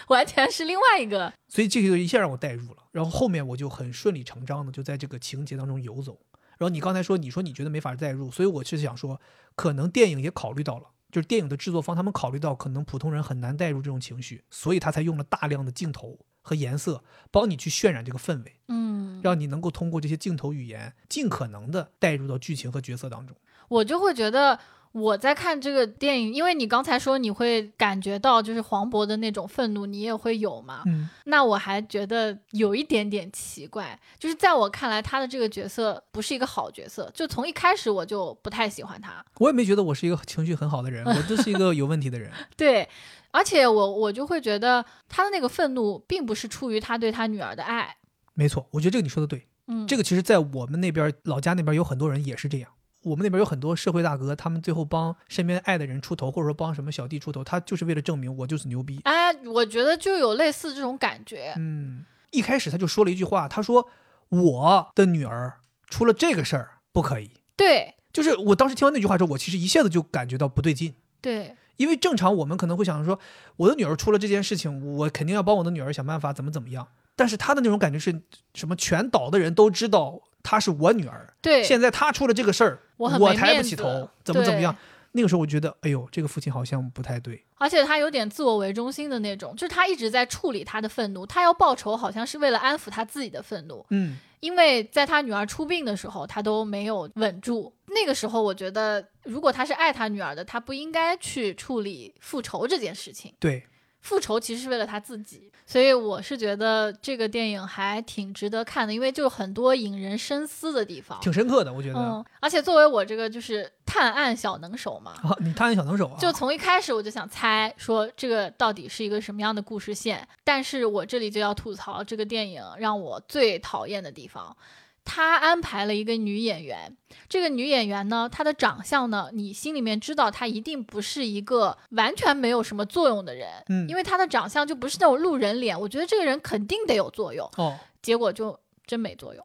S2: 完全是另外一个
S1: 所以这个就一下让我带入了，然后后面我就很顺理成章的就在这个情节当中游走。然后你刚才说，你说你觉得没法代入，所以我是想说，可能电影也考虑到了，就是电影的制作方他们考虑到可能普通人很难代入这种情绪，所以他才用了大量的镜头和颜色帮你去渲染这个氛围，
S2: 嗯。
S1: 让你能够通过这些镜头语言，尽可能的带入到剧情和角色当中。
S2: 我就会觉得我在看这个电影，因为你刚才说你会感觉到就是黄渤的那种愤怒，你也会有嘛。
S1: 嗯
S2: 那我还觉得有一点点奇怪，就是在我看来，他的这个角色不是一个好角色，就从一开始我就不太喜欢他。
S1: 我也没觉得我是一个情绪很好的人，我就是一个有问题 的人。
S2: 对，而且我我就会觉得他的那个愤怒并不是出于他对他女儿的爱。
S1: 没错，我觉得这个你说的对。
S2: 嗯，
S1: 这个其实，在我们那边老家那边有很多人也是这样。我们那边有很多社会大哥，他们最后帮身边爱的人出头，或者说帮什么小弟出头，他就是为了证明我就是牛逼。
S2: 哎，我觉得就有类似这种感觉。
S1: 嗯，一开始他就说了一句话，他说我的女儿出了这个事儿不可以。
S2: 对
S1: 就是我当时听完那句话之后，我其实一下子就感觉到不对劲，
S2: 对，
S1: 因为正常我们可能会想说，我的女儿出了这件事情，我肯定要帮我的女儿想办法怎么怎么样。但是他的那种感觉是什么？全岛的人都知道她是我女儿，
S2: 对，
S1: 现在他出了这个事儿，
S2: 我
S1: 我
S2: 很没
S1: 抬不
S2: 面
S1: 起
S2: 子
S1: 头，怎么怎么
S2: 对
S1: 样？那个时候我觉得，哎呦，这个父亲好像不太对。
S2: 而且他有点自我为中心的那种，就是他一直在处理他的愤怒，他要报仇好像是为了安抚他自己的愤怒，
S1: 嗯，
S2: 因为在他女儿出殡的时候，他都没有稳住。那个时候，我觉得如果他是爱他女儿的，他不应该去处理复仇这件事情。
S1: 对，
S2: 复仇其实是为了他自己，所以我是觉得这个电影还挺值得看的，因为就有很多引人深思的地方。
S1: 挺深刻的，我觉得。
S2: 嗯，而且作为我这个就是探案小能手嘛，
S1: 啊，你探案小能手啊，
S2: 就从一开始我就想猜说这个到底是一个什么样的故事线，但是我这里就要吐槽这个电影让我最讨厌的地方，他安排了一个女演员，这个女演员呢，她的长相呢，你心里面知道她一定不是一个完全没有什么作用的人，
S1: 嗯
S2: 因为她的长相就不是那种路人脸，我觉得这个人肯定得有作用，
S1: 哦，
S2: 结果就。真没作用，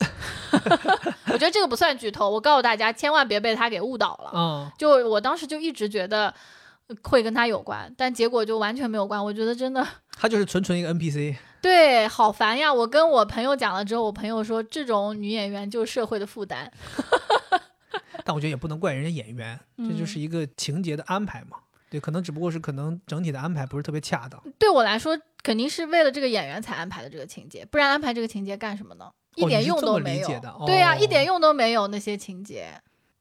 S2: 我觉得这个不算剧透。我告诉大家，千万别被他给误导了。
S1: 啊，
S2: 就我当时就一直觉得呃会跟他有关，但结果就完全没有关。我觉得真的
S1: 他就是纯纯一个 NPC。
S2: 对好烦呀！我跟我朋友讲了之后，我朋友说这种女演员就是社会的负担。
S1: 但我觉得也不能怪人家演员，这就
S2: 嗯
S1: 是一个情节的安排嘛。对，可能只不过是可能整体的安排不是特别恰当。
S2: 对我来说，肯定是为了这个演员才安排的这个情节，不然安排这个情节干什么呢？一
S1: 哦
S2: 点
S1: 你是
S2: 用
S1: 这
S2: 都
S1: 么
S2: 没
S1: 理
S2: 有。
S1: 解的哦
S2: 对呀、一点用都没有那些情节。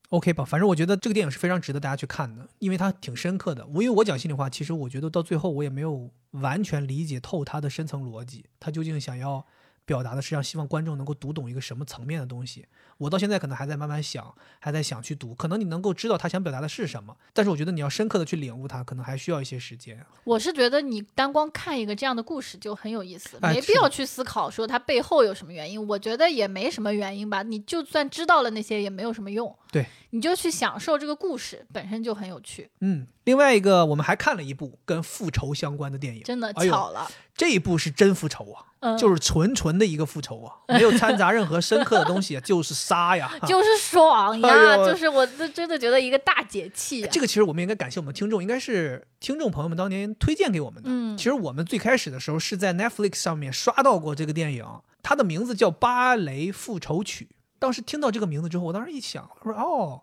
S1: OK 吧，反正我觉得这个电影是非常值得大家去看的，因为它挺深刻的。我因为我讲心里话，其实我觉得到最后我也没有完全理解透它的深层逻辑，它究竟想要表达的是让希望观众能够读懂一个什么层面的东西。我到现在可能还在慢慢想，还在想去读，可能你能够知道他想表达的是什么，但是我觉得你要深刻的去领悟它，可能还需要一些时间。
S2: 我是觉得你单光看一个这样的故事就很有意思，
S1: 哎
S2: 没
S1: 是
S2: 必要
S1: 的
S2: 去思考说它背后有什么原因。我觉得也没什么原因吧，你就算知道了那些也没有什么用。
S1: 对，
S2: 你就去享受这个故事本身就很有趣，
S1: 嗯，另外一个我们还看了一部跟复仇相关的电影，
S2: 真的
S1: 哎呦
S2: 巧了。
S1: 这一部是真复仇啊，
S2: 嗯，
S1: 就是纯纯的一个复仇啊，没有掺杂任何深刻的东西啊，就是杀呀，
S2: 就是爽呀，
S1: 哎呦
S2: 就是我都真的觉得一个大解气呀。
S1: 这个其实我们应该感谢我们听众，应该是听众朋友们当年推荐给我们的。
S2: 嗯
S1: 其实我们最开始的时候是在 Netflix 上面刷到过这个电影，它的名字叫《芭蕾复仇曲》。当时听到这个名字之后，我当时一想，我说哦，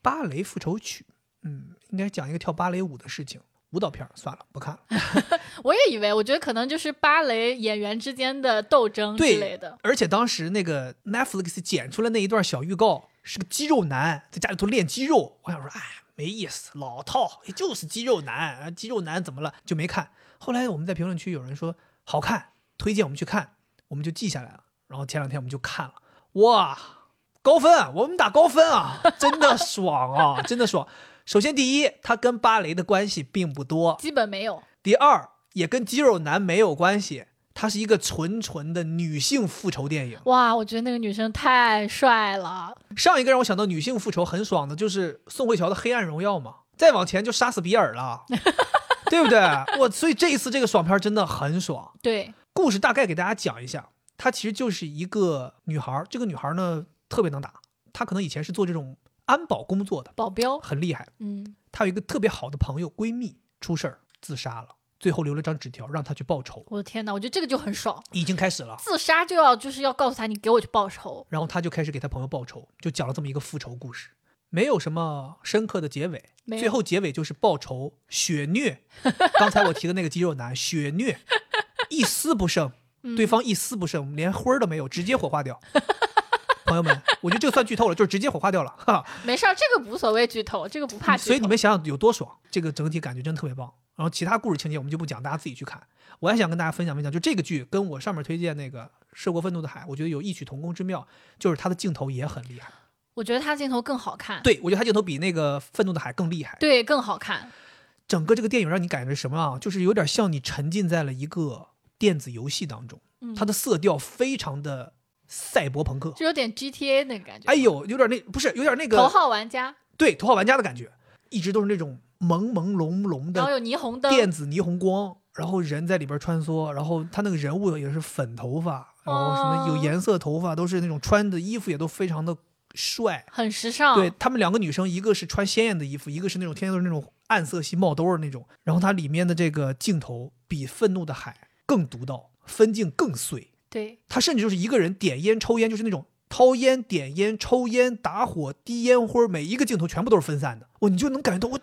S1: 芭蕾复仇曲，嗯，应该讲一个跳芭蕾舞的事情，舞蹈片儿算了，不看了。
S2: 我也以为，我觉得可能就是芭蕾演员之间的斗争之
S1: 对
S2: 类的。
S1: 而且当时那个 Netflix 剪出来那一段小预告，是个肌肉男在家里头练肌肉。我想说，哎，没意思，老套，也就是肌肉男，啊肌肉男怎么了？就没看。后来我们在评论区有人说好看，推荐我们去看，我们就记下来了。然后前两天我们就看了，哇，高分啊，我们打高分啊， 真的爽啊，真的爽。首先，第一，它跟芭蕾的关系并不多；
S2: 基本没有，
S1: 第二，也跟肌肉男没有关系，它是一个纯纯的女性复仇电影。
S2: 哇，我觉得那个女生太帅了，
S1: 上一个让我想到女性复仇很爽的就是宋慧乔的《黑暗荣耀》嘛，再往前就杀死比尔了，对不对？我所以这一次这个爽片真的很爽。
S2: 对，
S1: 故事大概给大家讲一下，她其实就是一个女孩儿，这个女孩儿呢特别能打，她可能以前是做这种安保工作的，
S2: 保镖，
S1: 很厉害。
S2: 嗯，
S1: 她有一个特别好的朋友闺蜜出事儿自杀了，最后留了张纸条让她去报仇，
S2: 我的天哪，我觉得这个就很爽，
S1: 已经开始了。
S2: 自杀就要就是要告诉他你给我去报仇，
S1: 然后她就开始给她朋友报仇，就讲了这么一个复仇故事，没有什么深刻的结尾，
S2: 没有
S1: 最后结尾就是报仇血虐。 刚才我提的那个肌肉男血虐，一丝不剩，
S2: 嗯
S1: 对方一丝不剩，连灰儿都没有，直接火化掉。 朋友们，我觉得这个算剧透了，就是直接火化掉了，哈哈。
S2: 没事儿，这个无所谓剧透，这个不怕剧
S1: 嗯
S2: 透，
S1: 所以你们想想有多爽，这个整体感觉真特别棒。然后其他故事情节我们就不讲，大家自己去看。我还想跟大家分享分享，就这个剧跟我上面推荐那个《涉过愤怒的海》，我觉得有异曲同工之妙，就是它的镜头也很厉害。
S2: 我觉得他镜头更好看，
S1: 对，我觉得他镜头比那个《愤怒的海》更厉害。
S2: 对，更好看，
S1: 整个这个电影让你感觉什么啊？就是有点像你沉浸在了一个电子游戏当中，
S2: 嗯
S1: 它的色调非常的赛博朋克。
S2: 就有点 GTA 那个感觉，
S1: 哎，呦，有点那不是有点那
S2: 头
S1: 个
S2: 号玩家，
S1: 对头号玩家的感觉，一直都是那种朦朦胧胧
S2: 然
S1: 的
S2: 后有霓虹灯，
S1: 电子霓虹光，然后人在里边穿梭，然后他那个人物也是粉头发，然后什么有
S2: 哦
S1: 颜色的头发，都是那种穿的衣服也都非常的帅，
S2: 很时尚，
S1: 对，她们两个女生，一个是穿鲜艳的衣服，一个是那种天天都是那种暗色系帽兜儿那种。然后它里面的这个镜头比《愤怒的海》更独到，分镜更碎。
S2: 对
S1: 她甚至就是一个人点烟抽烟，就是那种掏烟、点烟、抽烟、打火、滴烟灰儿，每一个镜头全部都是分散的。我你就能感觉到我，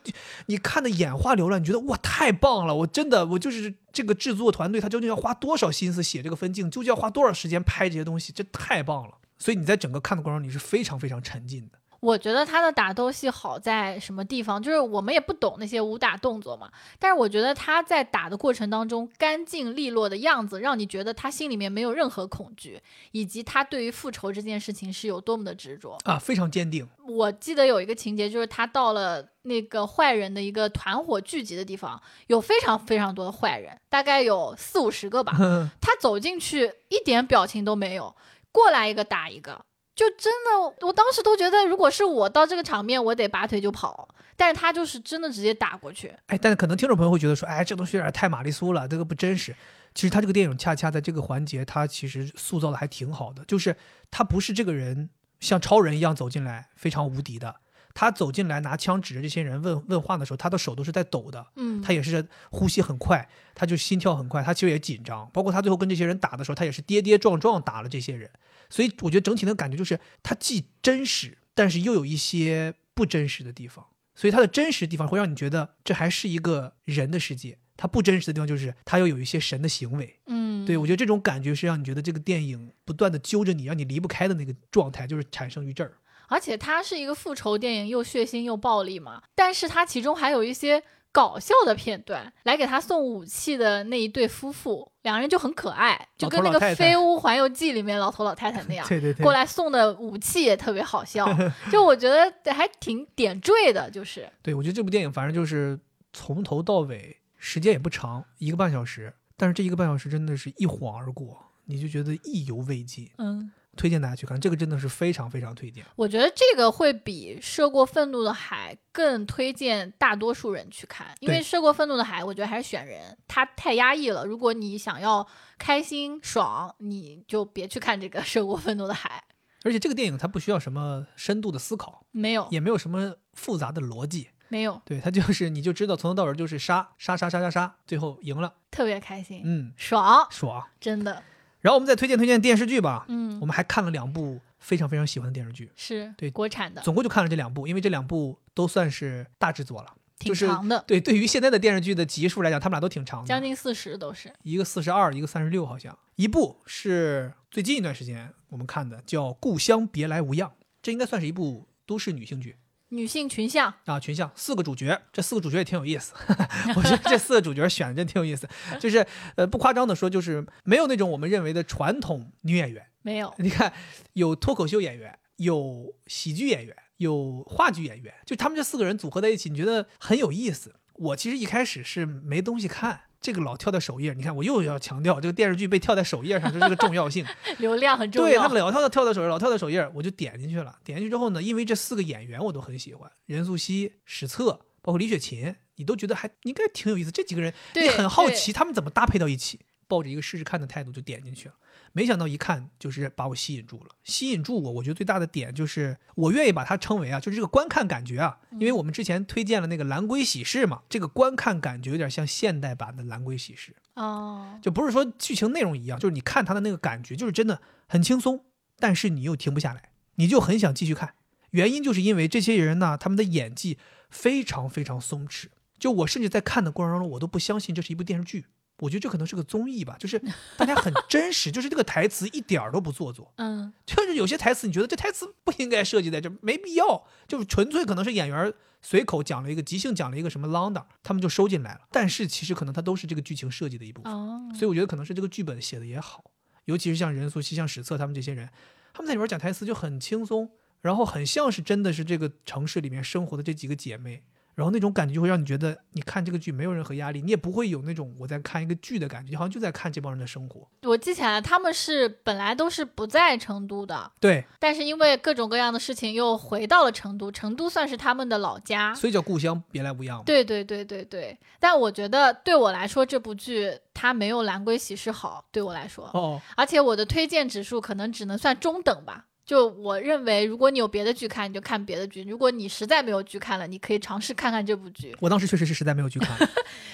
S1: 你看的眼花缭乱，你觉得哇太棒了！我真的我就是这个制作团队，他究竟要花多少心思写这个分镜，究竟要花多少时间拍这些东西，这太棒了。所以你在整个看的过程中，你是非常非常沉浸的。
S2: 我觉得他的打斗戏好在什么地方？就是我们也不懂那些武打动作嘛，但是我觉得他在打的过程当中干净利落的样子，让你觉得他心里面没有任何恐惧，以及他对于复仇这件事情是有多么的执着。
S1: 啊，非常坚定。
S2: 我记得有一个情节，就是他到了那个坏人的一个团伙聚集的地方，有非常非常多的坏人，大概有四五十个 吧。他走进去一点表情都没有，过来一个打一个，就真的，我当时都觉得，如果是我到这个场面，我得拔腿就跑。但是他就是真的直接打过去，
S1: 哎，但是可能听众朋友会觉得说，哎，这东西有点太玛丽苏了，这个不真实。其实他这个电影恰恰在这个环节，他其实塑造的还挺好的，就是他不是这个人像超人一样走进来非常无敌的，他走进来拿枪指着这些人问问话的时候，他的手都是在抖的，
S2: 嗯，
S1: 他也是呼吸很快，他就心跳很快，他其实也紧张。包括他最后跟这些人打的时候，他也是跌跌撞撞打了这些人。所以我觉得整体的感觉就是，他既真实，但是又有一些不真实的地方。所以他的真实地方会让你觉得这还是一个人的世界，他不真实的地方就是他又有一些神的行为。
S2: 嗯，
S1: 对我觉得这种感觉是让你觉得这个电影不断的揪着你，让你离不开的那个状态，就是产生于这儿。
S2: 而且它是一个复仇电影，又血腥又暴力嘛，但是它其中还有一些搞笑的片段，来给他送武器的那一对夫妇，两人就很可爱，就跟那个
S1: 老头老太
S2: 《
S1: 太
S2: 飞屋环游记》里面老头老太太 那样。
S1: 对对
S2: 过来送的武器也特别 好笑，就我觉得还挺点缀的，就是
S1: 对，我觉得这部电影反正就是从头到尾，时间也不长，一个半小时，但是这一个半小时真的是一晃而过，你就觉得意犹未尽，
S2: 嗯，
S1: 推荐大家去看，这个真的是非常非常推荐。
S2: 我觉得这个会比《涉过愤怒的海》更推荐大多数人去看，因为《
S1: 对
S2: 涉过愤怒的海》，我觉得还是选人，它太压抑了。如果你想要开心爽，你就别去看这个《 涉过愤怒的海》，
S1: 而且这个电影它不需要什么深度的思考，
S2: 没有，
S1: 也没有什么复杂的逻辑，
S2: 没有，
S1: 对，它就是你就知道从头到尾就是杀杀杀杀杀杀，最后赢了，
S2: 特别开心，
S1: 嗯，
S2: 爽，
S1: 爽。
S2: 真的，
S1: 然后我们再推荐推荐电视剧吧，
S2: 嗯
S1: 我，们还看了两部非常非常喜欢的电视剧，
S2: 是
S1: 对
S2: 国产的，
S1: 总共就看了这两部，因为这两部都算是大制作了。
S2: 挺
S1: 是
S2: 长的，
S1: 对，对于现在的电视剧的集数来讲，他们俩都挺长
S2: 将
S1: 的，
S2: 近四十都是，
S1: 一个四十二，一个三十六，好像。一部是最近一段时间我们看的，叫《故乡别来无恙》，这应该算是一部都市女性剧
S2: 女性群像，
S1: 啊，群像四个主角，这四个主角也挺有意思， 我觉得这四个主角选的真挺有意思，就是呃不夸张的说，就是没有那种我们认为的传统女演员，
S2: 没 有，
S1: 你看有脱口秀演员，有喜剧演员，有话剧演员，就他们这四个人组合在一起，你觉得很有意思。我其实一开始是没东西看，这个老跳在首页，你看我又要强调这个电视剧被跳在首页上是这个重要性。
S2: 流量很重
S1: 对他
S2: 要。
S1: 老跳到跳到首页，老跳到首页，我就点进去了。点进去之后呢，因为这四个演员我都很喜欢，任素汐、史策，包括李雪琴，你都觉得还应该挺有意思。这几个人，你
S2: 对
S1: 很好
S2: 对
S1: 奇他们怎么搭配到一起，抱着一个试试看的态度就点进去了。没想到一看就是把我吸引住了，吸引住我，我觉得最大的点就是我愿意把它称为啊，就是这个观看感觉啊，因为
S2: 嗯
S1: 我们之前推荐了那个《蓝龟喜事》嘛，这个观看感觉有点像现代版的《蓝龟喜事》，
S2: 哦，
S1: 就不是说剧情内容一样，就是你看它的那个感觉，就是真的很轻松，但是你又停不下来，你就很想继续看。原因就是因为这些人呢，他们的演技非常非常松弛。就我甚至在看的过程当中，我都不相信这是一部电视剧，我觉得这可能是个综艺吧，就是大家很真实，就是这个台词一点儿都不做作，
S2: 嗯，
S1: 就是有些台词你觉得这台词不应该设计在这，没必要，就是纯粹可能是演员随口讲了一个即兴讲了一个什么 landa，他们就收进来了。但是其实可能它都是这个剧情设计的一部分。
S2: 哦，
S1: 所以我觉得可能是这个剧本写的也好，尤其是像任素汐、像史策他们这些人，他们在里边讲台词就很轻松，然后很像是真的是这个城市里面生活的这几个姐妹，然后那种感觉就会让你觉得你看这个剧没有任何压力，你也不会有那种我在看一个剧的感觉，好像就在看这帮人的生活。
S2: 我记起来了，他们是本来都是不在成都的，
S1: 对，
S2: 但是因为各种各样的事情又回到了成都，成都算是他们的老家。
S1: 所以叫故乡别来无恙嘛。
S2: 啊对对对对对，但我觉得对我来说，这部剧它没有《蓝龟喜事》好，对我来说，
S1: 哦，
S2: 而且我的推荐指数可能只能算中等吧。就我认为，如果你有别的剧看，你就看别的剧；如果你实在没有剧看了，你可以尝试看看这部剧。
S1: 我当时确实是实在没有去看，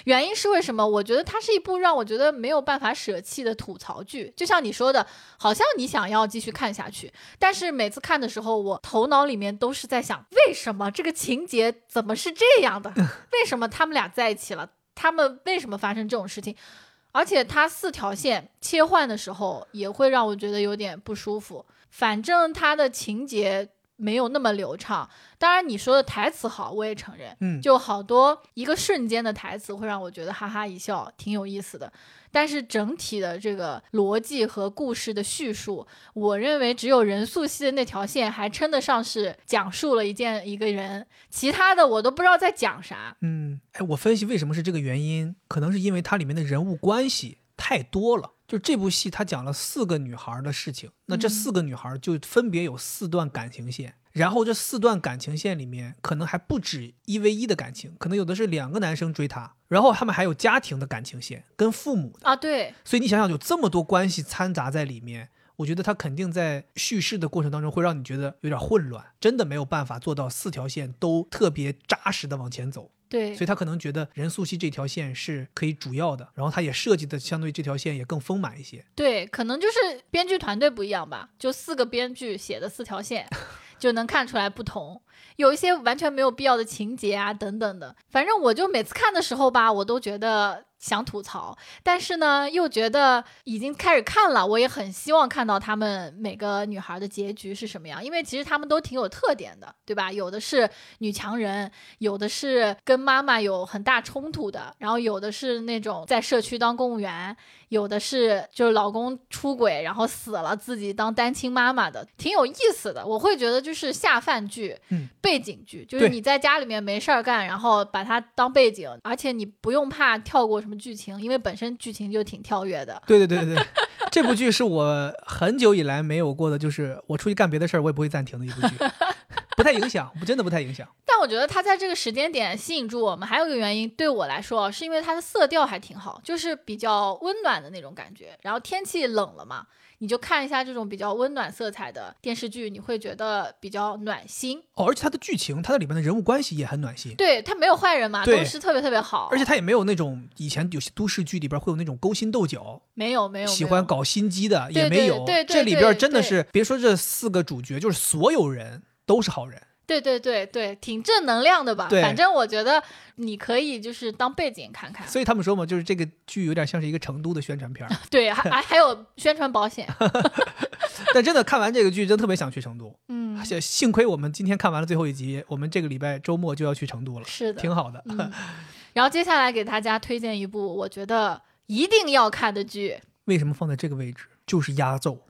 S2: 原因是为什么？我觉得它是一部让我觉得没有办法舍弃的吐槽剧。就像你说的，好像你想要继续看下去，但是每次看的时候，我头脑里面都是在想，为什么这个情节怎么是这样的？为什么他们俩在一起了？他们为什么发生这种事情？而且它四条线切换的时候，也会让我觉得有点不舒服。反正它的情节没有那么流畅。当然，你说的台词好，我也承认。
S1: 嗯，
S2: 就好多一个瞬间的台词会让我觉得哈哈一笑，挺有意思的。但是整体的这个逻辑和故事的叙述，我认为只有任素汐的那条线还称得上是讲述了一件一个人，其他的我都不知道在讲啥。
S1: 嗯，哎，我分析为什么是这个原因，可能是因为它里面的人物关系太多了。就这部戏，它讲了四个女孩的事情，那这
S2: 嗯
S1: 四个女孩就分别有四段感情线，然后这四段感情线里面可能还不止一 v 一的感情，可能有的是两个男生追她，然后他们还有家庭的感情线跟父母的，
S2: 啊，对，
S1: 所以你想想，有这么多关系掺杂在里面。我觉得它肯定在叙事的过程当中会让你觉得有点混乱，真的没有办法做到四条线都特别扎实的往前走。
S2: 对
S1: 所以，他可能觉得任素汐这条线是可以主要的，然后他也设计的相对这条线也更丰满一 些。
S2: 对，可能就是编剧团队不一样吧，就四个编剧写的四条线，就能看出来不同。有一些完全没有必要的情节啊，等等的。反正我就每次看的时候吧，我都觉得想吐槽，但是呢，又觉得已经开始看了，我也很希望看到他们每个女孩的结局是什么样，因为其实他们都挺有特点的，对吧？有的是女强人，有的是跟妈妈有很大冲突的，然后有的是那种在社区当公务员，有的是就是老公出轨然后死了，自己当单亲妈妈的，挺有意思的。我会觉得就是下饭剧、
S1: 嗯
S2: 背景剧，就是
S1: 对
S2: 你在家里面没事儿干，然后把它当背景，而且你不用怕跳过什么剧情，因为本身剧情就挺跳跃的。
S1: 对对对对对，这部剧是我很久以来没有过的，就是我出去干别的事儿我也不会暂停的一部 剧，不太影响，真的不太影响。
S2: 但我觉得它在这个时间点吸引住我们，还有一个原因对我来说，是因为它的色调还挺好，就是比较温暖的那种感觉。然后天气冷了嘛，你就看一下这种比较温暖色彩的电视剧，你会觉得比较暖心。
S1: 哦，而且它的剧情，它的里面的人物关系也很暖心，
S2: 对，它没有坏人嘛，
S1: 对
S2: 都是特别特别好，
S1: 而且它也没有那种以前有些都市剧里边会有那种勾心斗角，
S2: 没有没有
S1: 喜欢。搞心机的也
S2: 对
S1: 没
S2: 对
S1: 有。
S2: 对对
S1: 这里边
S2: 对
S1: 真的
S2: 对
S1: 是别说这四个主角，就是所有人都是好人。
S2: 没有对对对对，挺正能量的吧？
S1: 对
S2: 反正我觉得你可以就是当背景看看。
S1: 所以他们说嘛，就是这个剧有点像是一个成都的宣传片儿。
S2: 对，还还还有宣传 保险。
S1: 但真的看完这个剧，真特别想去成都。
S2: 嗯
S1: 而，且幸亏我们今天看完了最后一集，我们这个礼拜周末就要去成都了，
S2: 是的。
S1: 挺好的。
S2: 嗯，然后接下来给大家推荐一部我觉得一定要看的剧，
S1: 为什么放在这个位置？就是压轴，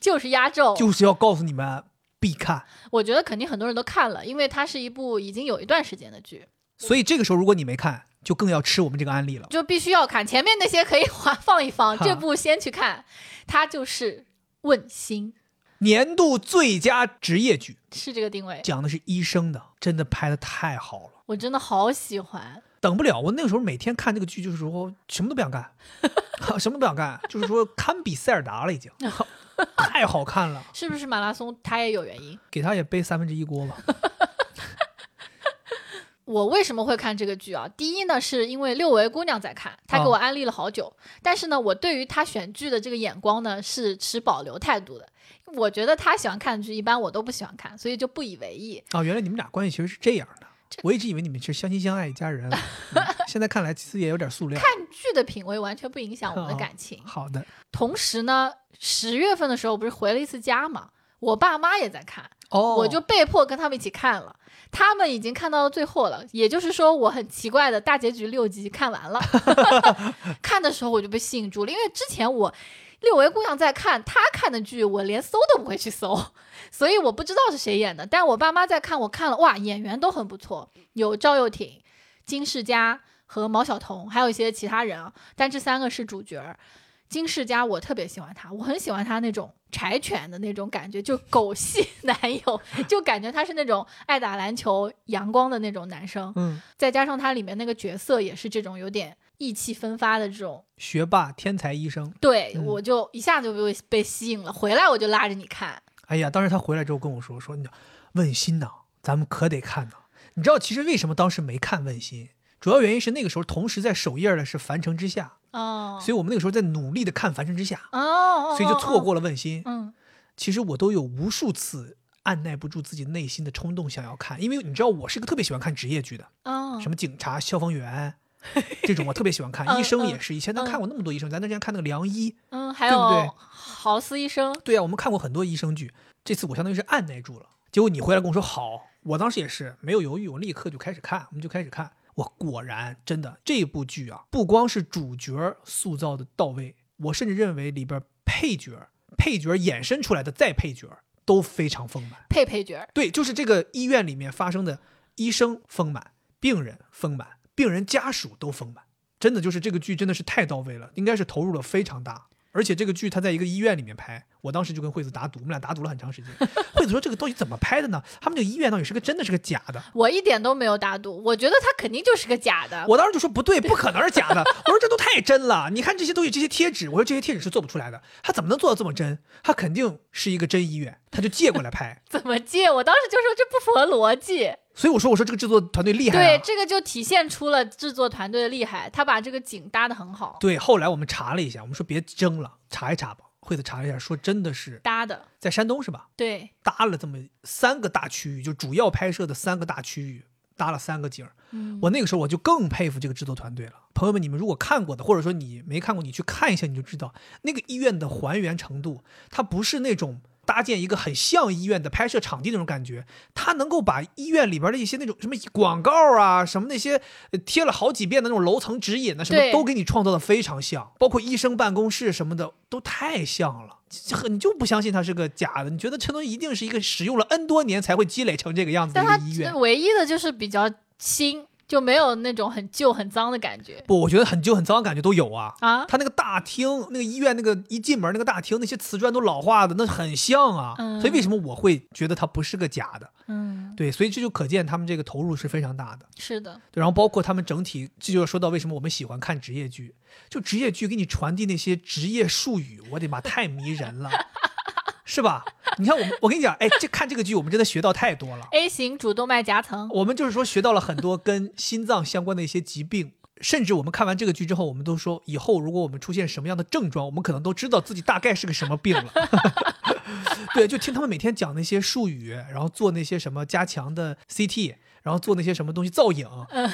S2: 就是《压轴》。
S1: 就是要告诉你们必看。
S2: 我觉得肯定很多人都看了，因为它是一部已经有一段时间的剧。
S1: 所以这个时候如果你没看，就更要吃我们这个案例了。
S2: 就必须要看前面那些可以缓放 一放，
S1: 哈
S2: 这部先去看，它就是《问心
S1: 年度最佳职业剧》
S2: 是这个定位，
S1: 讲的是医生的，真的拍的太好了。
S2: 我真的好喜欢。
S1: 等不了，我那个时候每天看这个剧，就是说什么都不想 干，什么都不想干，就是说堪比塞尔达了，已经
S2: 哦
S1: 太好看了。
S2: 是不是马拉松它也有原因？
S1: 给他也背三分之一锅吧。
S2: 我为什么会看这个剧啊？第一呢，是因为六维姑娘在看，她给我安利了好久。但是呢，我对于她选剧的这个眼光呢，是持保留态度的。我觉得她喜欢看的剧，一般我都不喜欢看，所以就不以为意。
S1: 啊，原来你们俩关系其实是这样的。我一直以为你们是相亲相爱一家 人，嗯现在看来其实也有点塑料。
S2: 看剧的品味完全不影响我们的感情。
S1: 好的，
S2: 同时呢，十月份的时候不是回了一次家嘛，我爸妈也在看，
S1: 哦，
S2: 我就被迫跟他们一起看了。他们已经看到最后了，也就是说，我很奇怪的大结局六集看完了。 看的时候我就被吸引住了，因为之前我六维姑娘在看她看的剧，我连搜都不会去搜，所以我不知道是谁演的。但我爸妈在看，我看了，哇，演员都很不错，有赵又廷、金世佳和毛晓彤，还有一些其他人啊，但这三个是主角儿。金世佳我特别喜欢他，我很喜欢他那种柴犬的那种感觉，就狗系男友，就感觉他是那种爱打篮球、阳光的那种男生。
S1: 嗯，
S2: 再加上他里面那个角色也是这种有点意气风发的这种，
S1: 学霸天才医生。
S2: 对、
S1: 嗯
S2: 我就一下就被被吸引了。回来我就拉着你看，
S1: 哎呀，当时他回来之后跟我说，说你问心呐，咱们可得看呐。你知道其实为什么当时没看问心？主要原因是那个时候同时在首页的是《凡城之下
S2: 哦》，
S1: 所以我们那个时候在努力的看《凡城之下
S2: 哦哦，》，
S1: 所以就错
S2: 哦，
S1: 过了问心。
S2: 嗯，
S1: 其实我都有无数次按耐不住自己内心的冲动想要看，因为你知道我是个特别喜欢看职业剧的，
S2: 哦，
S1: 什么警察、消防员这种我特别喜欢看，
S2: 嗯
S1: 医生
S2: 嗯
S1: 也是。以前咱看过那么多医生，咱那之前看那个良医，
S2: 嗯，还
S1: 对不对
S2: 有豪斯医生，
S1: 对啊，我们看过很多医生剧。这次我相当于是按耐住了，结果你回来跟我说好，我当时也是没有犹豫，我立刻就开始看，我们就开始看。我果然真的这部剧啊，不光是主角塑造的到位，我甚至认为里边配角、配角衍生出来的再配角都非常丰满。
S2: 配配角儿，
S1: 对，就是这个医院里面发生的，医生丰满，病人丰满，病人家属都丰满，真的就是这个剧真的是太到位了，应该是投入了非常大。而且这个剧它在一个医院里面拍，我当时就跟惠子打赌，我们俩打赌了很长时间。惠子说这个东西怎么拍的呢？他们这个医院到底是个真的是个假的？
S2: 我一点都没有打赌，我觉得他肯定就是个假的。
S1: 我当时就说不对，不可能是假的。我说这都太真了，你看这些东西，这些贴纸，我说这些贴纸是做不出来的，它怎么能做到这么真？它肯定是一个真医院，他就借过来拍。
S2: 怎么借？我当时就说这不符合逻辑。
S1: 所以我说我说这个制作团队厉害、啊。
S2: 对，这个就体现出了制作团队的厉害，他把这个景搭得很好，
S1: 对，后来我们查了一下，我们说别争了，查一查吧。惠子查了一下，说真的是
S2: 搭的
S1: 在山东是吧？
S2: 对，
S1: 搭了这么三个大区域，就主要拍摄的三个大区域，搭了三个景儿。
S2: 嗯，
S1: 我那个时候我就更佩服这个制作团队了。朋友们，你们如果看过的，或者说你没看过，你去看一下你就知道，那个医院的还原程度，它不是那种搭建一个很像医院的拍摄场地那种感觉，它能够把医院里边的一些那种什么广告啊，什么那些呃贴了好几遍的那种楼层指引啊，什么
S2: 对
S1: 都给你创造的非常像，包括医生办公室什么的都太像了。这你就不相信它是个假的？你觉得这东西一定是一个使用了 N 多年才会积累成这个样子的
S2: 但
S1: 一
S2: 他
S1: 个医院？
S2: 唯一的就是比较新，就没有那种很旧很脏的感觉
S1: 不，我觉得很旧很脏的感觉都有啊。
S2: 啊，
S1: 他那个大厅，那个医院那个一进门那个大厅，那些瓷砖都老化的，那很像啊。
S2: 嗯
S1: 所以为什么我会觉得它不是个假的？
S2: 嗯，
S1: 对，所以这就可见他们这个投入是非常大的。
S2: 是的，
S1: 对，然后包括他们整体，这就要说到为什么我们喜欢看职业剧，就职业剧给你传递那些职业术语，我的妈，太迷人了，是吧？你看我们，我跟你讲，哎，这看这个剧，我们真的学到太多了。
S2: A 型主动脉夹层，
S1: 我们就是说学到了很多跟心脏相关的一些疾病，甚至我们看完这个剧之后，我们都说以后如果我们出现什么样的症状，我们可能都知道自己大概是个什么病了。 对，就听他们每天讲那些术语，然后做那些什么加强的 CT。然后做那些什么东西造影，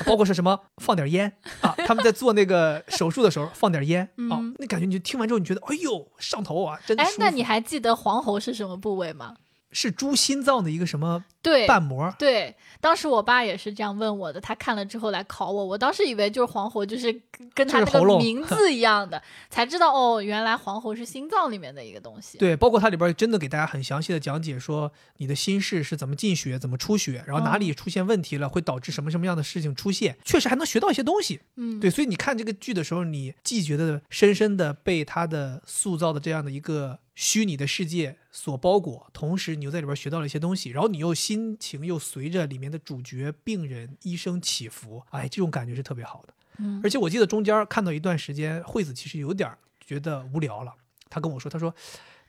S1: 包括是什么放点烟啊，他们在做那个手术的时候放点烟啊
S2: 嗯，
S1: 那感觉你就听完之后你觉得哎呦上头啊，真
S2: 哎
S1: 舒，
S2: 那
S1: 服
S2: 你还记得黄喉是什么部位吗？
S1: 是猪心脏的一个什么
S2: 对
S1: 瓣膜，
S2: 对，当时我爸也是这样问我的，他看了之后来考我，我当时以为就是黄喉，就是跟他
S1: 就
S2: 那
S1: 是喉
S2: 个
S1: 咙
S2: 名字一样的， 才知道哦，原来黄喉是心脏里面的一个东西。
S1: 对，包括它里边真的给大家很详细的讲解说你的心室是怎么进血、怎么出血，然后哪
S2: 嗯
S1: 里出现问题了，会导致什么什么样的事情出现，确实还能学到一些东西。
S2: 嗯，
S1: 对，所以你看这个剧的时候，你既觉得深深的被它的塑造的这样的一个虚拟的世界所包裹，同时你又在里边学到了一些东西，然后你又心情又随着里面的主角、病人、医生起伏，哎，这种感觉是特别好的。
S2: 嗯
S1: 而且我记得中间看到一段时间，惠子其实有点儿觉得无聊了，她跟我说，她说。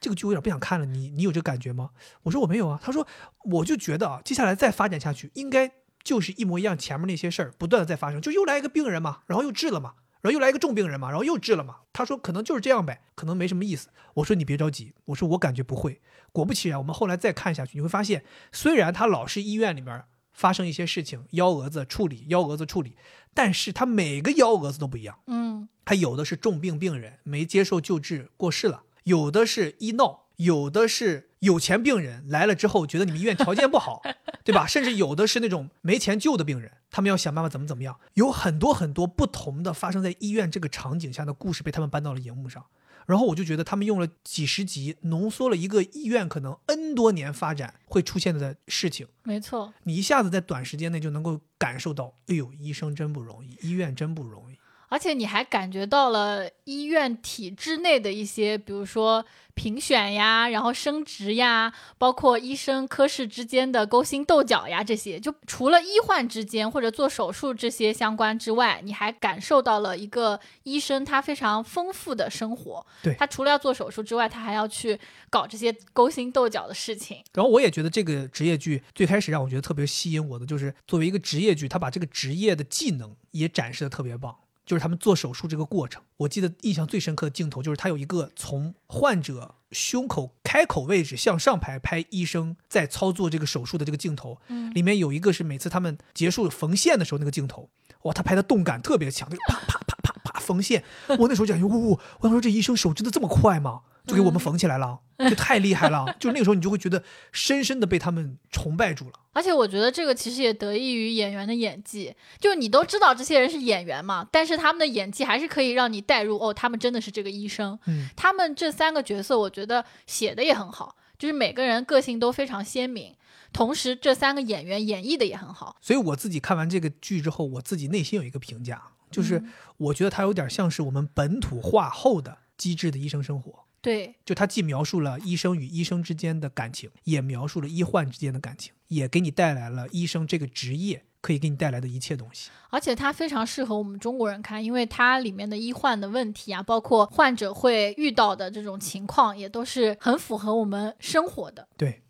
S1: 这个剧我有点不想看了，你你有这个感觉吗？我说我没有啊。她说我就觉得啊，接下来再发展下去，应该就是一模一样，前面那些事儿不断的在发生，就又来一个病人嘛，然后又治了嘛，然后又来一个重病人嘛，然后又治了嘛。他说可能就是这样呗，可能没什么意思。我说你别着急，我说我感觉不会。果不其然，我们后来再看下去，你会发现，虽然他老是医院里面发生一些事情，幺蛾子处理，幺蛾子处理，但是他每个幺蛾子都不一样。
S2: 嗯
S1: 他有的是重病病人没接受救治过世了，有的是医闹，有的是有钱病人来了之后觉得你们医院条件不好，对吧？甚至有的是那种没钱救的病人，他们要想办法怎么怎么样，有很多很多不同的发生在医院这个场景下的故事被他们搬到了荧幕上。然后我就觉得他们用了几十集，浓缩了一个医院可能 N 多年发展会出现的事情，
S2: 没错。
S1: 你一下子在短时间内就能够感受到，哎呦，医生真不容易，医院真不容易。
S2: 而且你还感觉到了医院体制内的一些，比如说评选呀，然后升职呀，包括医生科室之间的勾心斗角呀，这些就除了医患之间或者做手术这些相关之外，你还感受到了一个医生他非常丰富的生活。
S1: 对
S2: 他除了要做手术之外，他还要去搞这些勾心斗角的事情。
S1: 然后我也觉得这个职业剧最开始让我觉得特别吸引我的，就是作为一个职业剧，它把这个职业的技能也展示的特别棒。就是他们做手术这个过程，我记得印象最深刻的镜头就是他有一个从患者胸口开口位置向上排拍医生在操作这个手术的这个镜头，
S2: 嗯，
S1: 里面有一个是每次他们结束缝线的时候那个镜头，哇，他拍的动感特别强，那个啪啪啪啪啪缝线，我那时候就感觉，呜、呜，我想说这医生手真的这么快吗？就给我们缝起来了，就太厉害了。就那个时候你就会觉得深深的被他们崇拜住了。
S2: 而且我觉得这个其实也得益于演员的演技，就你都知道这些人是演员嘛，但是他们的演技还是可以让你带入哦，他们真的是这个医生。
S1: 嗯，
S2: 他们这三个角色，我觉得写的也很好，就是每个人个性都非常鲜明，同时这三个演员演绎的也很好。
S1: 所以我自己看完这个剧之后，我自己内心有一个评价，就是
S2: 嗯
S1: 我觉得它有点像是我们本土化后的机智的医生生活。
S2: 对，
S1: 就它既描述了医生与医生之间的感情，也描述了医患之间的感情，也给你带来了医生这个职业可以给你带来的一切东西。
S2: 而且它非常适合我们中国人看，因为它里面的医患的问题啊，包括患者会遇到的这种情况，也都是很符合我们生活的。
S1: 对，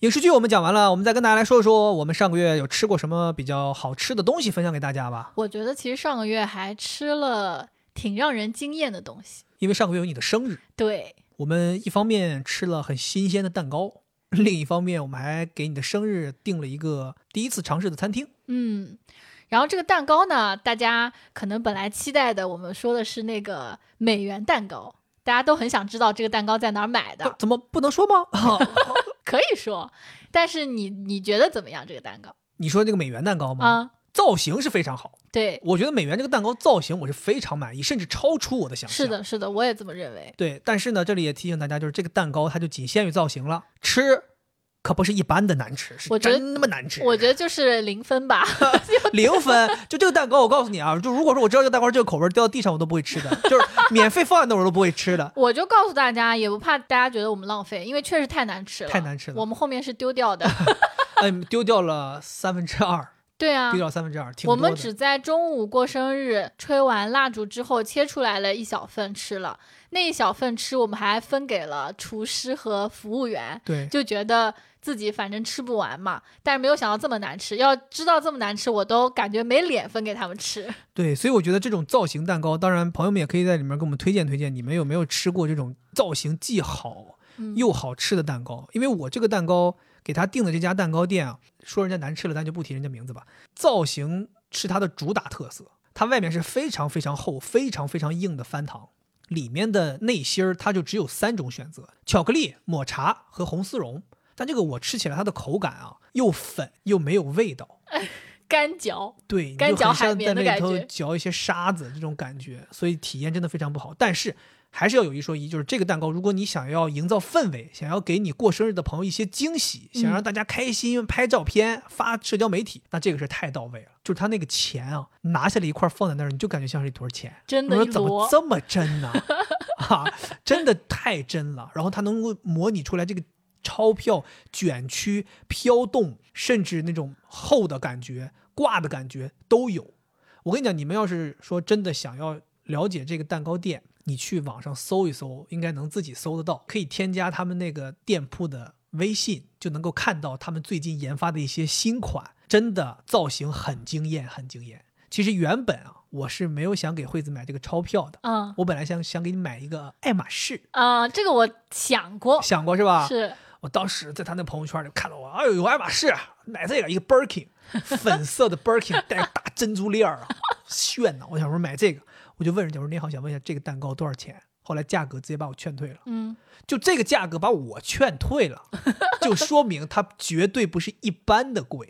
S1: 影视剧我们讲完了，我们再跟大家来说说我们上个月有吃过什么比较好吃的东西，分享给大家吧。
S2: 我觉得其实上个月还吃了挺让人惊艳的东西。
S1: 因为上个月有你的生日，
S2: 对，
S1: 我们一方面吃了很新鲜的蛋糕，另一方面我们还给你的生日订了一个第一次尝试的餐厅。
S2: 嗯，然后这个蛋糕呢，大家可能本来期待的，我们说的是那个美元蛋糕，大家都很想知道这个蛋糕在哪儿买
S1: 不
S2: 的，
S1: 怎么不能说吗？
S2: 可以说。但是你你觉得怎么样？这个蛋糕
S1: 你说这个美元蛋糕吗？
S2: 啊、
S1: 造型是非常好。
S2: 对，
S1: 我觉得美元这个蛋糕造型我是非常满意，甚至超出我的想象。
S2: 是，的，是的，我也这么认为。
S1: 对。但是呢，这里也提醒大家，就是这个蛋糕它就仅限于造型了，吃可不是一般的难吃，是
S2: 我觉得
S1: 真他妈难吃。
S2: 我觉得就是零分吧，
S1: 零分，就这个蛋糕，我告诉你啊，就如果说我知道这个蛋糕是这个口味，掉到地上我都不会吃的，就是免费放在那儿我都不会吃的。
S2: 我就告诉大家，也不怕大家觉得我们浪费，因为确实太难吃了，
S1: 太难吃了
S2: 我们后面是丢掉的，
S1: 嗯、丢掉了三分之二，
S2: 对啊
S1: 丢，掉三分之二，挺
S2: 我
S1: 多的。
S2: 们只在中午过生日，吹完蜡烛之后切出来了一小份吃了，那一小份吃我们还分给了厨师和服务员，
S1: 对，
S2: 就觉得自己反正吃不完嘛，但是没有想到这么难吃。要知道这么难吃，我都感觉没脸分给他们吃。
S1: 对，所以我觉得这种造型蛋糕，当然朋友们也可以在里面给我们推荐推荐，你们有没有吃过这种造型既好
S2: 嗯
S1: 又好吃的蛋糕？因为我这个蛋糕给他订的这家蛋糕店啊，说人家难吃了，咱就不提人家名字吧。造型是它的主打特色，它外面是非常非常厚、非常非常硬的翻糖，里面的内心儿它就只有三种选择：巧克力、抹茶和红丝绒。但这个我吃起来它的口感啊，又粉又没有味道，
S2: 干嚼，
S1: 对，你
S2: 干
S1: 就
S2: 嚼
S1: 很
S2: 海
S1: 像在
S2: 绵的
S1: 那里
S2: 感
S1: 头
S2: 觉
S1: 嚼一些沙子这种感觉，所以体验真的非常不好。但是还是要有一说一，就是这个蛋糕，如果你想要营造氛围，想要给你过生日的朋友一些惊喜，想
S2: 嗯
S1: 让大家开心，拍照片发社交媒体，那这个是太到位了。就是它那个钱啊，拿下来一块放在那儿，你就感觉像是一坨钱。
S2: 真
S1: 我说
S2: 的一
S1: 怎么
S2: 摞，
S1: 这么真呢、 啊？真的太真了。然后它能够模拟出来这个钞票卷曲、飘动，甚至那种厚的感觉、挂的感觉都有。我跟你讲，你们要是说真的想要了解这个蛋糕店，你去网上搜一搜，应该能自己搜得到，可以添加他们那个店铺的微信，就能够看到他们最近研发的一些新款，真的造型很惊艳，很惊艳。其实原本啊，我是没有想给惠子买这个钞票的，
S2: 嗯
S1: 我本来想想给你买一个爱马仕，
S2: 啊、这个我想过，
S1: 想过是吧？
S2: 是
S1: 我当时在他那朋友圈里看到我，哎呦，有爱马仕，买这个一个 Birkin，粉色的 Birkin 带个大珍珠链儿啊，炫呐！我想说买这个，我就问人家我说你好，想问一下这个蛋糕多少钱？后来价格直接把我劝退了，
S2: 嗯，
S1: 就这个价格把我劝退了，就说明它绝对不是一般的贵。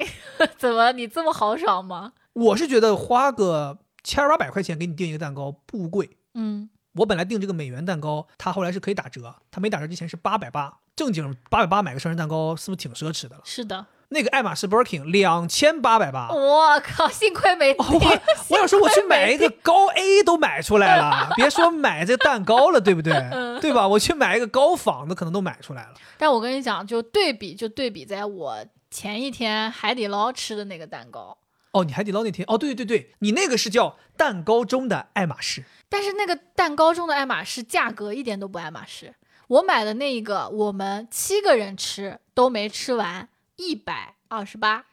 S2: 怎么你这么豪爽吗？
S1: 我是觉得花个千儿八百块钱给你订一个蛋糕不贵，
S2: 嗯，
S1: 我本来订这个美元蛋糕，它后来是可以打折，它没打折之前是八百八，正经八百八买个生日蛋糕是不是挺奢侈的了？
S2: 是的，
S1: 那个爱马仕 Birkin 两千八百八，
S2: 我靠，幸亏没
S1: 啊 我
S2: 听，
S1: 我想说我去买一个高 A 都买出来了，别说买这蛋糕了，对不对？对吧？我去买一个高仿的可能都买出来了。
S2: 但我跟你讲，就对比就对比，在我前一天海底捞吃的那个蛋糕，
S1: 哦，你海底捞那天哦，对对对，你那个是叫蛋糕中的爱马仕，
S2: 但是那个蛋糕中的爱马仕价格一点都不爱马仕。我买的那一个，我们七个人吃都没吃完，一百二十八，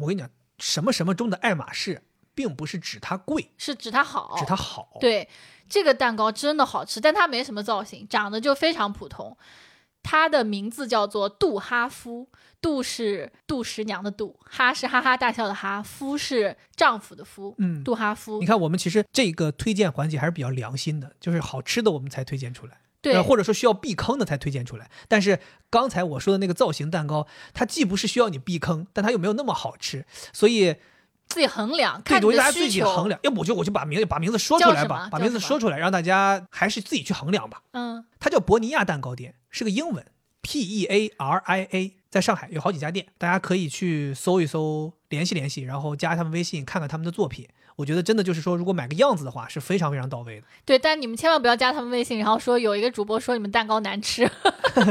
S1: 我跟你讲，什么什么中的爱马仕，并不是指它贵，
S2: 是指它好，
S1: 指它好。
S2: 对，这个蛋糕真的好吃，但它没什么造型，长得就非常普通。它的名字叫做杜哈夫，杜是杜十娘的杜，哈是哈哈大笑的哈，夫是丈夫的夫，
S1: 嗯，
S2: 杜哈夫
S1: 你。看，我们其实这个推荐环节还是比较良心的，就是好吃的我们才推荐出来，
S2: 对
S1: 呃，或者说需要避坑的才推荐出来。但是刚才我说的那个造型蛋糕，它既不是需要你避坑，但它又没有那么好吃，所以
S2: 自己衡量，
S1: 对
S2: 看
S1: 我
S2: 你
S1: 大
S2: 的
S1: 家自
S2: 需
S1: 己
S2: 求。
S1: 衡量。要哎不我就我就把名把名字说出来
S2: 叫什
S1: 吧
S2: 么，
S1: 把名字
S2: 叫什么
S1: 说出来，让大家还是自己去衡量吧。
S2: 嗯
S1: 它叫博尼亚蛋糕店，是个英文，P E A R I A，在上海有好几家店，大家可以去搜一搜，联系联系，然后加他们微信，看看他们的作品。我觉得真的就是说，如果买个样子的话，是非常非常到位的。，
S2: 对，但你们千万不要加他们微信，然后说有一个主播说你们蛋糕难吃。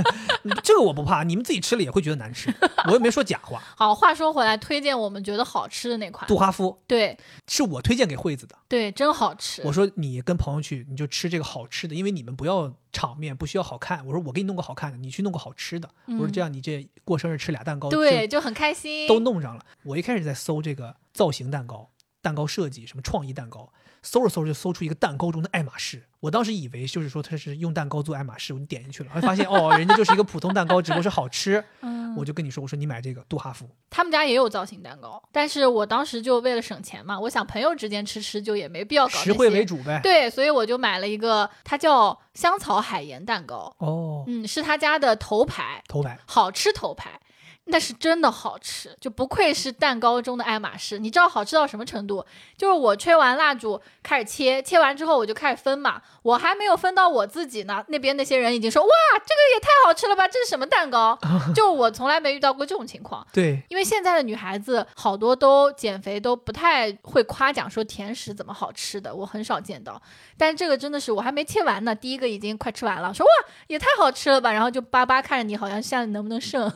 S1: 这个我不怕，你们自己吃了也会觉得难吃。我又没说假话。
S2: 好，话说回来，推荐我们觉得好吃的那款，
S1: 杜哈夫
S2: 对
S1: 是我推荐给惠子的。
S2: 对，真好吃
S1: 我。说你跟朋友去，你就吃这个好吃的，因为你们不要场面，不需要好看。我说我给你弄个好看的，你去弄个好吃的。我说
S2: 嗯
S1: 这样你这过生日吃俩蛋糕，
S2: 对，，就很开心。
S1: 都弄上了。我一开始在搜这个造型蛋糕、蛋糕设计、什么创意蛋糕，搜着搜着就搜出一个蛋糕中的爱马仕。我当时以为就是说它是用蛋糕做爱马仕，我就点进去了，后来发现哦，人家就是一个普通蛋糕，只不过是好吃。
S2: 嗯
S1: 我就跟你说，我说你买这个杜哈夫，
S2: 他们家也有造型蛋糕，但是我当时就为了省钱嘛，我想朋友之间吃吃就也没必要搞这
S1: 实惠
S2: 些
S1: 为。主呗。
S2: 对，所以我就买了一个，它叫香草海盐蛋糕，
S1: 哦，
S2: 嗯，是他家的头牌，
S1: 头牌
S2: 好吃头牌，那是真的好吃，就不愧是蛋糕中的爱马仕。你知道好吃到什么程度？就是我吹完蜡烛开始切，切完之后我就开始分嘛，我还没有分到我自己呢，那边那些人已经说哇，这个也太好吃了吧，这是什么蛋糕？就我从来没遇到过这种情况。
S1: 对，
S2: 因为现在的女孩子好多都减肥都不太会夸奖说甜食怎么好吃的，我很少见到。但这个真的是我还没切完呢，第一个已经快吃完了，说哇也太好吃了吧，然后就巴巴看着你，好像下次能不能 剩，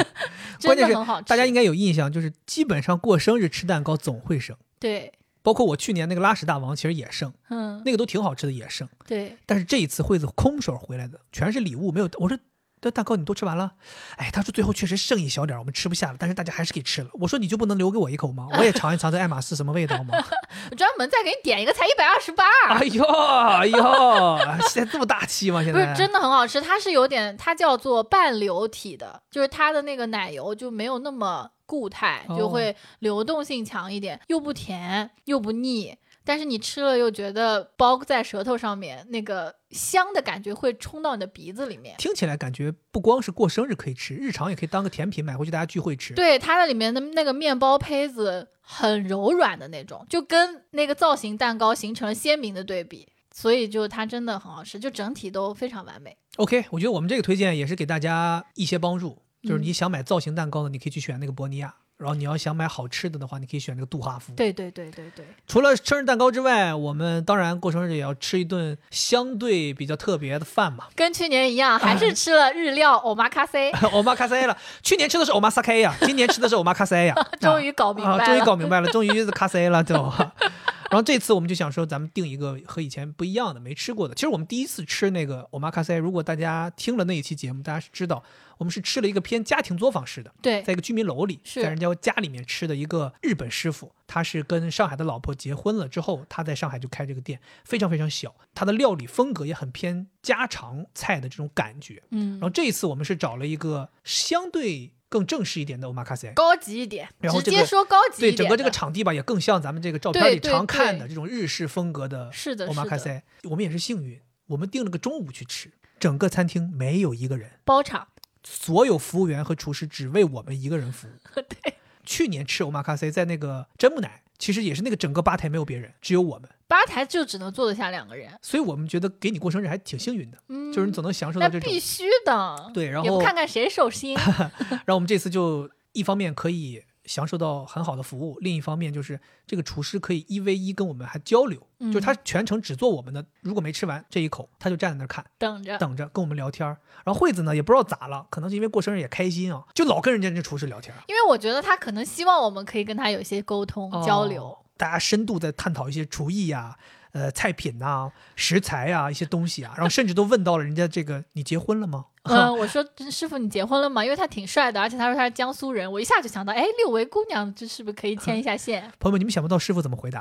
S2: 真
S1: 关
S2: 的
S1: 键是
S2: 很好吃。
S1: 大家应该有印象，就是基本上过生日吃蛋糕总会剩，
S2: 对，
S1: 包括我去年那个拉屎大王其实也剩，
S2: 嗯，
S1: 那个都挺好吃的也剩。
S2: 对，
S1: 但是这一次惠子空手回来的，全是礼物，没有。我说，这蛋糕你都吃完了？哎，他说最后确实剩一小点儿，我们吃不下了，但是大家还是给吃了。我说你就不能留给我一口吗？我也尝一尝这爱马仕什么味道吗？
S2: 我专门再给你点一个，才一百二十八。啊
S1: 哎呦哎呦，现在这么大气吗？现
S2: 不
S1: 在
S2: 是真的很好吃，它是有点，它叫做半流体的，就是它的那个奶油就没有那么固态，
S1: 哦
S2: 就会流动性强一点，又不甜又不腻，但是你吃了又觉得包在舌头上面，那个香的感觉会冲到你的鼻子里面。
S1: 听起来感觉不光是过生日可以吃，日常也可以当个甜品买回去大家聚会吃。
S2: 对，它的里面的那个面包胚子很柔软的那种，就跟那个造型蛋糕形成了鲜明的对比，所以就它真的很好吃，就整体都非常完美。
S1: OK，我觉得我们这个推荐也是给大家一些帮助，就是
S2: 嗯
S1: 你想买造型蛋糕的，你可以去选那个博尼亚。然后你要想买好吃的的话，你可以选这个杜哈夫。
S2: 对对对对对，
S1: 除了生日蛋糕之外，我们当然过生日也要吃一顿相对比较特别的饭嘛。
S2: 跟去年一
S1: 嗯
S2: 样，还是吃了日料哦 omakase，，
S1: 欧玛卡塞了，去年吃的是欧玛萨开呀，今年吃的是欧玛卡塞呀
S2: 终于搞明白了。
S1: 啊，终于搞明白了，终于是卡塞了，对吧？ 然后这次我们就想说，咱们定一个和以前不一样的、没吃过的。其实我们第一次吃那个欧玛卡塞，如果大家听了那一期节目，大家是知道我们是吃了一个偏家庭作坊式的，
S2: 对
S1: 在一个居民楼里，
S2: 哎是
S1: 在人家家里面吃的一个日本师傅，他是跟上海的老婆结婚了之后，他在上海就开这个店，非常非常小，他的料理风格也很偏家常菜的这种感觉。
S2: 嗯
S1: 然，后这一次我们是找了一个相对更正式一点的 omakase，
S2: 高级一点，
S1: 然后这
S2: 直
S1: 个
S2: 接说高级一
S1: 对
S2: 点的。
S1: 整个这个场地吧，也更像咱们这个照片
S2: 对
S1: 里
S2: 对
S1: 常看
S2: 对
S1: 的这种日式风格的
S2: 是的，是的，
S1: omakase。我们也是幸运，我们定了个中午去吃，整个餐厅没有一个人，
S2: 包场
S1: 所有服务员和厨师只为我们一个人服务。
S2: 对，
S1: 去年吃 omakase 在那个真木乃，其实也是那个整个吧台没有别人，只有我们，
S2: 吧台就只能坐得下两个人，
S1: 所以我们觉得给你过生日还挺幸运的，
S2: 嗯，
S1: 就是你总能享受
S2: 那
S1: 到这种
S2: 必。须的，
S1: 对然
S2: 也不
S1: 后
S2: 看看谁 手心，
S1: 然后我们这次就一方面可以享受到很好的服务，另一方面就是这个厨师可以一 v 一跟我们还交流，
S2: 嗯
S1: 就是他全程只做我们的，如果没吃完这一口，他就站在那儿看，
S2: 等着。
S1: 等着跟我们聊天儿。然后惠子呢也不知道咋了，可能是因为过生日也开心啊，就老跟人家这厨师聊天儿啊
S2: 因为我觉得他可能希望我们可以跟他有一些沟通、交 流。
S1: 哦大家深度在探讨一些厨艺呀、呃菜品呐、食材呀、一些东西啊，然后甚至都问到了人家这个你结婚了吗？
S2: 嗯，我说师傅，你结婚了吗？因为他挺帅的，而且他说他是江苏人，我一下就想到，哎，六维姑娘，这是不是可以牵一下线？
S1: 朋友们，你们想不到师傅怎么回答。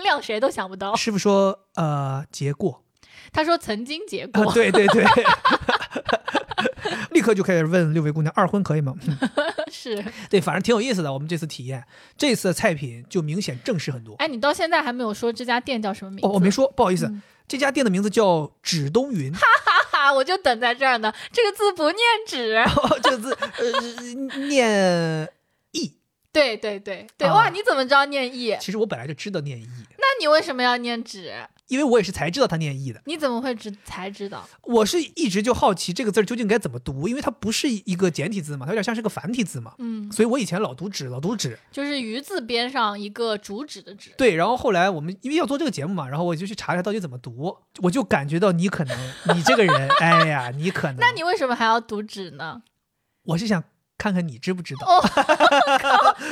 S2: 亮谁都想不到。
S1: 师傅说，呃，结过。
S2: 他说曾经 结
S1: 啊
S2: 过，，
S1: 对对对，立刻就开始问六位姑娘二婚可以吗？ 嗯
S2: 是。
S1: 对，反正挺有意思的。我们这次体验，这次的菜品就明显正式很多。
S2: 哎，你到现在还没有说这家店叫什么名字？
S1: 哦，我没说，不好意思，
S2: 嗯
S1: 这家店的名字叫指东云，
S2: 哈哈，我就等在这儿呢。这个字不念纸。
S1: 这个字呃念意。
S2: 对对对对，
S1: 啊
S2: 哇，你怎么知道念意？
S1: 其实我本来就知道念意，
S2: 那你为什么要念纸？
S1: 因为我也是才知道它念意的。
S2: 你怎么会知才知道？
S1: 我是一直就好奇这个字儿究竟该怎么读，因为它不是一个简体字嘛，它有点像是个繁体字嘛，
S2: 嗯，
S1: 所以我以前老读纸，老读纸。
S2: 就是鱼字边上一个竹纸的纸。
S1: 对，然后后来我们因为要做这个节目嘛，然后我就去查一下到底怎么读，我就感觉到你可能，你这个人，哎呀，你可能，
S2: 那你为什么还要读纸呢？
S1: 我是想看看你知不知道。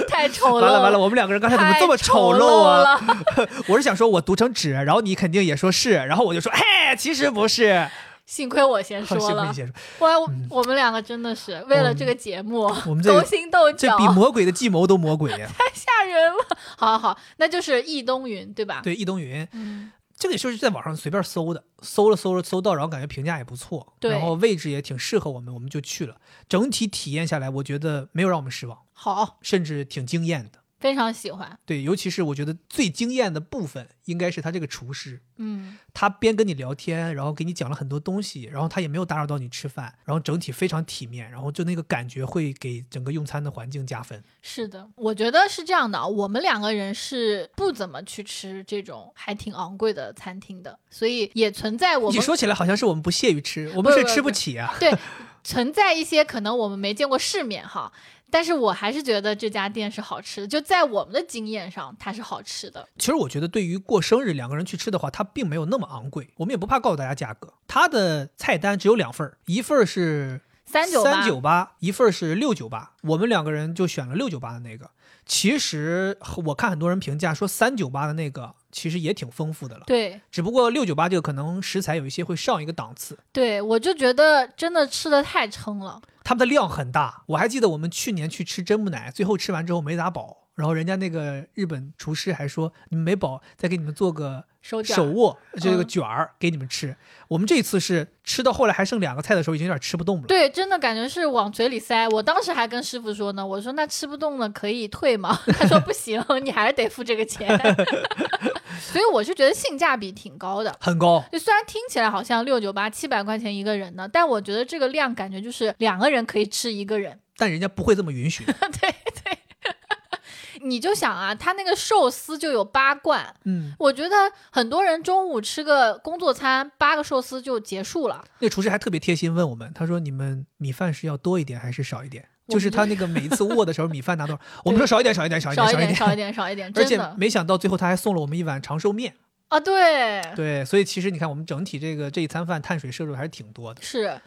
S2: 太丑
S1: 完
S2: 陋
S1: 了完了，，我们两个人刚才怎么这么
S2: 太丑
S1: 陋啊？
S2: 了
S1: 我是想说我读成纸，然后你肯定也说是，然后我就说，嘿，其实不是。
S2: 幸亏我先
S1: 好，
S2: 说
S1: 幸亏
S2: 了
S1: 你，先说，
S2: 哇，我我们两个真的是为了这个节目
S1: 嗯我们这
S2: 勾
S1: 个
S2: 心斗
S1: 这
S2: 角，
S1: 比魔鬼的计谋都魔鬼呀。
S2: 太 吓人了。好好，好，那就是易东云对吧？，
S1: 对，易东云，
S2: 嗯，
S1: 这个也就是在网上随便搜的，搜了搜了搜到，然后感觉评价也不错，
S2: 对
S1: 然后位置也挺适合我们，我们就去了。整体体验下来，我觉得没有让我们失望，
S2: 好，
S1: 甚至挺惊艳的。
S2: 非常喜欢，
S1: 对，尤其是我觉得最惊艳的部分，应该是他这个厨师，
S2: 嗯，
S1: 他边跟你聊天，然后给你讲了很多东西，然后他也没有打扰到你吃饭，然后整体非常体面，然后就那个感觉会给整个用餐的环境加分。
S2: 是的，我觉得是这样的啊，我们两个人是不怎么去吃这种还挺昂贵的餐厅的，所以也存在我
S1: 你
S2: 们
S1: 说起来好像是我们不屑于吃，我们是
S2: 不不
S1: 吃不
S2: 不
S1: 起啊。
S2: 对，存在一些可能我们没见过世面哈，但是我还是觉得这家店是好吃的，就在我们的经验上，它是好吃的。
S1: 其实我觉得，对于过生日两个人去吃的话，它并没有那么昂贵，我们也不怕告诉大家价格。它的菜单只有两份儿，一份儿是
S2: 三九
S1: 三
S2: 八，
S1: 九八，一份儿是六九八。我们两个人就选了六九八的那个。其实我看很多人评价说三九八的那个其实也挺丰富的了，
S2: 对
S1: 只不过六九八这个可能食材有一些会上一个档次。
S2: 对，我就觉得真的吃的太撑了。
S1: 他们的量很大。我还记得我们去年去吃真木乃，最后吃完之后没咋饱，然后人家那个日本厨师还说你们没饱，再给你们做个
S2: 手卷儿
S1: 手握这个
S2: 嗯
S1: 卷儿给你们吃。我们这次是吃到后来还剩两个菜的时候，已经有点吃不动了。
S2: 对，真的感觉是往嘴里塞。我当时还跟师傅说呢， 我说那吃不动了可以退吗？他说不行，你还是得付这个钱。 所以我是觉得性价比挺高的。
S1: 很高，
S2: 就虽然听起来好像六九八七百块钱一个人呢，但我觉得这个量感觉就是两个人可以吃一个人。
S1: 但人家不会这么允 许。
S2: 对对，你就想啊，他那个寿司就有八罐，
S1: 嗯，
S2: 我觉得很多人中午吃个工作餐，八个寿司就结束了。
S1: 那厨师还特别贴心问我们，他说你们米饭是要多一点还是少一点？
S2: 我
S1: 就
S2: 们
S1: 是
S2: 就
S1: 他那个每一次握的时候，米饭拿多少？我们说少一点，少一点，少一点，少
S2: 少一
S1: 一
S2: 点，
S1: 点。
S2: 少一点，少一 点，
S1: 而
S2: 真
S1: 且
S2: 的
S1: 没想到最后他还送了我们一碗长寿 面。
S2: 啊，对，
S1: 对，所以其实你看，我们整体这个这一餐饭碳水摄入还是挺多的。
S2: 是。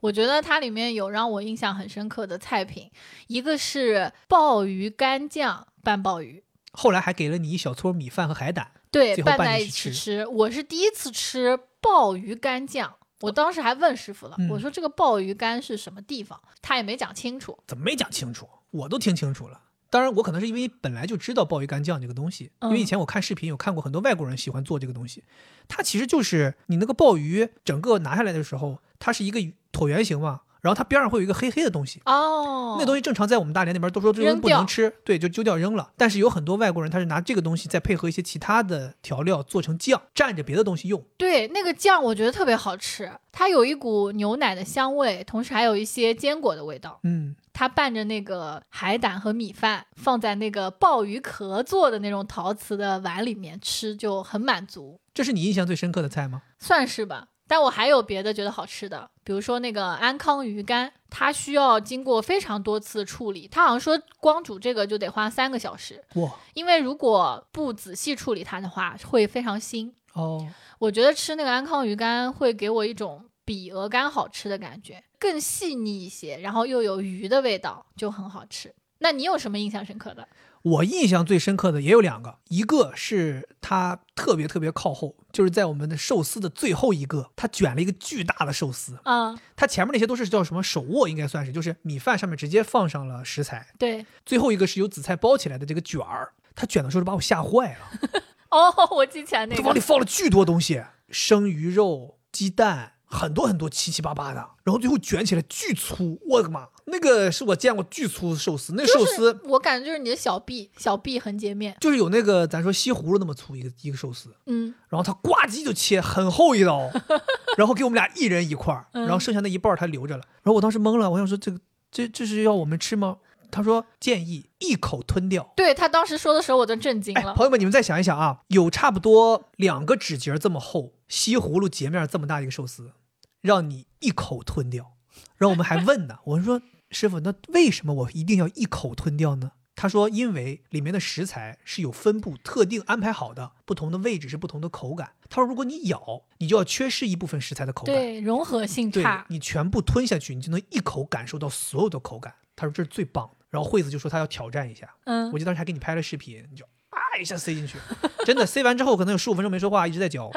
S2: 我觉得它里面有让我印象很深刻的菜品，一个是鲍鱼干酱拌鲍鱼，
S1: 后来还给了你一小撮米饭和海胆，
S2: 对，
S1: 最后
S2: 拌
S1: 拌
S2: 在
S1: 着
S2: 一
S1: 吃
S2: 起吃。我是第一次吃鲍鱼干酱，我当时还问师傅了，
S1: 嗯
S2: 我说这个鲍鱼干是什么地方，他也没讲清楚。
S1: 怎么没讲清楚？我都听清楚了。当然，我可能是因为本来就知道鲍鱼干酱这个东西，因为以
S2: 嗯
S1: 前我看视频有看过很多外国人喜欢做这个东西。它其实就是你那个鲍鱼整个拿下来的时候，它是一个椭圆形嘛，然后它边上会有一个黑黑的东西，
S2: 哦，
S1: 那东西正常在我们大连那边都说这东西
S2: 扔
S1: 不能
S2: 掉
S1: 吃，对，就丢掉扔了。但是有很多外国人他是拿这个东西再配合一些其他的调料做成酱，蘸着别的东西用。
S2: 对，那个酱我觉得特别好吃，它有一股牛奶的香味，同时还有一些坚果的味道。
S1: 嗯，
S2: 它拌着那个海胆和米饭，放在那个鲍鱼壳做的那种陶瓷的碗里面吃，就很满足，
S1: 这是你印象最深刻的菜吗？
S2: 算是吧。但我还有别的觉得好吃的，比如说那个安康鱼干，它需要经过非常多次处理，它好像说光煮这个就得花三个小时，
S1: 哇
S2: 因为如果不仔细处理它的话，会非常腥。
S1: 哦，
S2: 我觉得吃那个安康鱼干会给我一种比鹅肝好吃的感觉，更细腻一些，然后又有鱼的味道，就很好吃。那你有什么印象深刻的？
S1: 我印象最深刻的也有两个，一个是它特别特别靠后，就是在我们的寿司的最后一个，它卷了一个巨大的寿司。
S2: 嗯，
S1: 它前面那些都是叫什么手握，应该算是，就是米饭上面直接放上了食材。
S2: 对，
S1: 最后一个是由紫菜包起来的这个卷儿，它卷的时候就把我吓坏了，
S2: 哦， 我记起来那
S1: 它往里
S2: 个，
S1: 放了巨多东西，生鱼肉、鸡蛋。很多很多七七八八的，然后最后卷起来巨粗，我的妈！那个是我见过巨粗的寿司，那寿司
S2: 我感觉就是你的小臂，小臂横截面，
S1: 就是有那个咱说西葫芦那么粗一个一个寿司，
S2: 嗯，
S1: 然后他呱唧就切很厚一刀，然后给我们俩一人一块儿，然后剩下那一半儿他留着了。然后我当时懵了，我想说这个这这是要我们吃吗？他说建议一口吞掉。
S2: 对他当时说的时候我都震惊
S1: 哎，
S2: 了，
S1: 朋友们，你们再想一想啊，有差不多两个指节这么厚、西葫芦截面这么大的一个寿司，让你一口吞掉，然后我们还问呢，我说师傅，那为什么我一定要一口吞掉呢？他说，因为里面的食材是有分布、特定安排好的，不同的位置是不同的口感。他说，如果你咬，你就要缺失一部分食材的口感，
S2: 对，融合性
S1: 对
S2: 差，
S1: 你全部吞下去，你就能一口感受到所有的口感。他说这是最棒的。然后惠子就说他要挑战一下，
S2: 嗯
S1: 我，记得当时还给你拍了视频，你就啊一下塞进去， 真的塞完之后可能有十五分钟没说话，一直在嚼。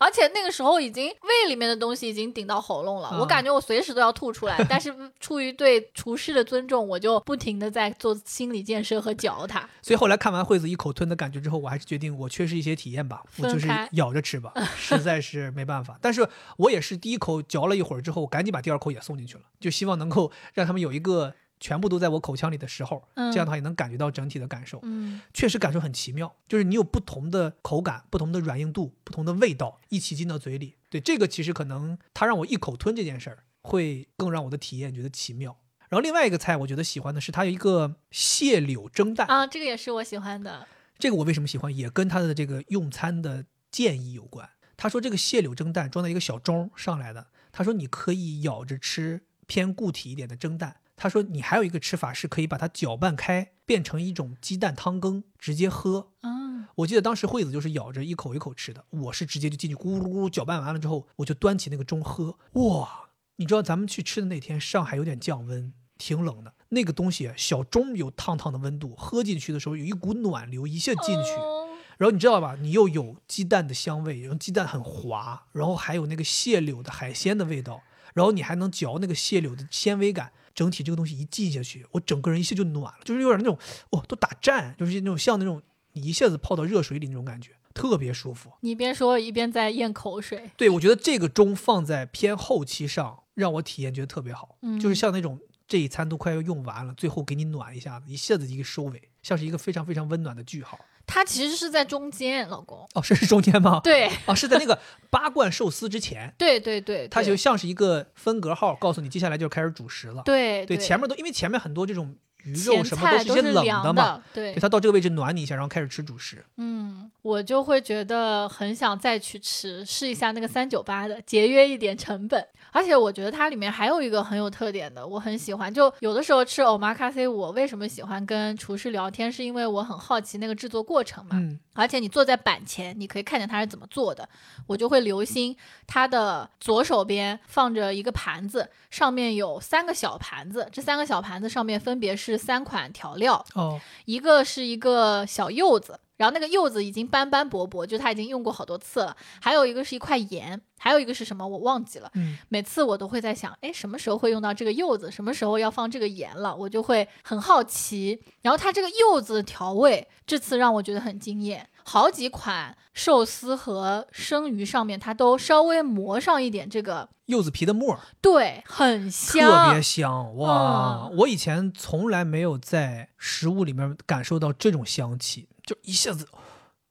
S2: 而且那个时候已经胃里面的东西已经顶到喉咙了，
S1: 啊
S2: 我感觉我随时都要吐出来， 但是出于对厨师的尊重，我就不停的在做心理建设和嚼它。
S1: 所以后来看完惠子一口吞的感觉之后，我还是决定我缺失一些体验吧，我
S2: 分
S1: 就是
S2: 开
S1: 咬着吃吧，实在是没办法。但是我也是第一口嚼了一会儿之后，我赶紧把第二口也送进去了，就希望能够让他们有一个全部都在我口腔里的时候，
S2: 嗯
S1: 这样的话也能感觉到整体的感受。
S2: 嗯，
S1: 确实感受很奇妙，就是你有不同的口感、不同的软硬度、不同的味道一起进到嘴里。对这个其实可能它让我一口吞这件事儿，会更让我的体验觉得奇妙。然后另外一个菜，我觉得喜欢的是它有一个蟹柳蒸蛋，
S2: 啊，这个也是我喜欢的。
S1: 这个我为什么喜欢，也跟它的这个用餐的建议有关。他说这个蟹柳蒸蛋装在一个小盅上来的，他说你可以咬着吃偏固体一点的蒸蛋。他说你还有一个吃法是可以把它搅拌开，变成一种鸡蛋汤羹直接喝。
S2: 嗯，
S1: 我记得当时惠子就是咬着一口一口吃的，我是直接就进去咕噜咕噜搅拌完了之后，我就端起那个盅喝。哇，你知道咱们去吃的那天，上海有点降温，挺冷的。那个东西小盅有烫烫的温度，喝进去的时候有一股暖流一下进去，
S2: 哦
S1: 然后你知道吧，你又有鸡蛋的香味，然后鸡蛋很滑，然后还有那个蟹柳的海鲜的味道，然后你还能嚼那个蟹柳的纤维感。整体这个东西一进下去，我整个人一下就暖了，就是有点那种哦，都打颤，就是那种像那种你一下子泡到热水里那种感觉，特别舒服。
S2: 你一边说一边在咽口水。
S1: 对我觉得这个钟放在偏后期上，让我体验觉得特别好，
S2: 嗯
S1: 就是像那种这一餐都快要用完了，最后给你暖一下子，一下子一个收尾，像是一个非常非常温暖的句号。
S2: 他其实是在中间，老公。
S1: 哦，是是中间吗？
S2: 对
S1: 哦，是在那个八罐寿司之前，
S2: 对对对，
S1: 它
S2: 对
S1: 就像是一个分隔号，告诉你接下来就开始主食了。
S2: 对
S1: 对，前面都因为前面很多这种鱼肉
S2: 前
S1: 什么
S2: 菜
S1: 都是一些冷
S2: 凉
S1: 的嘛，，
S2: 对
S1: 对，，它到这个位置暖你一下，然后开始吃主食。
S2: 嗯，我就会觉得很想再去吃，试一下那个三九八的，节约一点成本。而且我觉得它里面还有一个很有特点的，我很喜欢。就有的时候吃 omakase，我为什么喜欢跟厨师聊天，是因为我很好奇那个制作过程嘛。
S1: 嗯，
S2: 而且你坐在板前，你可以看见它是怎么做的。我就会留心它的左手边放着一个盘子，上面有三个小盘子，这三个小盘子上面分别是三款调料，
S1: 哦，
S2: 一个是一个小柚子，然后那个柚子已经斑斑驳驳，就它已经用过好多次了。还有一个是一块盐，还有一个是什么我忘记了。
S1: 嗯，
S2: 每次我都会在想，哎，什么时候会用到这个柚子，什么时候要放这个盐了，我就会很好奇。然后它这个柚子的调味，这次让我觉得很惊艳。好几款寿司和生鱼上面，它都稍微磨上一点这个，
S1: 柚子皮的沫儿
S2: 对，很
S1: 特别
S2: 香，
S1: 香哇！
S2: 嗯
S1: 我以前从来没有在食物里面感受到这种香气，就一下子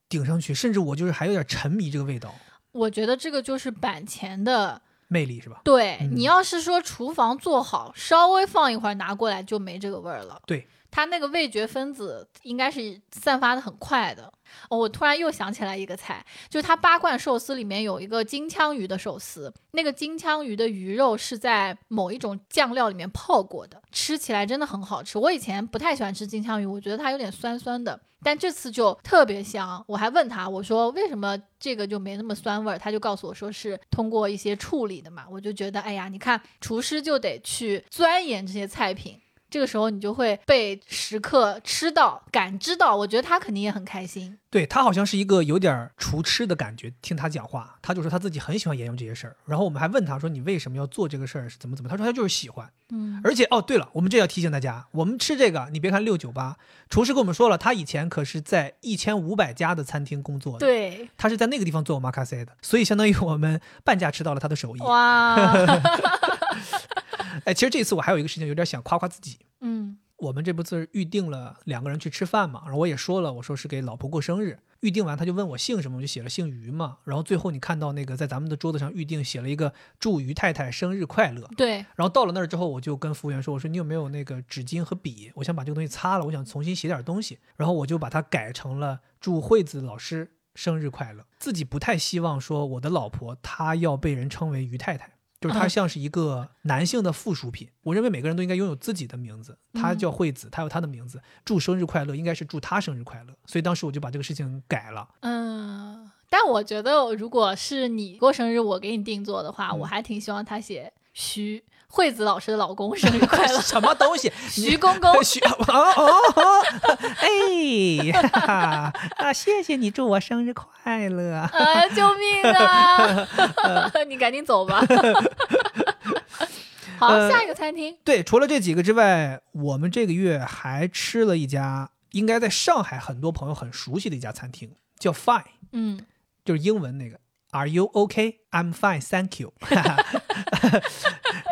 S1: 顶上去，甚至我就是还有点沉迷这个味道
S2: 我觉得这个就是板前的
S1: 魅力，是吧？
S2: 对、
S1: 嗯
S2: 你要是说厨房做好，稍微放一会儿拿过来就没这个味儿了。
S1: 对，
S2: 它那个味觉分子应该是散发的很快的。哦，我突然又想起来一个菜，就是它八罐寿司里面有一个金枪鱼的寿司，那个金枪鱼的鱼肉是在某一种酱料里面泡过的，吃起来真的很好吃。我以前不太喜欢吃金枪鱼，我觉得它有点酸酸的，但这次就特别香。我还问他，我说为什么这个就没那么酸味儿？他就告诉我说是通过一些处理的嘛。我就觉得，哎呀，你看厨师就得去钻研这些菜品。这个时候你就会被食客吃到、感知到，我觉得他肯定也很开心。
S1: 对他好像是一个有点儿厨痴的感觉，听他讲话，他就说他自己很喜欢研究这些事儿。然后我们还问他说：“你为什么要做这个事儿？是怎么怎么？”他说他就是喜欢。
S2: 嗯，
S1: 而且哦，对了，我们这要提醒大家，我们吃这个，你别看六九八，厨师跟我们说了，他以前可是在一千五百家的餐厅工作的，
S2: 对，
S1: 他是在那个地方做 omakase 的，所以相当于我们半价吃到了他的手艺。
S2: 哇，
S1: 哎，其实这次我还有一个事情，有点想夸夸自己。
S2: 嗯
S1: 我们这不是预定了两个人去吃饭嘛，然后我也说了，我说是给老婆过生日。预定完，他就问我姓什么，我就写了姓于嘛。然后最后你看到那个在咱们的桌子上预定写了一个祝于太太生日快乐。，
S2: 对，
S1: 然后到了那儿之后，我就跟服务员说：“我说你有没有那个纸巾和笔？我想把这个东西擦了，我想重新写点东西。”然后我就把它改成了“祝惠子老师生日快乐”。自己不太希望说我的老婆她要被人称为于太太，就是她
S2: 嗯
S1: 像是一个男性的附属品。我认为每个人都应该拥有自己的名字，她
S2: 嗯
S1: 叫惠子，她有她的名字。祝生日快乐应该是祝她生日快乐，所以当时我就把这个事情改了。
S2: 嗯。但我觉得，如果是你过生日，我给你定做的话，
S1: 嗯
S2: 我还挺希望他写徐惠子老师的老公生日快 乐，
S1: 什么东 西？你。
S2: 徐公 公
S1: 徐哦哦哦，哎，哈哈啊，谢谢你祝我生日快乐。
S2: 呃，救 命啊！你赶紧走吧。好，
S1: 呃
S2: 下一个餐厅，
S1: 对，除了这几个之外，我们这个月还吃了一家应该在上海很多朋友很熟悉的一家餐厅，叫 Fine，
S2: 嗯，
S1: 就是英文那个 Are you OK? I'm fine, thank you 。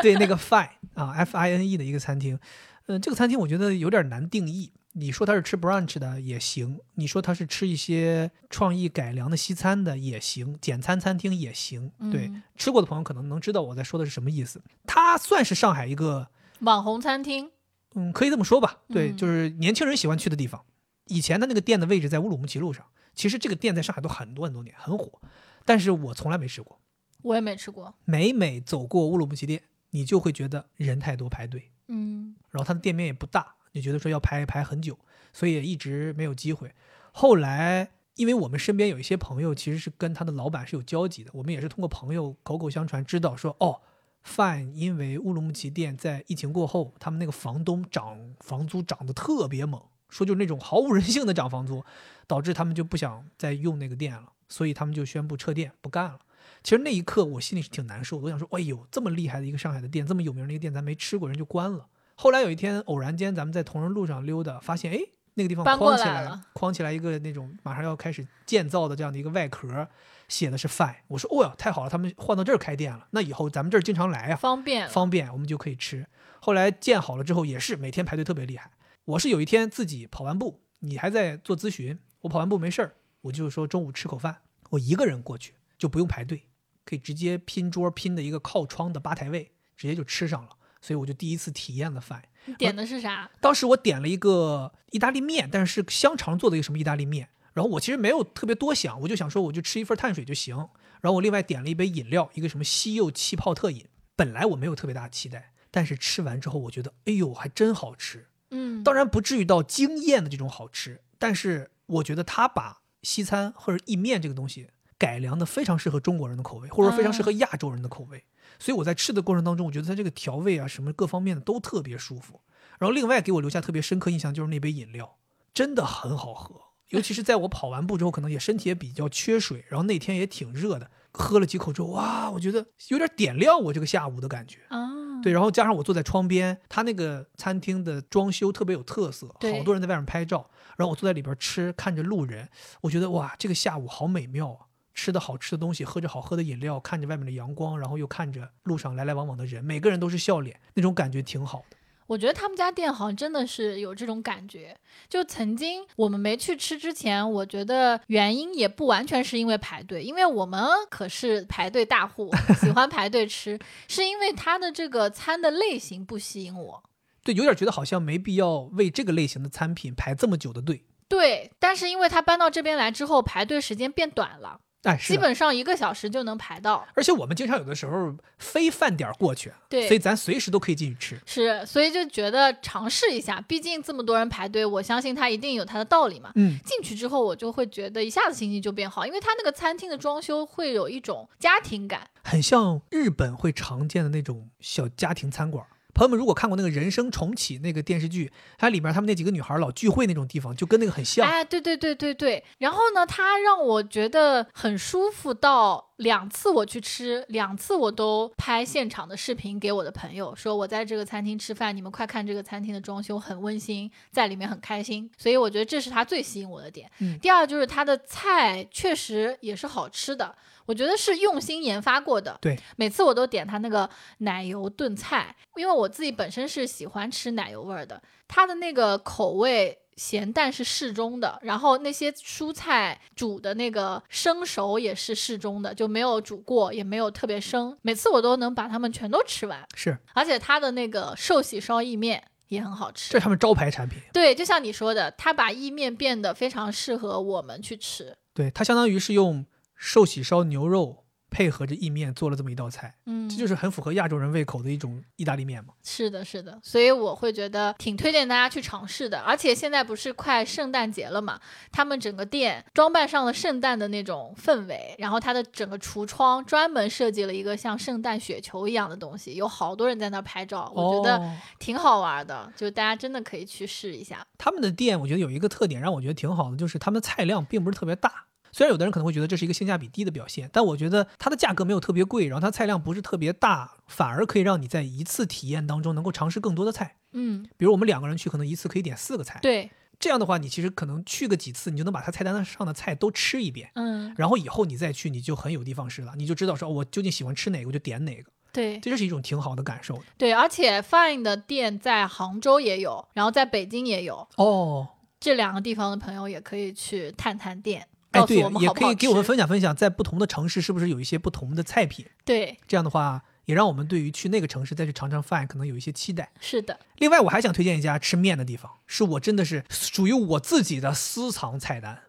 S1: 对，那个 Fine 啊，F I N E 的一个餐厅。嗯、这个餐厅我觉得有点难定义。你说它是吃 brunch 的也行，你说它是吃一些创意改良的西餐的也行，简餐餐厅也行。对，
S2: 嗯
S1: 吃过的朋友可能能知道我在说的是什么意思。它算是上海一个
S2: 网红餐厅，
S1: 嗯，可以这么说吧，对，
S2: 嗯
S1: 就是年轻人喜欢去的地方。以前的那个店的位置在乌鲁木齐路上，其实这个店在上海都很多很多年，很火，但是我从来没吃过。
S2: 我也没吃过。
S1: 每每走过乌鲁木齐店，你就会觉得人太多排队，
S2: 嗯，
S1: 然后它的店面也不大，你觉得说要排排很久，所以也一直没有机会。后来，因为我们身边有一些朋友其实是跟他的老板是有交集的，我们也是通过朋友口口相传知道说，哦，饭因为乌鲁木齐店在疫情过后，他们那个房东涨房租涨得特别猛，说就是那种毫无人性的涨房租，导致他们就不想再用那个店了，所以他们就宣布撤店不干了。其实那一刻我心里是挺难受的，我想说，哎呦，这么厉害的一个上海的店，这么有名的一个店，咱没吃过，人就关了。后来有一天偶然间，咱们在同仁路上溜达，发现哎，那个地方
S2: 搬过
S1: 框起
S2: 来
S1: 来
S2: 了
S1: 框起来一个那种马上要开始建造的这样的一个外壳，写的是 “fine”。我说，哦呀，太好了，他们换到这儿开店了，那以后咱们这儿经常来呀、啊
S2: 方便了。
S1: 方便，我们就可以吃。后来建好了之后，也是每天排队特别厉害。我是有一天自己跑完步，你还在做咨询，我跑完步没事儿，我就说中午吃口饭，我一个人过去就不用排队，可以直接拼桌拼的一个靠窗的吧台位，直接就吃上了。所以我就第一次体验了饭。
S2: 你点的是啥？
S1: 当时我点了一个意大利面，但是香肠做的一个什么意大利面。然后我其实没有特别多想，我就想说我就吃一份碳水就行。然后我另外点了一杯饮料，一个什么西柚气泡特饮。本来我没有特别大的期待，但是吃完之后我觉得，哎呦，还真好吃。
S2: 嗯，
S1: 当然不至于到惊艳的这种好吃，但是我觉得他把西餐或者意面这个东西改良的非常适合中国人的口味，或者说非常适合亚洲人的口味。所以我在吃的过程当中，我觉得它这个调味啊什么各方面的都特别舒服。然后另外给我留下特别深刻印象就是那杯饮料，真的很好喝。尤其是在我跑完步之后，可能也身体也比较缺水，然后那天也挺热的，喝了几口之后，哇，我觉得有点点亮我这个下午的感觉。
S2: 啊，
S1: 对，然后加上我坐在窗边，它那个餐厅的装修特别有特色，
S2: 对
S1: 好多人在外面拍照，然后我坐在里边吃，看着路人，我觉得哇，这个下午好美妙啊！吃的好吃的东西，喝着好喝的饮料，看着外面的阳光，然后又看着路上来来往往的人，每个人都是笑脸，那种感觉挺好的。
S2: 我觉得他们家店好像真的是有这种感觉。就曾经我们没去吃之前，我觉得原因也不完全是因为排队，因为我们可是排队大 户，喜欢排队吃，是因为它的这个餐的类型不吸引我。
S1: 对，有点觉得好像没必要为这个类型的餐品排这么久的队。
S2: 对，但是因为它搬到这边来之后，排队时间变短了，
S1: 哎，是
S2: 基
S1: 的。
S2: 本上一个小时就能排到。
S1: 而且我们经常有的时候非饭点儿过去，啊
S2: 对
S1: 所以咱随时都可以进去吃。
S2: 是，所以就觉得尝试一下，毕竟这么多人排队，我相信它一定有它的道理嘛。
S1: 嗯，
S2: 进去之后，我就会觉得一下子心情就变好，因为它那个餐厅的装修会有一种家庭感。
S1: 很像日本会常见的那种小家庭餐馆。朋友们如果看过那个《人生重启》那个电视剧，它里面他们那几个女孩老聚会那种地方，就跟那个很像。
S2: 哎，对对对对对。然后呢，它让我觉得很舒服到两次我去吃，两次我都拍现场的视频给我的朋友，说我在这个餐厅吃饭，你们快看这个餐厅的装修很温馨，在里面很开心。所以我觉得这是它最吸引我的点。
S1: 嗯
S2: 第二就是它的菜确实也是好吃的，我觉得是用心研发过的。
S1: 对，
S2: 每次我都点它那个奶油炖菜，因为我自己本身是喜欢吃奶油味儿的，它的那个口味咸淡是适中的，然后那些蔬菜煮的那个生熟也是适中的，就没有煮过，也没有特别生。每次我都能把它们全都吃完，
S1: 是，
S2: 而且它的那个寿喜烧意面也很好
S1: 这
S2: 吃
S1: 是。他们招牌产品。
S2: 对，就像你说的，它把意面变得非常适合我们去吃。
S1: 对，它相当于是用寿喜烧牛肉配合着意面做了这么一道菜，
S2: 嗯，
S1: 这就是很符合亚洲人胃口的一种意大利面嘛。
S2: 是的，是的，所以我会觉得挺推荐大家去尝试的。而且现在不是快圣诞节了嘛，他们整个店装扮上了圣诞的那种氛围，然后它的整个橱窗专门设计了一个像圣诞雪球一样的东西，有好多人在那儿拍照，我觉得
S1: 哦
S2: 挺好玩的，就大家真的可以去试一下。
S1: 他们的店，我觉得有一个特点让我觉得挺好的，就是他们的菜量并不是特别大。虽然有的人可能会觉得这是一个性价比低的表现，但我觉得它的价格没有特别贵，然后它菜量不是特别大，反而可以让你在一次体验当中能够尝试更多的菜。
S2: 嗯，
S1: 比如我们两个人去，可能一次可以点四个菜，
S2: 对，
S1: 这样的话，你其实可能去个几次，你就能把它菜单上的菜都吃一遍，
S2: 嗯，
S1: 然后以后你再去，你就很有的放矢了，你就知道说、哦我究竟喜欢吃哪个，我就点哪个，
S2: 对，
S1: 这就是一种挺好的感受的。
S2: 对，而且 Fine 的店在杭州也有，然后在北京也有，
S1: 哦，
S2: 这两个地方的朋友也可以去探探店，
S1: 哎，
S2: 告诉
S1: 对，
S2: 我们
S1: 也
S2: 好不
S1: 可
S2: 好
S1: 以给我们
S2: 吃
S1: 分享分享，在不同的城市是不是有一些不同的菜品。
S2: 对，
S1: 这样的话，也让我们对于去那个城市再去尝尝饭，可能有一些期待。
S2: 是的，
S1: 另外，我还想推荐一家吃面的地方，是我真的是属于我自己的私藏菜单。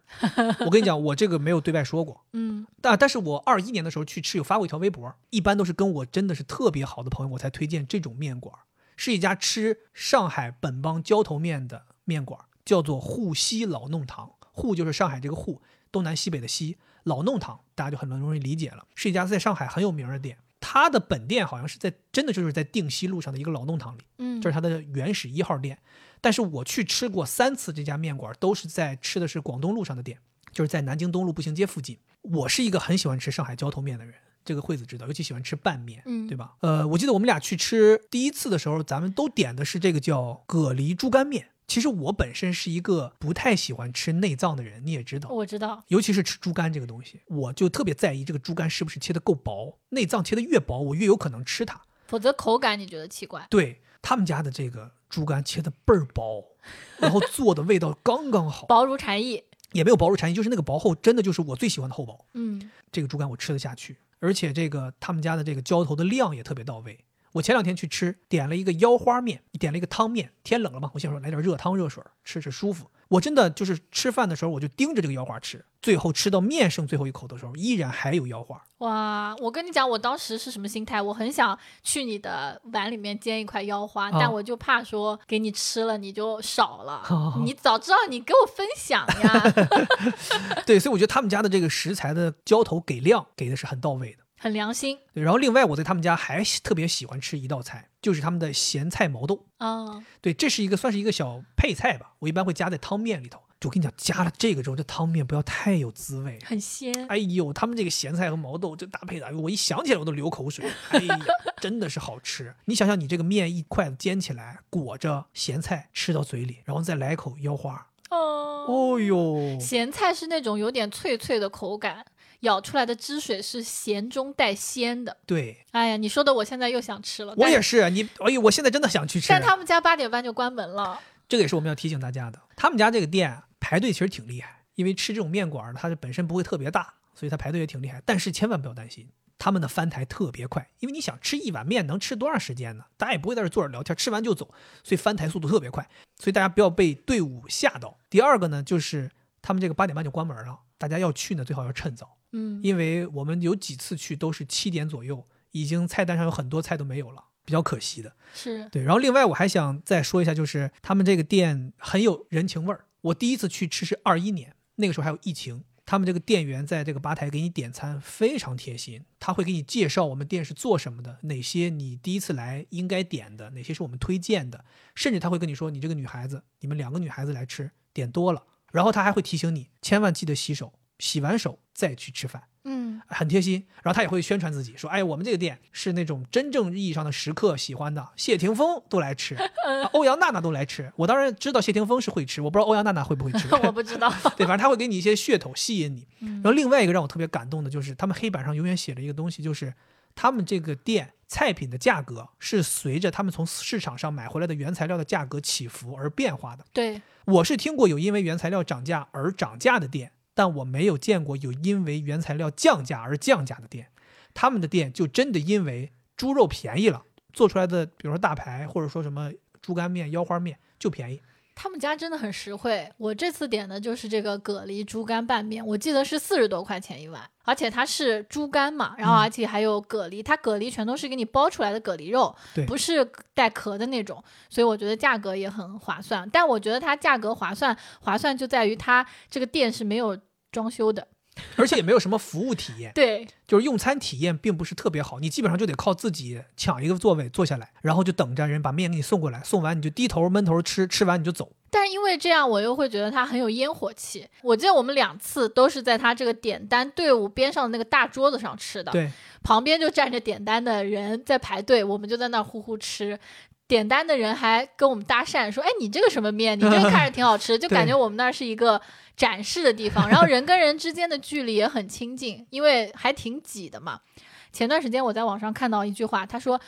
S1: 我跟你讲，我这个没有对外说过，
S2: 嗯
S1: 但啊但是我二一年的时候去吃，有发过一条微博，一般都是跟我真的是特别好的朋友，我才推荐这种面馆儿，是一家吃上海本帮浇头面的面馆儿，叫做沪西老弄堂。沪就是上海这个沪，东南西北的西，老弄堂大家就很容易理解了，是一家在上海很有名儿的店。它的本店好像是在真的就是在定西路上的一个老弄堂里，
S2: 嗯，
S1: 这是它的原始一号店。但是我去吃过三次这家面馆，都是在吃的是广东路上的店，就是在南京东路步行街附近。我是一个很喜欢吃上海浇头面的人，这个惠子知道，尤其喜欢吃拌面，
S2: 嗯
S1: 对吧？呃，我记得我们俩去吃第一次的时候，咱们都点的是这个叫蛤蜊猪肝面。其实我本身是一个不太喜欢吃内脏的人，你也知道，
S2: 我知道，
S1: 尤其是吃猪肝这个东西，我就特别在意这个猪肝是不是切得够薄，内脏切得越薄，我越有可能吃它。
S2: 否则口感你觉得奇怪。
S1: 对他们家的这个猪肝切的倍儿薄，然后做的味道刚刚好。
S2: 薄如蝉翼，
S1: 也没有薄肉馋心，就是那个薄厚真的就是我最喜欢的厚薄。
S2: 嗯
S1: 这个猪肝我吃得下去，而且这个他们家的这个浇头的量也特别到位。我前两天去吃，点了一个腰花面，点了一个汤面。天冷了嘛，我想说来点热汤热水儿，吃吃舒服。我真的就是吃饭的时候，我就盯着这个腰花吃，最后吃到面剩最后一口的时候，依然还有腰花。
S2: 哇，我跟你讲，我当时是什么心态？我很想去你的碗里面煎一块腰花，
S1: 啊
S2: 但我就怕说给你吃了你就少了。
S1: 好好
S2: 你早知道你给我分享呀，
S1: 对，所以我觉得他们家的这个食材的浇头给量给的是很到位的。
S2: 很良心。
S1: 对然后另外我在他们家还喜特别喜欢吃一道菜，就是他们的咸菜毛豆。
S2: 嗯，
S1: 对，这是一个算是一个小配菜吧，我一般会加在汤面里头。就我跟你讲，加了这个之后，这汤面不要太有滋味。
S2: 很鲜。
S1: 哎呦，他们这个咸菜和毛豆这搭配的，哎呦我一想起来我都流口水。哎呀，真的是好吃！你想想，你这个面一筷子煎起来，裹着咸菜吃到嘴里，然后再来口腰花，
S2: 哦，
S1: 哦呦，
S2: 咸菜是那种有点脆脆的口感，咬出来的汁水是咸中带鲜的。
S1: 对
S2: 哎呀，你说的我现在又想吃了。
S1: 我也
S2: 是，
S1: 是你，哎呦，我现在真的想去吃。
S2: 但他们家八点半就关门了。
S1: 这个也是我们要提醒大家的，他们家这个店啊排队其实挺厉害，因为吃这种面馆儿呢，它是本身不会特别大，所以它排队也挺厉害。但是千万不要担心，他们的翻台特别快，因为你想吃一碗面能吃多长时间呢？大家也不会在这坐着聊天，吃完就走，所以翻台速度特别快，所以大家不要被队伍吓到。第二个呢，就是他们这个八点半就关门了，大家要去呢最好要趁早，
S2: 嗯，
S1: 因为我们有几次去都是七点左右，已经菜单上有很多菜都没有了，比较可惜的。
S2: 是
S1: 对，然后另外我还想再说一下，就是他们这个店很有人情味儿。我第一次去吃是二一年，那个时候还有疫情，他们这个店员在这个吧台给你点餐非常贴心，他会给你介绍我们店是做什么的，哪些你第一次来应该点的，哪些是我们推荐的，甚至他会跟你说，你这个女孩子，你们两个女孩子来吃，点多了，然后他还会提醒你，千万记得洗手，洗完手再去吃饭。
S2: 嗯
S1: 很贴心，然后他也会宣传自己，说：“哎，我们这个店是那种真正意义上的食客喜欢的，谢霆锋都来 吃，啊欧阳娜娜都来吃。”我当然知道谢霆锋是会吃，我不知道欧阳娜娜会不会吃。
S2: 我不 知道。嗯
S1: 对，反正他会给你一些噱头吸引你。嗯然后另外一个让我特别感动的就是，他们黑板上永远写着一个东西，就是他们这个店菜品的价格是随着他们从市场上买回来的原材料的价格起伏而变化的。
S2: 对，
S1: 我是听过有因为原材料涨价而涨价的店，但我没有见过有因为原材料降价而降价的店。他们的店就真的因为猪肉便宜了，做出来的，比如说大排或者说什么猪肝面、腰花面就便宜。
S2: 他们家真的很实惠。我这次点的就是这个蛤蜊猪肝拌面，我记得是四十多块钱一碗，而且它是猪肝嘛，然后
S1: 嗯
S2: 而且还有蛤蜊，它蛤蜊全都是给你剥出来的蛤蜊肉
S1: 对，
S2: 不是带壳的那种，所以我觉得价格也很划算。但我觉得它价格划算，划算就在于它这个店是没有装修的，
S1: 而且也没有什么服务体验，
S2: 对，
S1: 就是用餐体验并不是特别好，你基本上就得靠自己抢一个座位坐下来，然后就等着人把面给你送过来，送完你就低头闷头吃，吃完你就走。
S2: 但是因为这样，我又会觉得它很有烟火气。我记得我们两次都是在它这个点单队伍边上的那个大桌子上吃的，
S1: 对，
S2: 旁边就站着点单的人在排队，我们就在那儿呼呼吃。点单的人还跟我们搭讪说：“哎，你这个什么面？你这个看着挺好吃。”就感觉我们那儿是一个展示的地方，然后人跟人之间的距离也很亲近，因为还挺挤的嘛。前段时间我在网上看到一句话，他说：“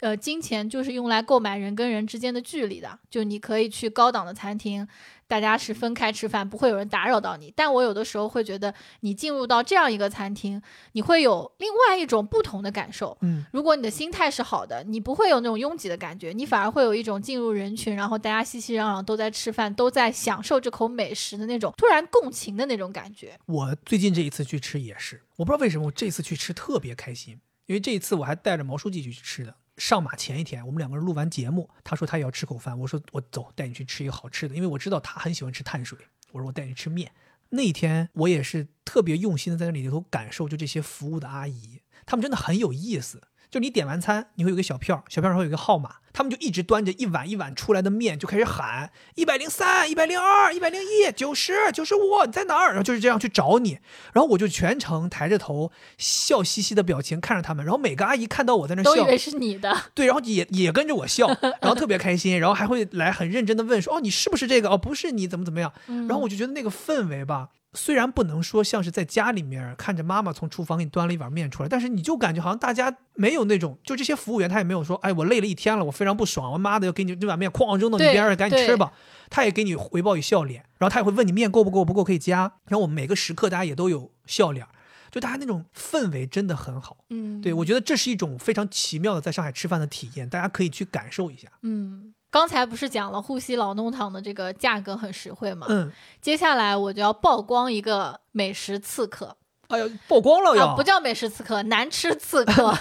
S2: 呃，金钱就是用来购买人跟人之间的距离的。就你可以去高档的餐厅，大家是分开吃饭，不会有人打扰到你。但我有的时候会觉得，你进入到这样一个餐厅，你会有另外一种不同的感受。
S1: 嗯，
S2: 如果你的心态是好的，你不会有那种拥挤的感觉，你反而会有一种进入人群，然后大家熙熙攘攘都在吃饭，都在享受这口美食的那种突然共情的那种感觉。
S1: 我最近这一次去吃也是，我不知道为什么我这次去吃特别开心，因为这一次我还带着毛书记去吃的。上马前一天，我们两个人录完节目，他说他也要吃口饭，我说我走，带你去吃一个好吃的，因为我知道他很喜欢吃碳水，我说我带你吃面。那一天我也是特别用心的在那里头感受，就这些服务的阿姨，她们真的很有意思。就你点完餐，你会有一个小票，小票上会有一个号码，他们就一直端着一碗一碗出来的面，就开始喊一百零三、一百零二、一百零一、九十、九十五，你在哪儿？然后就是这样去找你。然后我就全程抬着头，笑嘻嘻的表情看着他们。然后每个阿姨看到我在那儿
S2: 都以
S1: 笑，
S2: 为是你的，
S1: 对，然后也也跟着我笑，然后特别开心，然后还会来很认真的问说：“哦，你是不是这个？哦，不是你怎么怎么样？”
S2: 嗯
S1: 然后我就觉得那个氛围吧，虽然不能说像是在家里面看着妈妈从厨房给你端了一碗面出来，但是你就感觉好像大家没有那种，就这些服务员他也没有说，哎，我累了一天了，我非常不爽，我妈的要给你这碗面哐扔到你
S2: 对
S1: 边上，赶紧
S2: 对
S1: 吃吧。他也给你回报以笑脸，然后他也会问你面够不够，不够可以加。然后我们每个时刻大家也都有笑脸，就大家那种氛围真的很好。
S2: 嗯，
S1: 对，我觉得这是一种非常奇妙的在上海吃饭的体验，大家可以去感受一下。
S2: 嗯，刚才不是讲了沪西老弄堂的这个价格很实惠嘛？
S1: 嗯，
S2: 接下来我就要曝光一个美食刺客
S1: 哎呀，曝光了
S2: 啊，
S1: 要、
S2: 不叫美食刺客，难吃 刺客，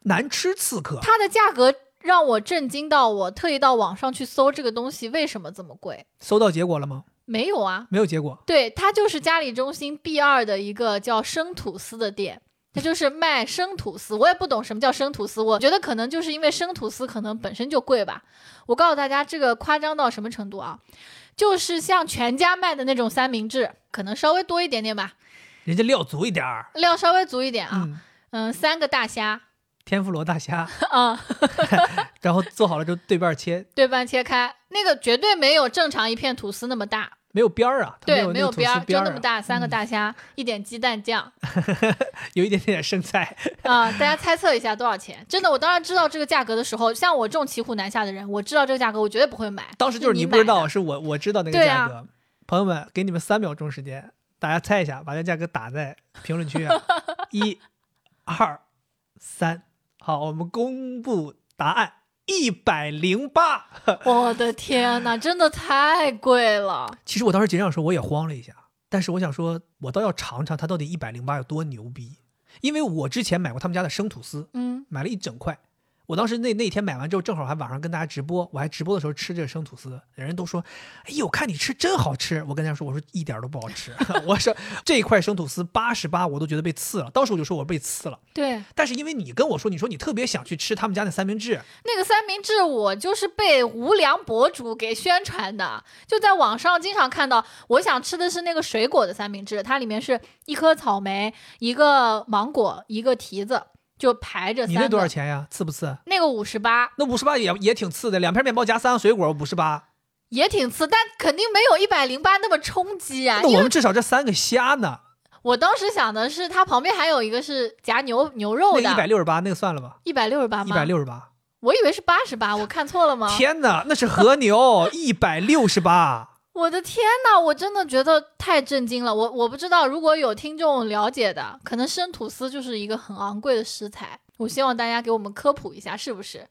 S1: 难吃刺客，
S2: 它的价格让我震惊到我特意到网上去搜这个东西为什么这么贵？
S1: 搜到结果了吗？
S2: 没有啊，
S1: 没有结果。
S2: 对，它就是嘉里中心 B 二的一个叫生吐司的店。它就是卖生吐司，我也不懂什么叫生吐司，我觉得可能就是因为生吐司可能本身就贵吧。我告诉大家，这个夸张到什么程度啊？就是像全家卖的那种三明治，可能稍微多一点点吧，
S1: 人家料足一点儿。
S2: 料稍微足一点啊。
S1: 嗯，
S2: 嗯，三个 大虾，
S1: 天妇罗大虾，
S2: 嗯，
S1: 然后做好了之后对半儿切，
S2: 对半切开，那个绝对没有正常一片吐司那么大，
S1: 没有边儿啊，它
S2: 对，
S1: 没
S2: 没
S1: 有那个吐
S2: 边
S1: 司
S2: 儿，就那
S1: 啊
S2: 么，大，三个大虾，一点鸡蛋酱，
S1: 有一点点生菜。
S2: 啊、大家猜测一下多少钱？真的，我当然知道这个价格的时候，像我这种骑虎难下的人，我知道这个价格，我绝对不会买。
S1: 当时就是
S2: 你
S1: 你不知
S2: 买
S1: 道，
S2: 的，
S1: 是我我知道那个
S2: 对
S1: 价
S2: 啊
S1: 格。朋友们，给你们三秒钟时间，大家猜一下，把这价格打在评论 区啊，一、二、三。好，我们公布答案，一百零八。
S2: 我的天呐，真的太贵了。
S1: 其实我当时结账的时候我也慌了一下，但是我想说，我倒要尝尝它到底一百零八有多牛逼，因为我之前买过他们家的生吐司，
S2: 嗯，
S1: 买了一整块。我当时那那天买完之后，正好还晚上跟大家直播，我还直播的时候吃这个生吐司，人家都说：“哎呦，看你吃真好吃。”我跟大家说：“我说一点都不好吃， 我说这一块生吐司八十八，我都觉得被刺了。”当时我就说我被刺了，
S2: 对，
S1: 但是因为你跟我说，你说你特别想去吃他们家那三明治，
S2: 那个三明治我就是被无良博主给宣传的，就在网上经常看到。我想吃的是那个水果的三明治，它里面是一颗草莓、一个芒果、一个提子，就排着
S1: 你
S2: 三个。
S1: 那多少？钱呀？刺不刺？
S2: 那个五十八。
S1: 那五十八也也挺刺的，两片面包夹三个水果，五十八。
S2: 也挺次，但肯定没有一百零八那么冲击啊！
S1: 那
S2: 因
S1: 我
S2: 为
S1: 们至少这三个虾呢？
S2: 我当时想的是，它旁边还有一个是夹牛牛肉
S1: 那个一百
S2: 的，
S1: 六十八，那个算了吧，
S2: 一百六十八
S1: 一
S2: 吗？
S1: 百，六十八。
S2: 我以为是八十八，我看错了吗？
S1: 天哪，那是和 牛，一百六十八。
S2: 我的天呐，我真的觉得太震惊了。我我不知道，如果有听众了解的，可能生吐司就是一个很昂贵的食材。我希望大家给我们科普一下，是不是？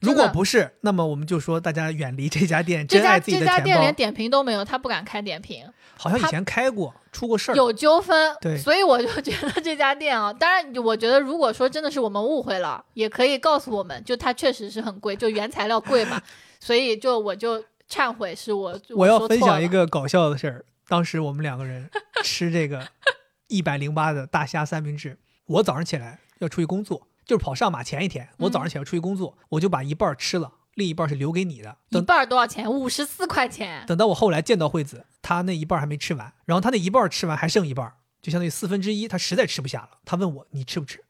S1: 如
S2: 真
S1: 果
S2: 的
S1: 不是，那么我们就说大家远离这家店，
S2: 这
S1: 珍
S2: 家
S1: 爱自己
S2: 这
S1: 的
S2: 家店连
S1: 钱包。
S2: 点评都没有，他不敢开点评。
S1: 好像以
S2: 它
S1: 前开过，出过事儿。
S2: 有纠纷，
S1: 对
S2: 所以我就觉得这家店啊，当然，我觉得如果说真的是我们误会了，也可以告诉我们，就它确实是很贵，就原材料 贵嘛，所以就我就忏悔，是我
S1: 我
S2: 说
S1: 要分
S2: 错
S1: 享
S2: 了
S1: 一个搞笑的事儿。当时我们两个人 吃这个一百零八的大虾三明治，我早上起来要出去工作，就是跑上马前一天，我早上起来出去工作，我就把一半儿吃了，另一半儿是留给你的。
S2: 一
S1: 等
S2: 半儿多少钱？五十四块钱，
S1: 等到我后来见到惠子，她那一半还没吃完，然后她那一半吃完还剩一半，就相当于四分之一，她实在吃不下了。她问我你吃不吃？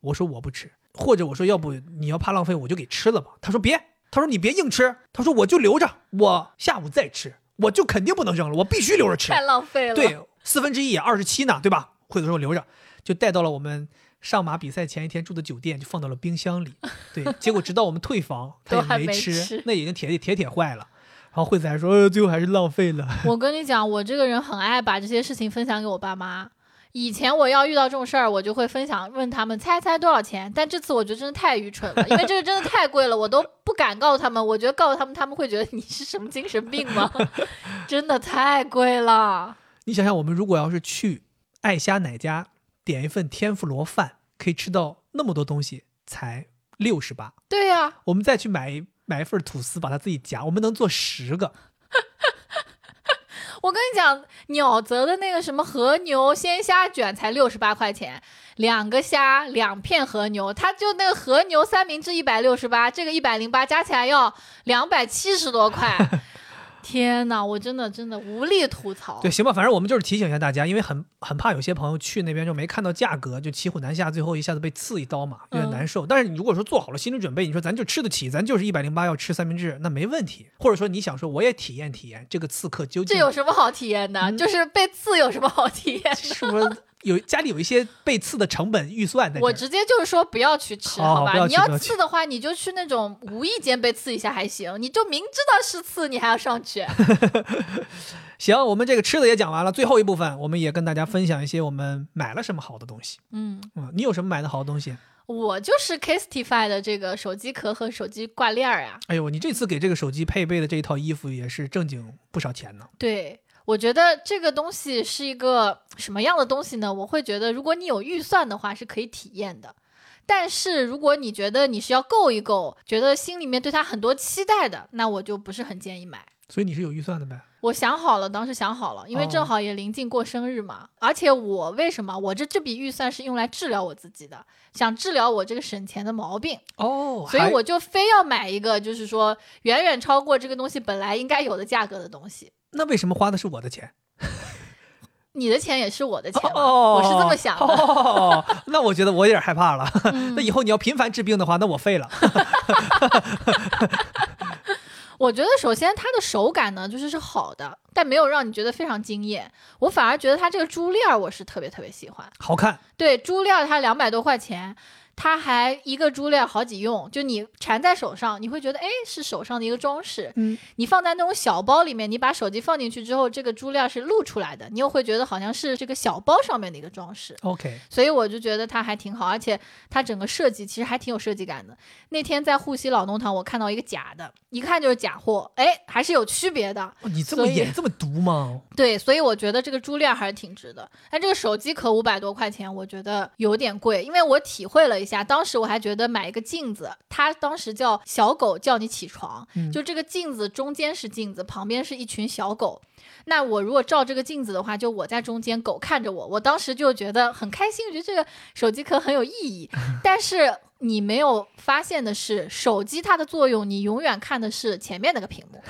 S1: 我说我不吃，或者我说要不你要怕浪费我就给吃了吧。她说别，她说你别硬吃，她说我就留着，我下午再吃，我就肯定不能扔了，我必须留着吃
S2: 太。浪费了。
S1: 对，四分之一也二十七呢，对吧？惠子说留着，就带到了我们。上马比赛前一天住的酒店就放到了冰箱里，对，结果直到我们退房，她
S2: 都
S1: 也
S2: 还没
S1: 吃，
S2: 吃
S1: 那已经铁铁铁坏了。然后惠子还说，呃最后还是浪费了。
S2: 我跟你讲，我这个人很爱把这些事情分享给我爸妈。以前我要遇到这种事儿，我就会分享，问他们猜猜多少钱。但这次我觉得真的太愚蠢了，因为这个真的太贵了，我都不敢告诉他们。我觉得告诉他们，他们会觉得你是什么精神病吗？ 真的太贵了。
S1: 你想想，我们如果要是去爱虾奶家点一份天妇罗饭，可以吃到那么多东西，才六十八。
S2: 对呀、
S1: 我们再去买一买一份吐司，把它自己夹，我们能做十个。
S2: 我跟你讲，鸟泽的那个什么和牛鲜虾卷才六十八块钱，两个虾，两片和牛，它就那个和 牛三明治一百六十八，这个一百零八，加起来要两百七十多块。天哪，我真的真的无力吐槽。
S1: 对，行吧，反正我们就是提醒一下大家，因为很很怕有些朋友去那边就没看到价格，就骑虎难下，最后一下子被刺一刀嘛，有点
S2: 嗯
S1: 难受。但是你如果说做好了心理准备，你说咱就吃得起，咱就是一百零八要吃三明治，那没问题。或者说你想说我也体验体验这个刺客究
S2: 这
S1: 竟
S2: 有什么好体验的？
S1: 嗯
S2: 就是被刺有什么好体验？
S1: 是不是有家里有一些被刺的成本预算在这
S2: 我
S1: 儿？
S2: 直接就是说不要去吃，
S1: 好好
S2: 吧？
S1: 不要去
S2: 你
S1: 不
S2: 要
S1: 要去
S2: 刺的话，你就去那种无意间被刺一下还行，你就明知道是刺，你还要 上去。
S1: 行，我们这个吃的也讲完了，最后一部分我们也跟大家分享一些我们买了什么好的东西。
S2: 嗯，
S1: 嗯，你有什么买的好的东西？
S2: 我就是 Castify 的这个手机壳和手机挂链儿啊。
S1: 哎呦，你这次给这个手机配备的这一套衣服也是正经不少钱呢。
S2: 对，我觉得这个东西是一个什么样的东西呢？我会觉得，如果你有预算的话，是可以体验的。但是如果你觉得你是要够一够，觉得心里面对它很多期待的，那我就不是很建议买。
S1: 所以你是有预算的呗？
S2: 我想好了，当时想好了，因为
S1: 哦
S2: 正好也临近过生日嘛。而且我为什么我这这笔预算是用来治疗我自己的，想治疗我这个省钱的毛病，
S1: 哦
S2: 所以我就非要买一个，就是说远远超过这个东西本来应该有的价格的东西。
S1: 那为什么花的是我的钱？
S2: 你的钱也是我的钱嘛，
S1: 哦，
S2: 我是这么想的。
S1: 哦，那我觉得我有点害怕了。
S2: 嗯
S1: 那以后你要频繁治病的话，那我废了。
S2: 我觉得首先它的手感呢，就是是好的，但没有让你觉得非常惊艳。我反而觉得它这个珠链儿我是特别特别喜欢。
S1: 好看，
S2: 对，珠链儿它两百多块钱，它还一个珠链儿好几用，就你缠在手上，你会觉得哎是手上的一个装饰。
S1: 嗯，
S2: 你放在那种小包里面，你把手机放进去之后，这个珠链儿是露出来的，你又会觉得好像是这个小包上面的一个装饰。
S1: OK，
S2: 所以我就觉得它还挺好，而且它整个设计其实还挺有设计感的。那天在沪西老农堂，我看到一个假的，一看就是假货，哎，还是有区别的。
S1: 哦你这么
S2: 所以
S1: 演这么毒吗？
S2: 对，所以我觉得这个珠链还是挺值的。但这个手机壳五百多块钱，我觉得有点贵，因为我体会了一下，当时我还觉得买一个镜子，它当时叫小狗叫你起床，
S1: 嗯
S2: 就这个镜子中间是镜子，旁边是一群小狗。那我如果照这个镜子的话，就我在中间，狗看着我，我当时就觉得很开心，我觉得这个手机壳很有意义。但是你没有发现的是，手机它的作用，你永远看的是前面那个屏幕，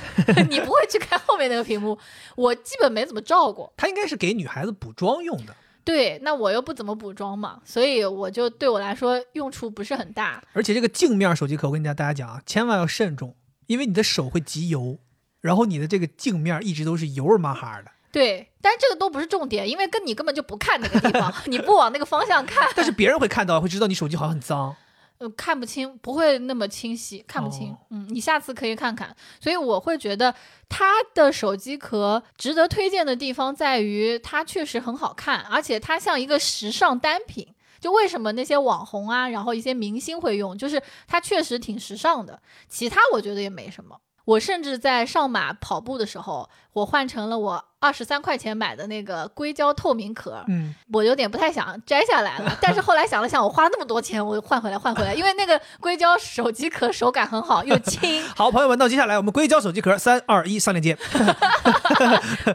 S2: 你不会去看后面那个屏幕。我基本没怎么照过。
S1: 它应该是给女孩子补妆用的，
S2: 对，那我又不怎么补妆嘛，所以我就对我来说用处不是很大。
S1: 而且这个镜面手机壳，我跟大家讲啊，千万要慎重，因为你的手会集油，然后你的这个镜面一直都是油儿麻哈的。
S2: 对，但这个都不是重点，因为跟你根本就不看那个地方， 你不往那个方向看，
S1: 但是别人会看到，会知道你手机好像很脏。
S2: 呃，看不清，不会那么清晰，看不清。
S1: 哦
S2: 嗯，你下次可以看看。所以我会觉得它的手机壳值得推荐的地方在于，它确实很好看，而且它像一个时尚单品。就为什么那些网红啊，然后一些明星会用，就是它确实挺时尚的。其他我觉得也没什么。我甚至在上马跑步的时候，我换成了我二十三块钱买的那个硅胶透明壳，
S1: 嗯，
S2: 我有点不太想摘下来了，但是后来想了想，我花那么多钱，我换回来换回来，因为那个硅胶手机壳手感很好，又
S1: ，
S2: 轻
S1: 好，朋友们，那接下来我们硅胶手机壳，三二一，上链接。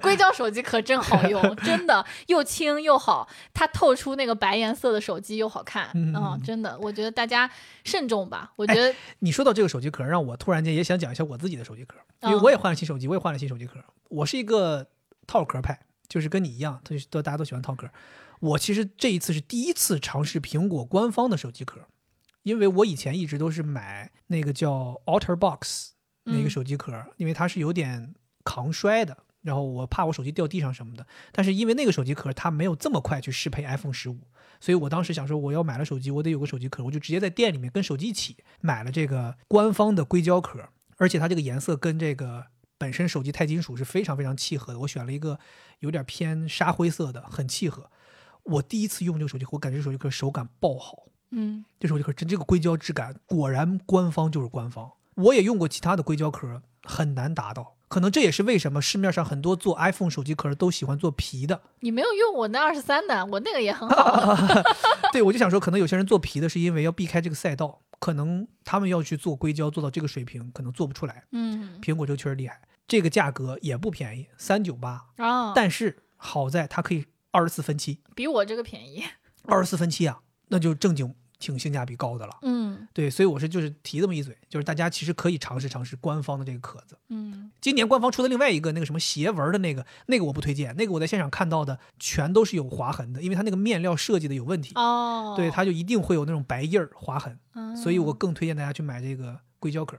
S2: 硅胶手机壳真好用，真的又轻又好，它透出那个白颜色的手机又好看，
S1: 嗯哎
S2: 嗯真的，我觉得大家慎重吧，我觉得、
S1: 你说到这个手机壳，让我突然间也想讲一下我自己的手机壳，因
S2: 嗯
S1: 为我也换了新手机，我也换了新手机壳。我是一个套壳派，就是跟你一样，都都大家都喜欢套壳。我其实这一次是第一次尝试苹果官方的手机壳，因为我以前一直都是买那个叫 OtterBox 那个
S2: 嗯
S1: 手机壳，因为它是有点抗摔的，然后我怕我手机掉地上什么的。但是因为那个手机壳它没有这么快去适配 iPhone 十五，所以我当时想说，我要买了手机，我得有个手机壳，我就直接在店里面跟手机一起买了这个官方的硅胶壳，而且它这个颜色跟这个本身手机钛金属是非常非常契合的。我选了一个有点偏沙灰色的，很契合。我第一次用这个手机壳，我感觉手机壳手感爆好，
S2: 嗯
S1: 这手机壳真这个硅胶质感，果然官方就是官方。我也用过其他的硅胶壳，很难达到。可能这也是为什么市面上很多做 iPhone 手机壳都喜欢做皮的，
S2: 你没有用我那二十三的，我那个也 很好，
S1: 对，我就想说，可能有些人做皮的是因为要避开这个赛道，可能他们要去做硅胶做到这个水平，可能做不出来。
S2: 嗯
S1: 苹果这个确实厉害，这个价格也不便宜，三九八，
S2: 啊，
S1: 但是好在它可以二十四分期，
S2: 比我这个便宜，
S1: 二十四分期啊，那就正经挺性价比高的了。
S2: 嗯
S1: 对，所以我是就是提这么一嘴，就是大家其实可以尝试尝试官方的这个壳子。
S2: 嗯
S1: 今年官方出的另外一个那个什么斜纹的那个，那个我不推荐，那个我在现场看到的全都是有划痕的，因为它那个面料设计的有问题，
S2: 哦，
S1: 对，它就一定会有那种白印儿划痕，
S2: 嗯，
S1: 所以我更推荐大家去买这个硅胶壳。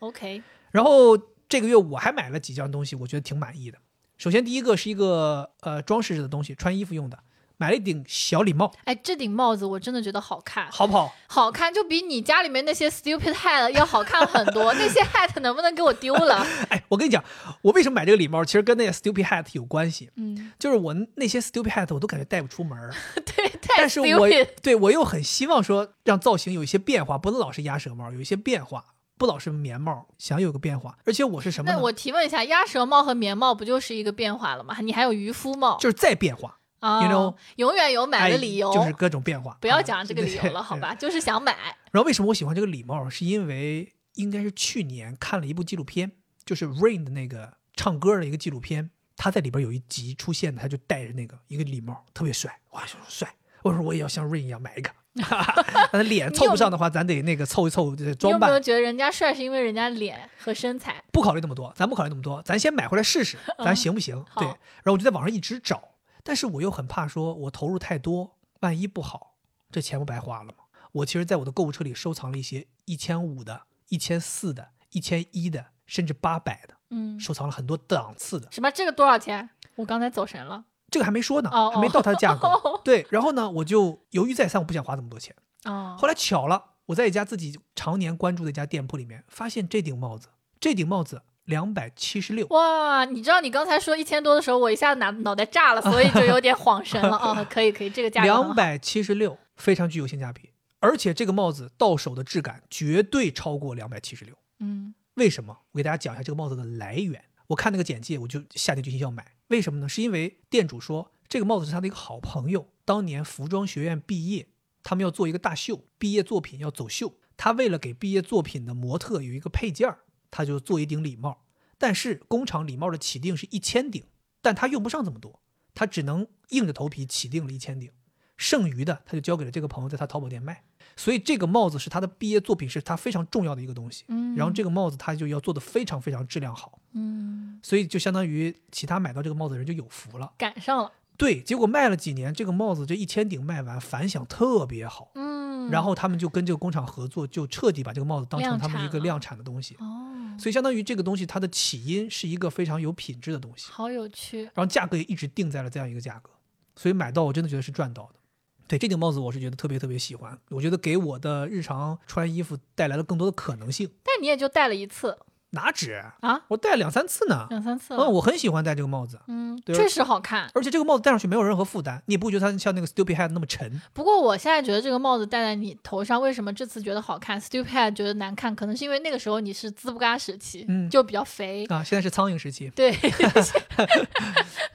S2: OK
S1: 然后这个月我还买了几样东西，我觉得挺满意的。首先第一个是一个呃装饰的东西，穿衣服用的，买了一顶小礼 帽，
S2: 哎，这顶帽子我真的觉得好看，
S1: 好不好？
S2: 好看就比你家里面那些 stupid hat 要好看很 多。那些 hat 能不能给我丢了？
S1: 哎，我跟你讲，我为什么买这个礼帽，其实跟那个 stupid hat 有关系。
S2: 嗯，
S1: 就是我那些 stupid hat 我都感觉戴不出门儿，
S2: 对，太
S1: 但是我
S2: stupid。
S1: 对我又很希望说让造型有一些变化，不能老是鸭舌帽，有一些变化，不老是棉帽，想有个变化。而且我是什么
S2: 那
S1: 呢？
S2: 我提问一下，鸭舌帽和棉帽不就是一个变化了吗？你还有渔夫帽
S1: 就是再变化，
S2: 啊
S1: you know，
S2: 永远有买的理由。
S1: 哎就是各种变化。
S2: 不要
S1: 啊
S2: 讲这个理 由了，好？
S1: 对对
S2: 吧？就是想买。
S1: 然后为什么我喜欢这个礼帽？是因为应该是去年看了一部纪录片，就是 Rain 的那个唱歌的一个纪录片，他在里边有一集出现的，他就戴着那个一个礼帽，特别帅，哇，就是帅。我说我也要像 Rain 一样买一个， 但他脸凑不上的话，咱得那个凑一凑这
S2: 你有
S1: 装
S2: 没有
S1: 扮。
S2: 觉得人家帅是因为人家脸和身材？
S1: 不考虑那么多，咱不考虑那么多，咱先买回来试试，咱行不行？
S2: 嗯好
S1: 对。然后我就在网上一直找，但是我又很怕说我投入太多，万一不好，这钱不白花了吗？我其实在我的购物车里收藏了一些一千五的、一千四的、一千一的，甚至八百的，
S2: 嗯，
S1: 收藏了很多档次的。
S2: 什么？这个多少钱？我刚才走神了。
S1: 这个还没说呢，
S2: 哦哦
S1: 还没到它的价 格。对，然后呢，我就犹豫再三，我不想花这么多钱。
S2: 哦，
S1: 后来巧了，我在一家自己常年关注的一家店铺里面，发现这顶帽子，这顶帽子两百七十六。
S2: 哇！你知道你刚才说一千多的时候，我一下脑脑袋炸了，所以就有点恍 神了。哦，可以可以，这个价格很
S1: 两
S2: 好
S1: 百七十六，非常具有性价比，而且这个帽子到手的质感绝对超过两百七十六。
S2: 嗯
S1: 为什么？我给大家讲一下这个帽子的来源。我看那个简介，我就下定决心要买。为什么呢？是因为店主说这个帽子是他的一个好朋友，当年服装学院毕业，他们要做一个大秀，毕业作品要走秀。他为了给毕业作品的模特有一个配件儿，他就做一顶礼帽。但是工厂礼帽的起订是一千顶，但他用不上这么多，他只能硬着头皮起订了一千顶，剩余的他就交给了这个朋友，在他淘宝店卖。所以这个帽子是他的毕业作品，是他非常重要的一个东西。
S2: 嗯，
S1: 然后这个帽子它就要做的非常非常质量好，
S2: 嗯
S1: 所以就相当于其他买到这个帽子的人就有福了。
S2: 赶上了，
S1: 对，结果卖了几年，这个帽子这一千顶卖完，反响特别好。
S2: 嗯，
S1: 然后他们就跟这个工厂合作，就彻底把这个帽子当成他们一个量
S2: 量
S1: 产的东西。
S2: 哦，
S1: 所以相当于这个东西它的起因是一个非常有品质的东西，
S2: 好有趣，
S1: 然后价格也一直定在了这样一个价格，所以买到我真的觉得是赚到的。对这顶帽子，我是觉得特别特别喜欢，我觉得给我的日常穿衣服带来了更多的可能性。
S2: 但你也就戴了一次
S1: 哪止
S2: 啊，
S1: 我戴了两三次呢，
S2: 两三次
S1: 嗯，
S2: 了，
S1: 我很喜欢戴这个帽子，
S2: 嗯，
S1: 对
S2: 确实好看。
S1: 而且这个帽子戴上去没有任何负担，你也不会觉得它像那个 stupid hat 那么沉。
S2: 不过我现在觉得这个帽子戴在你头上，为什么这次觉得好看，stupid hat 觉得难看？可能是因为那个时候你是滋不嘎时期，
S1: 嗯
S2: 就比较肥，
S1: 啊，现在是苍蝇时期，
S2: 对，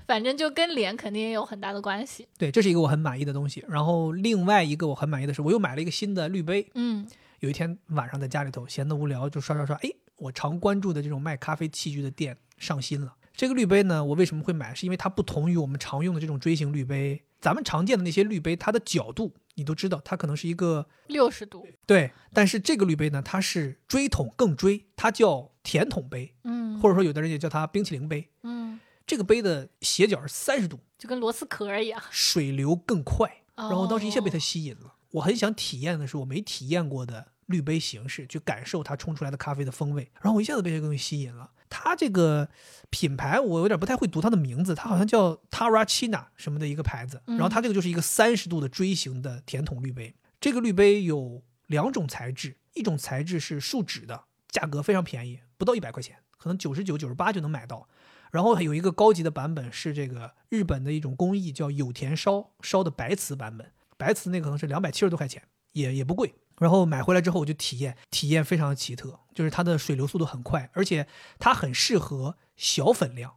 S2: 反正就跟脸肯定也有很大的关系。
S1: 对，这是一个我很满意的东西。然后另外一个我很满意的是，我又买了一个新的滤杯。
S2: 嗯
S1: 有一天晚上在家里头闲得无聊，就刷刷刷，哎，我常关注的这种卖咖啡器具的店上新了。这个滤杯呢，我为什么会买？是因为它不同于我们常用的这种锥形滤杯，咱们常见的那些滤杯，它的角度你都知道，它可能是一个，
S2: 六十度，
S1: 对，但是这个滤杯呢，它是锥筒更锥，它叫甜筒杯。
S2: 嗯，
S1: 或者说有的人也叫它冰淇淋杯。
S2: 嗯，
S1: 这个杯的斜角是三十度，
S2: 就跟螺丝壳儿一样。
S1: 水流更快。
S2: 然
S1: 然后当时一下被
S2: 哦
S1: 它吸引了，我很想体验的是我没体验过的滤杯形式，去感受它冲出来的咖啡的风味。然后我一下子被这个东西吸引了。它这个品牌我有点不太会读它的名字，它好像叫 Tarachina 什么的一个牌子。
S2: 嗯
S1: 然后它这个就是一个三十度的锥形的甜筒滤杯。这个滤杯有两种材质，一种材质是树脂的，价格非常便宜，不到一百块钱，可能九十九、九十八就能买到。然后还有一个高级的版本是这个日本的一种工艺，叫有田烧烧的白瓷版本，白瓷那个可能是两百七十多块钱，也也不贵。然后买回来之后我就体验，体验非常的奇特，就是它的水流速度很快，而且它很适合小粉量，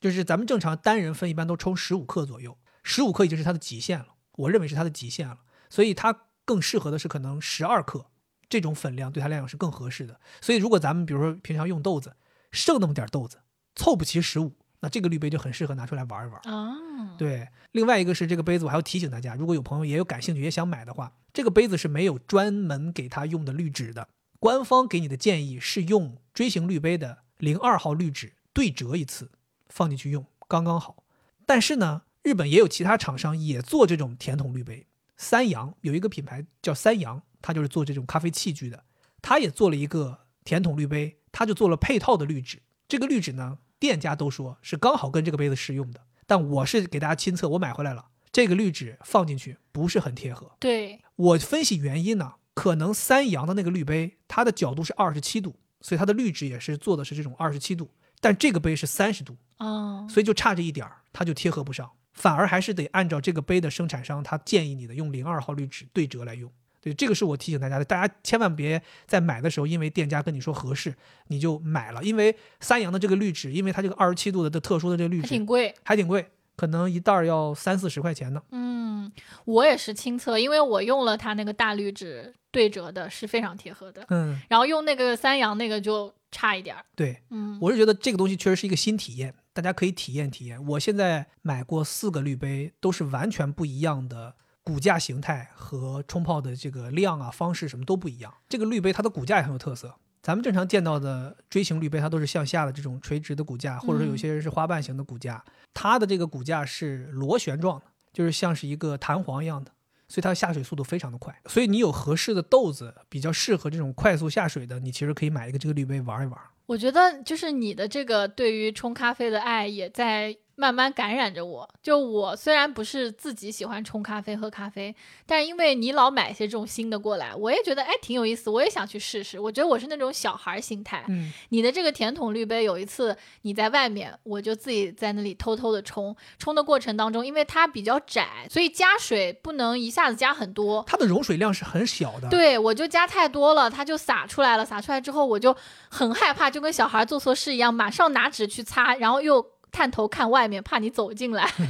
S1: 就是咱们正常单人份一般都冲十五克左右，十五克已经是它的极限了，我认为是它的极限了，所以它更适合的是可能十二克这种粉量对它来讲是更合适的。所以如果咱们比如说平常用豆子，剩那么点儿豆子，凑不齐十五，那这个滤杯就很适合拿出来玩一玩。
S2: 啊，
S1: 对，另外一个是这个杯子，我还要提醒大家，如果有朋友也有感兴趣也想买的话，这个杯子是没有专门给它用的滤纸的。官方给你的建议是用锥形滤杯的零二号滤纸对折一次放进去用，刚刚好。但是呢，日本也有其他厂商也做这种甜筒滤杯，三洋有一个品牌叫三洋，它就是做这种咖啡器具的，它也做了一个甜筒滤杯，它就做了配套的滤纸。这个滤纸呢，店家都说是刚好跟这个杯子适用的，但我是给大家亲测，我买回来了，这个滤纸放进去不是很贴合。
S2: 对，
S1: 我分析原因呢，可能三洋的那个滤杯，它的角度是二十七度，所以它的滤纸也是做的是这种二十七度，但这个杯是三十度，
S2: 哦，
S1: 所以就差这一点儿，它就贴合不上，反而还是得按照这个杯的生产商他建议你的用零二号滤纸对折来用。对，这个是我提醒大家的，大家千万别在买的时候，因为店家跟你说合适，你就买了。因为三洋的这个滤纸，因为它这个二十七度的这特殊的这个滤
S2: 还
S1: 纸
S2: 挺贵。
S1: 还挺贵，可能一袋儿要三四十块钱呢。
S2: 嗯，我也是亲测，因为我用了它那个大滤纸对折的，是非常贴合的。
S1: 嗯，
S2: 然后用那个三洋那个就差一点儿。
S1: 对，
S2: 嗯，
S1: 我是觉得这个东西确实是一个新体验，大家可以体验体验。我现在买过四个滤杯，都是完全不一样的骨架形态和冲泡的这个量啊、方式什么都不一样。这个滤杯它的骨架也很有特色。咱们正常见到的锥形滤杯，它都是向下的这种垂直的骨架，或者说有些人是花瓣形的骨架。它的这个骨架是螺旋状的，就是像是一个弹簧一样的，所以它下水速度非常的快。所以你有合适的豆子，比较适合这种快速下水的，你其实可以买一个这个滤杯玩一玩。
S2: 我觉得就是你的这个对于冲咖啡的爱也在慢慢感染着我。就我虽然不是自己喜欢冲咖啡喝咖啡，但因为你老买一些这种新的过来，我也觉得哎挺有意思，我也想去试试。我觉得我是那种小孩儿心态。
S1: 嗯，
S2: 你的这个甜筒滤杯，有一次你在外面，我就自己在那里偷偷的冲，冲的过程当中，因为它比较窄，所以加水不能一下子加很多，
S1: 它的容水量是很小的。，
S2: 对，我就加太多了，它就洒出来了。洒出来之后，我就很害怕，就跟小孩做错事一样，马上拿纸去擦，然后又探头看外面，怕你走进来。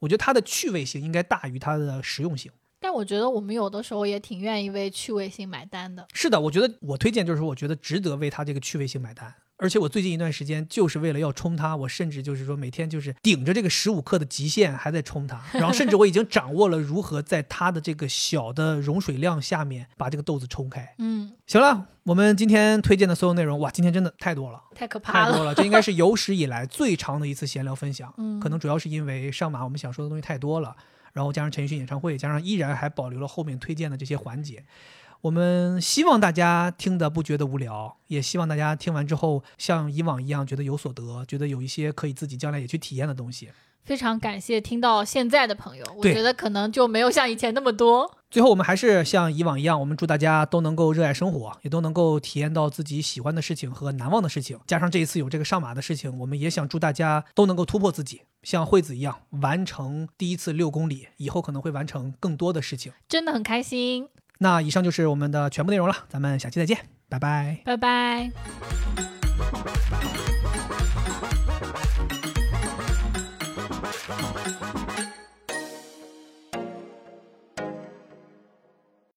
S1: 我觉得它的趣味性应该大于它的实用性。
S2: 但我觉得我们有的时候也挺愿意为趣味性买单的。
S1: 是的，我觉得我推荐就是说，我觉得值得为它这个趣味性买单。而且我最近一段时间就是为了要冲它，我甚至就是说每天就是顶着这个十五克的极限还在冲它，然后甚至我已经掌握了如何在它的这个小的容水量下面把这个豆子冲开。
S2: 嗯，
S1: 行了，我们今天推荐的所有内容，哇，今天真的太多了。
S2: 太可怕
S1: 太
S2: 了。
S1: 多了，这应该是有史以来最长的一次闲聊分享。
S2: 嗯
S1: 可能主要是因为上马我们想说的东西太多了，然后加上陈奕迅演唱会，加上依然还保留了后面推荐的这些环节。我们希望大家听的不觉得无聊，也希望大家听完之后像以往一样觉得有所得，觉得有一些可以自己将来也去体验的东西。
S2: 非常感谢听到现在的朋友，我
S1: 对
S2: 觉得可能就没有像以前那么多。
S1: 最后，我们还是像以往一样，我们祝大家都能够热爱生活，也都能够体验到自己喜欢的事情和难忘的事情。加上这一次有这个上马的事情，我们也想祝大家都能够突破自己，像惠子一样完成第一次六公里，以后可能会完成更多的事情。
S2: 真的很开心，
S1: 那以上就是我们的全部内容了，咱们下期再见，拜拜。
S2: 拜拜。